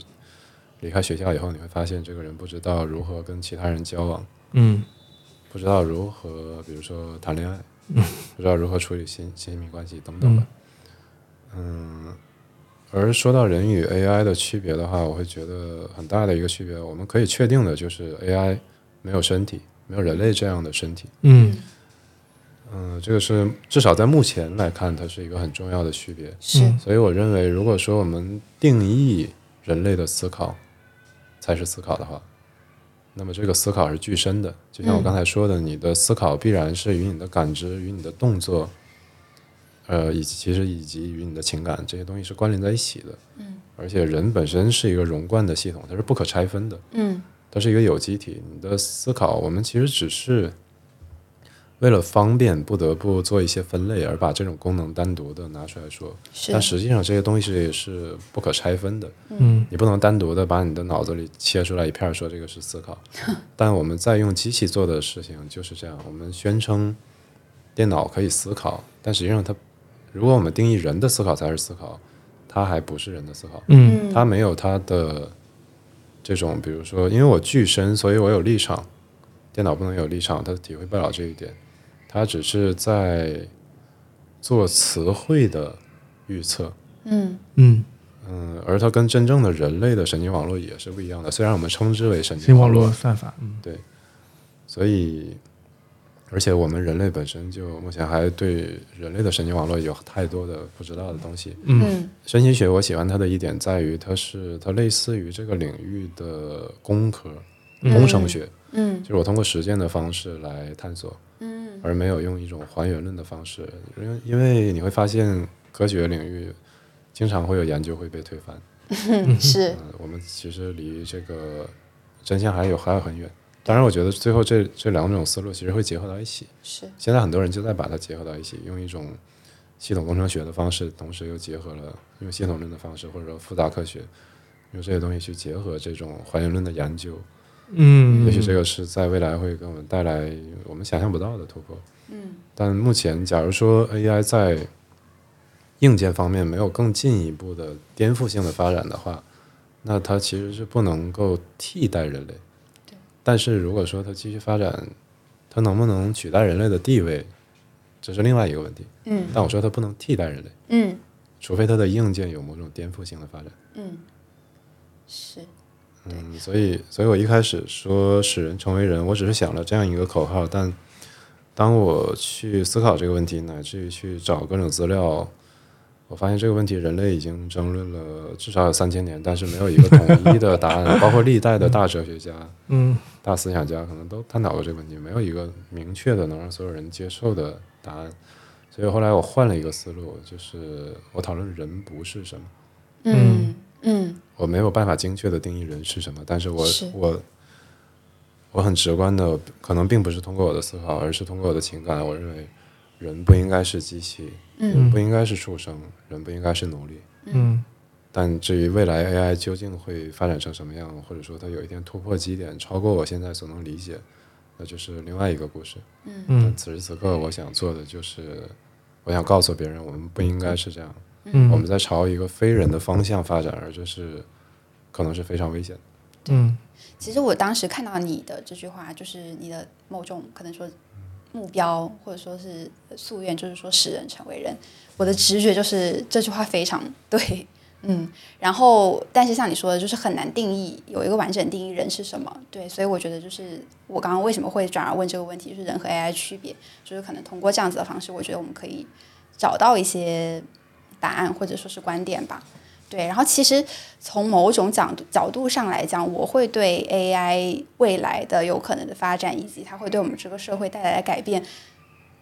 S2: 离开学校以后，你会发现这个人不知道如何跟其他人交往，
S1: 嗯，
S2: 不知道如何，比如说谈恋爱， 不知道如何处理亲亲密关系等等吧。嗯，而说到人与 AI 的区别的话，我会觉得很大的一个区别，我们可以确定的就是 AI 没有身体，没有人类这样的身体。
S1: 嗯
S2: 嗯，这个是至少在目前来看，它是一个很重要的区别。
S3: 是
S1: 嗯
S2: 所以我认为，如果说我们定义人类的思考才是思考的话，那么这个思考是具身的。就像我
S3: 嗯
S2: 刚才说的，你的思考必然是与你的感知、与你的动作，呃，以及其实以及与你的情感这些东西是关联在一起的。嗯，而且人本身是一个融贯的系统，它是不可拆分的。
S3: 嗯
S2: 它是一个有机体。你的思考，我们其实只是为了方便，不得不做一些分类，而把这种功能单独的拿出来说。
S3: 是
S2: 但实际上这些东西也是不可拆分的，
S1: 嗯
S2: 你不能单独的把你的脑子里切出来一片儿说这个是思考。但我们在用机器做的事情就是这样，我们宣称电脑可以思考，但实际上它，如果我们定义人的思考才是思考，它还不是人的思考。
S1: 嗯
S3: 嗯
S2: 它没有它的这种，比如说，因为我具身，所以我有立场，电脑不能有立场，它体会不了这一点。它只是在做词汇的预测，
S3: 嗯
S1: 嗯，
S2: 嗯，而它跟真正的人类的神经网络也是不一样的。虽然我们称之为神
S1: 新
S2: 经
S1: 网
S2: 网络
S1: 络，算法，嗯
S2: 所以，而且我们人类本身就目前还对人类的神经网络有太多的不知道的东西，
S1: 嗯
S3: 嗯
S2: 神经学我喜欢它的一点在于，它是它类似于这个领域的工科、
S1: 嗯
S2: 工程学，
S3: 嗯
S2: 就是我通过实践的方式来探索，
S3: 嗯
S2: 而没有用一种还原论的方式，因为因为你会发现科学领域经常会有研究会被推翻，
S3: 嗯， 是
S2: 嗯，我们其实离这个真相还有还有很远。当然，我觉得最后这这两种思路其实会结合到一起，
S3: 是
S2: 现在很多人就在把它结合到一起，用一种系统工程学的方式，同时又结合了用系统论的方式，或者说复杂科学，用这些东西去结合这种还原论的研究。
S1: 嗯，
S2: 也许这个是在未来会给我们带来我们想象不到的突破。
S3: 嗯
S2: 但目前，假如说 AI 在硬件方面没有更进一步的颠覆性的发展的话，那它其实是不能够替代人类。但是如果说它继续发展，它能不能取代人类的地位，这是另外一个问题。
S3: 嗯
S2: 但我说它不能替代人类，
S3: 嗯
S2: 除非它的硬件有某种颠覆性的发展。
S3: 嗯是
S2: 嗯，所以，所以我一开始说使人成为人，我只是想了这样一个口号，但当我去思考这个问题，乃至于去找各种资料，我发现这个问题人类已经争论了至少有三千年，但是没有一个统一的答案，包括历代的大哲学家、
S1: 嗯
S2: 大思想家可能都探讨过这个问题，没有一个明确的能让所有人接受的答案。所以后来我换了一个思路，就是我讨论人不是什么。
S1: 嗯
S3: 嗯嗯
S2: 我没有办法精确的定义人是什么，但是我
S3: 是
S2: 我我很直观的，可能并不是通过我的思考，而是通过我的情感，我认为人不应该是机器，人不应该是畜生，人不应该是奴隶。
S1: 嗯
S2: 但至于未来 AI 究竟会发展成什么样，或者说它有一天突破极点，超过我现在所能理解，那就是另外一个故事。
S1: 嗯
S2: 但此时此刻，我想做的就是，我想告诉别人，我们不应该是这样。
S1: 嗯，
S2: 我们在朝一个非人的方向发展，而这是可能是非常危险的。
S1: 嗯
S3: 其实我当时看到你的这句话，就是你的某种可能说目标或者说是夙愿，就是说使人成为人。我的直觉就是这句话非常对， 嗯。然后，但是像你说的，就是很难定义有一个完整定义人是什么，对。所以我觉得就是我刚刚为什么会转而问这个问题，就是人和 AI 区别，就是可能通过这样子的方式，我觉得我们可以找到一些答案或者说是观点吧。对，然后其实从某种角度角度上来讲，我会对 AI 未来的有可能的发展，以及它会对我们这个社会带来的改变，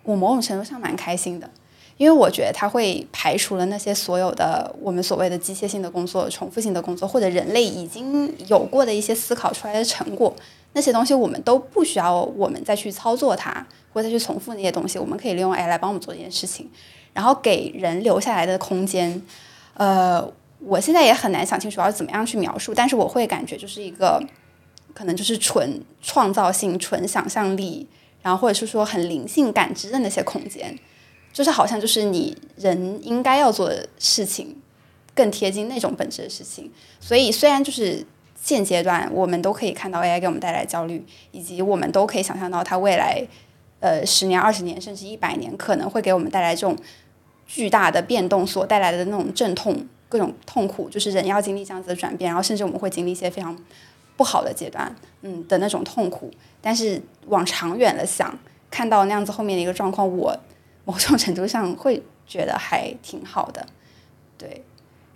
S3: 我某种程度上蛮开心的，因为我觉得它会排除了那些所有的我们所谓的机械性的工作、重复性的工作，或者人类已经有过的一些思考出来的成果，那些东西我们都不需要我们再去操作它，或者再去重复那些东西，我们可以利用 AI 来帮我们做这件事情，然后给人留下来的空间，呃，我现在也很难想清楚要怎么样去描述，但是我会感觉就是一个，可能就是纯创造性、纯想象力，然后或者是说很灵性感知的那些空间，就是好像就是你人应该要做的事情，更贴近那种本质的事情。所以虽然就是现阶段我们都可以看到 AI 给我们带来焦虑，以及我们都可以想象到它未来呃十年、二十年甚至一百年可能会给我们带来这种巨大的变动所带来的那种阵痛、各种痛苦，就是人要经历这样子的转变，然后甚至我们会经历一些非常不好的阶段，嗯的那种痛苦。但是往长远了想，看到那样子后面的一个状况，我某种程度上会觉得还挺好的，对。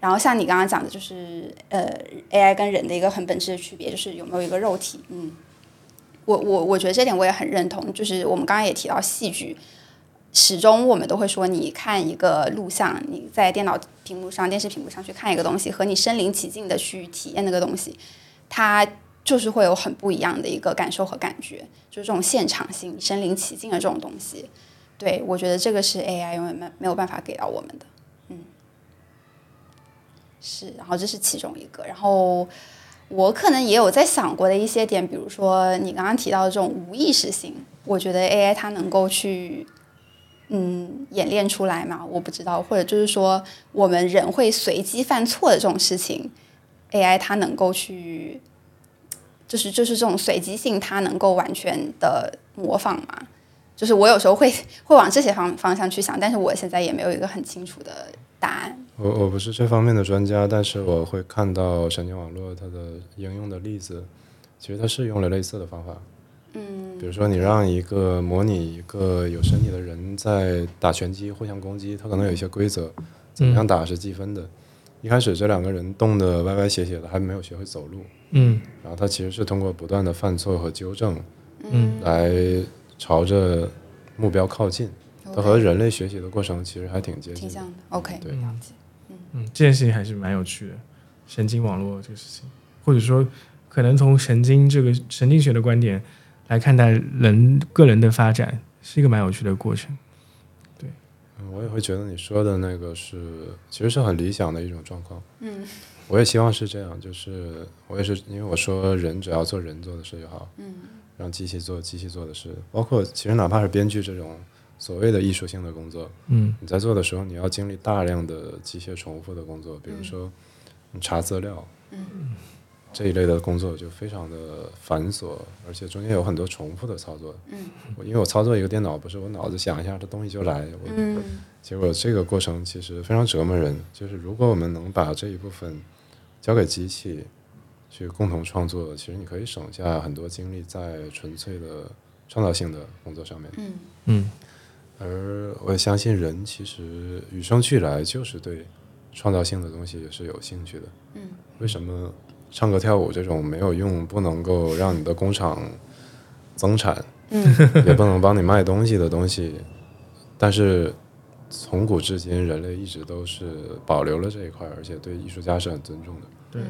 S3: 然后像你刚刚讲的，就是呃，AI 跟人的一个很本质的区别，就是有没有一个肉体。嗯，我我我觉得这点我也很认同。就是我们刚刚也提到戏剧，始终我们都会说，你看一个录像，你在电脑屏幕上、电视屏幕上去看一个东西，和你身临其境的去体验那个东西，它就是会有很不一样的一个感受和感觉，就是这种现场性、身临其境的这种东西。对我觉得这个是 AI 永远没没有办法给到我们的。嗯是，然后这是其中一个。然后我可能也有在想过的一些点，比如说你刚刚提到的这种无意识性，我觉得 AI 它能够去嗯演练出来嘛？我不知道，或者就是说我们人会随机犯错的这种事情，AI 它能够去就是就是这种随机性，它能够完全的模仿嘛？就是我有时候会 会往这些方方向去想，但是我现在也没有一个很清楚的答案。
S2: 我我不是这方面的专家，但是我会看到神经网络它的应用的例子，其实它是用了类似的方法。嗯，比如说你让一个模拟一个有身体的人在打拳击互相攻击，它可能有一些规则，怎么样
S1: 嗯
S2: 打是计分的。一开始这两个人冻得歪歪斜斜的，还没有学会走路，
S1: 嗯
S2: 然后他其实是通过不断的犯错和纠正
S1: 嗯
S2: 来朝着目标靠近。它和人类学习的过程其实还挺接
S3: 挺
S2: 近的。
S3: 像的。OK，
S2: 对
S3: 了解。
S1: 嗯，这件事情还是蛮有趣的，神经网络这个事情，或者说可能从神经这个神经学的观点来看待人个人的发展，是一个蛮有趣的过程。
S2: 嗯，我也会觉得你说的那个是，其实是很理想的一种状况。嗯，我也希望是这样，就是我也是因为我说人只要做人做的事就好，嗯，让机器做机器做的事，包括其实哪怕是编剧这种所谓的艺术性的工作，
S1: 嗯
S2: 你在做的时候你要经历大量的机械重复的工作，比如说你查资料，嗯，这一类的工作就非常的繁琐，而且中间有很多重复的操作。嗯，我因为我操作一个电脑，不是我脑子想一下这东西就来，我
S3: 嗯
S2: 结果这个过程其实非常折磨人。就是如果我们能把这一部分交给机器去共同创作，其实你可以省下很多精力在纯粹的创造性的工作上面。
S3: 嗯
S1: 嗯
S2: 而我也相信人其实与生俱来就是对创造性的东西也是有兴趣的。
S3: 嗯，
S2: 为什么唱歌跳舞这种没有用、不能够让你的工厂增产，
S3: 嗯
S2: 也不能帮你卖东西的东西，但是从古至今，人类一直都是保留了这一块，而且对艺术家是很尊重的。
S1: 对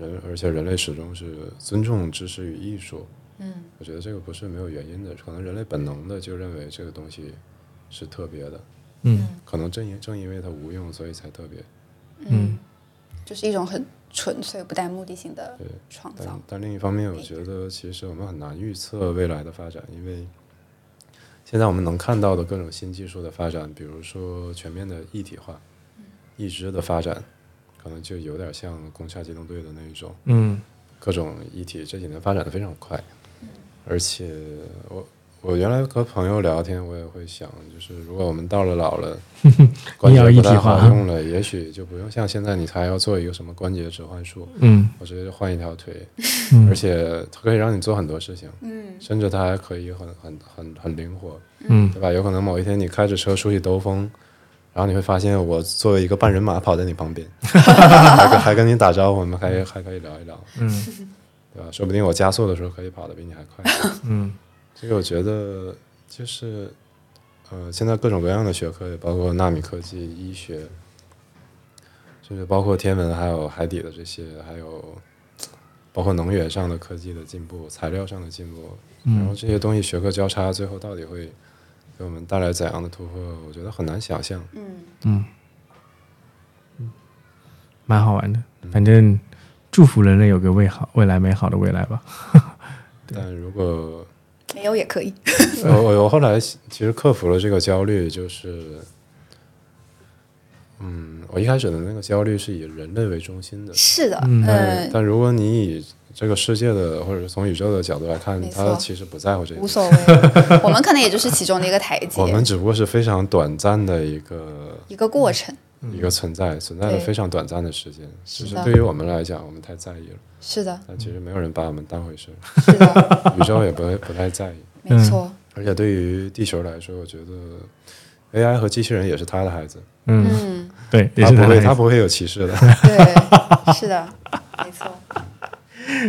S2: 人，而且人类始终是尊重知识与艺术。
S3: 嗯
S2: 我觉得这个不是没有原因的，可能人类本能的就认为这个东西是特别的，
S1: 嗯
S2: 可能正因正因为它无用，所以才特别。
S1: 嗯
S3: 嗯，就是一种很纯粹、不带目的性的创造
S2: 但。但另一方面，我觉得其实我们很难预测未来的发展，因为现在我们能看到的各种新技术的发展，比如说全面的一体化、义肢的发展，可能就有点像《攻下机动队》的那一种，
S1: 嗯
S2: 各种一体这几年发展的非常快，而且我。我原来和朋友聊天，我也会想，就是如果我们到了老了， 关
S1: 也要
S2: 节
S1: 一
S2: 不
S1: 体
S2: 太
S1: 化
S2: 好用了，也许就不用像现在你还要做一个什么关节置换术，
S1: 嗯
S2: 我直接就换一条腿，
S1: 嗯
S2: 而且它可以让你做很多事情，
S3: 嗯
S2: 甚至它还可以很很很很灵活，
S1: 嗯
S2: 对吧？有可能某一天你开着车出去兜风，然后你会发现我作为一个半人马跑在你 旁边，还跟还跟你打招呼，我们还还可以聊一聊，
S1: 嗯
S2: 对吧？说不定我加速的时候可以跑得比你还快。
S1: 嗯
S2: 这个我觉得就是，呃，现在各种各样的学科，也包括纳米科技、医学，甚至包括天文，还有海底的这些，还有包括能源上的科技的进步、材料上的进步，然后
S1: 嗯
S2: 这些东西学科交叉，最后到底会给我们带来怎样的突破？我觉得很难想象。
S3: 嗯，
S1: 嗯，蛮好玩的。反正祝福人类有个未好未来美好的未来吧。
S2: 但如果
S3: 没有也可以。
S2: 我我我后来其实克服了这个焦虑，就是嗯，我一开始的那个焦虑是以人类为中心的，
S3: 是的，
S1: 嗯
S2: 但
S3: 嗯，
S2: 但如果你以这个世界的或者是从宇宙的角度来看
S3: 没，
S2: 他
S3: 错
S2: 其实不在乎这一
S3: 无
S2: 点。
S3: 所谓 了，我们可能也就是其中的一个台 阶
S2: 我，们只不过是非常短暂的一个
S3: 一个过程。
S2: 一个存在，存在了
S3: 对
S2: 非常短暂的时间。只
S3: 是
S2: 是
S3: 的
S2: 对于我们来讲，我们太在意了，
S3: 是的，
S2: 但其实没有人把我们当回事，
S3: 是的，
S2: 宇宙也不会不太在意。
S3: 没错，
S2: 而且对于地球来说，我觉得 AI 和机器人也是他的孩子，
S1: 嗯，
S3: 嗯，
S1: 对，也
S2: 他
S1: 是
S2: 不
S1: 他
S2: 会
S1: 的孩
S2: 他
S1: 子，
S2: 不会有 歧视的，
S3: 对，是的，没错，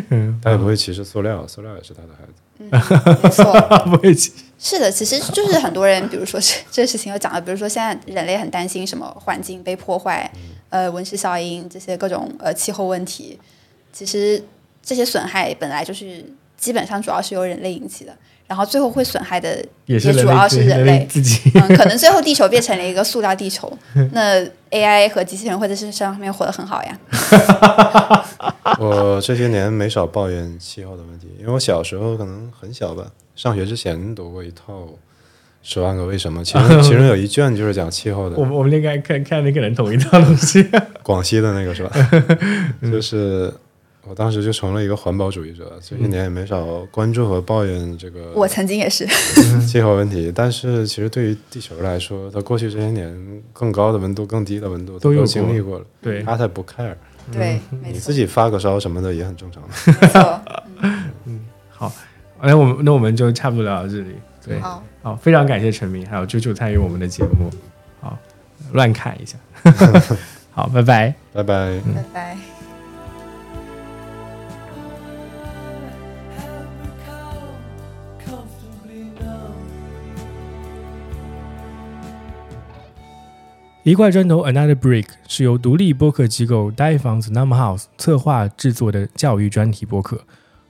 S1: 嗯，
S2: 他也不会歧视塑料，塑料也是他的孩子。
S3: 嗯，没错。
S1: 他不会起，
S3: 是的，其实就是很多人，比如说这这事情有讲到，比如说现在人类很担心什么环境被破坏，
S1: 嗯
S3: 呃，温室效应这些各种呃气候问题，其实这些损害本来就是基本上主要是由人类引起的，然后最后会损害的
S1: 也是
S3: 也
S1: 人
S3: 主
S1: 类
S3: 要
S1: 自
S3: 是人
S1: 类
S3: 类
S1: 自己，
S3: 嗯，可能最后地球变成了一个塑料地球，那 AI 和机器人会在这上面活得很好呀。
S1: 嗯
S2: 我这些年没少抱怨气候的问题，因为我小时候可能很小吧，上学之前读过一套《十万个为什么》，其 中其中有一卷就是讲气候的
S1: 我，们我们应该看看那个人同一套东西，
S2: 广西的那个是吧？ 就是我当时就成了一个环保主义者，这些年也没少关注和抱怨这个
S3: 我曾经也是，
S1: 嗯
S2: 气候问题。但是其实对于地球来说，它过去这些年更高的温度、更低的温度它
S1: 都有过
S2: 经历过了，
S1: 对
S2: 它才不 care。
S3: 对，
S1: 嗯
S3: 没
S2: 你
S3: 错
S2: 自，己发个烧什么的也很正常的。
S3: 没错，
S1: 好，那我们那我们就差不多聊到这里，对，
S3: 好，
S1: 好，非常感谢陈明还有啾啾参与我们的节目，好，乱砍一 下， 好，拜拜。
S2: 拜拜。
S1: 嗯
S3: 拜拜。
S1: 一块砖头 Another Brick 是由独立播客机构 d i f o n s Number House 策划制作的教育专题播客。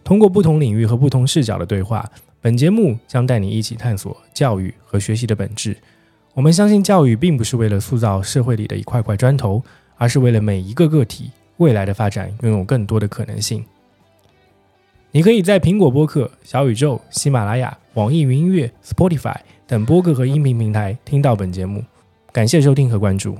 S1: 通过不同领域和不同视角的对话，本节目将带你一起探索教育和学习的本质。我们相信，教育并不是为了塑造社会里的一块块砖头，而是为了每一个个体未来的发展拥有更多的可能性。你可以在苹果播客、小宇宙、喜马拉雅、网易云音乐、Spotify 等播客和音频平台听到本节目。感谢收听和关注。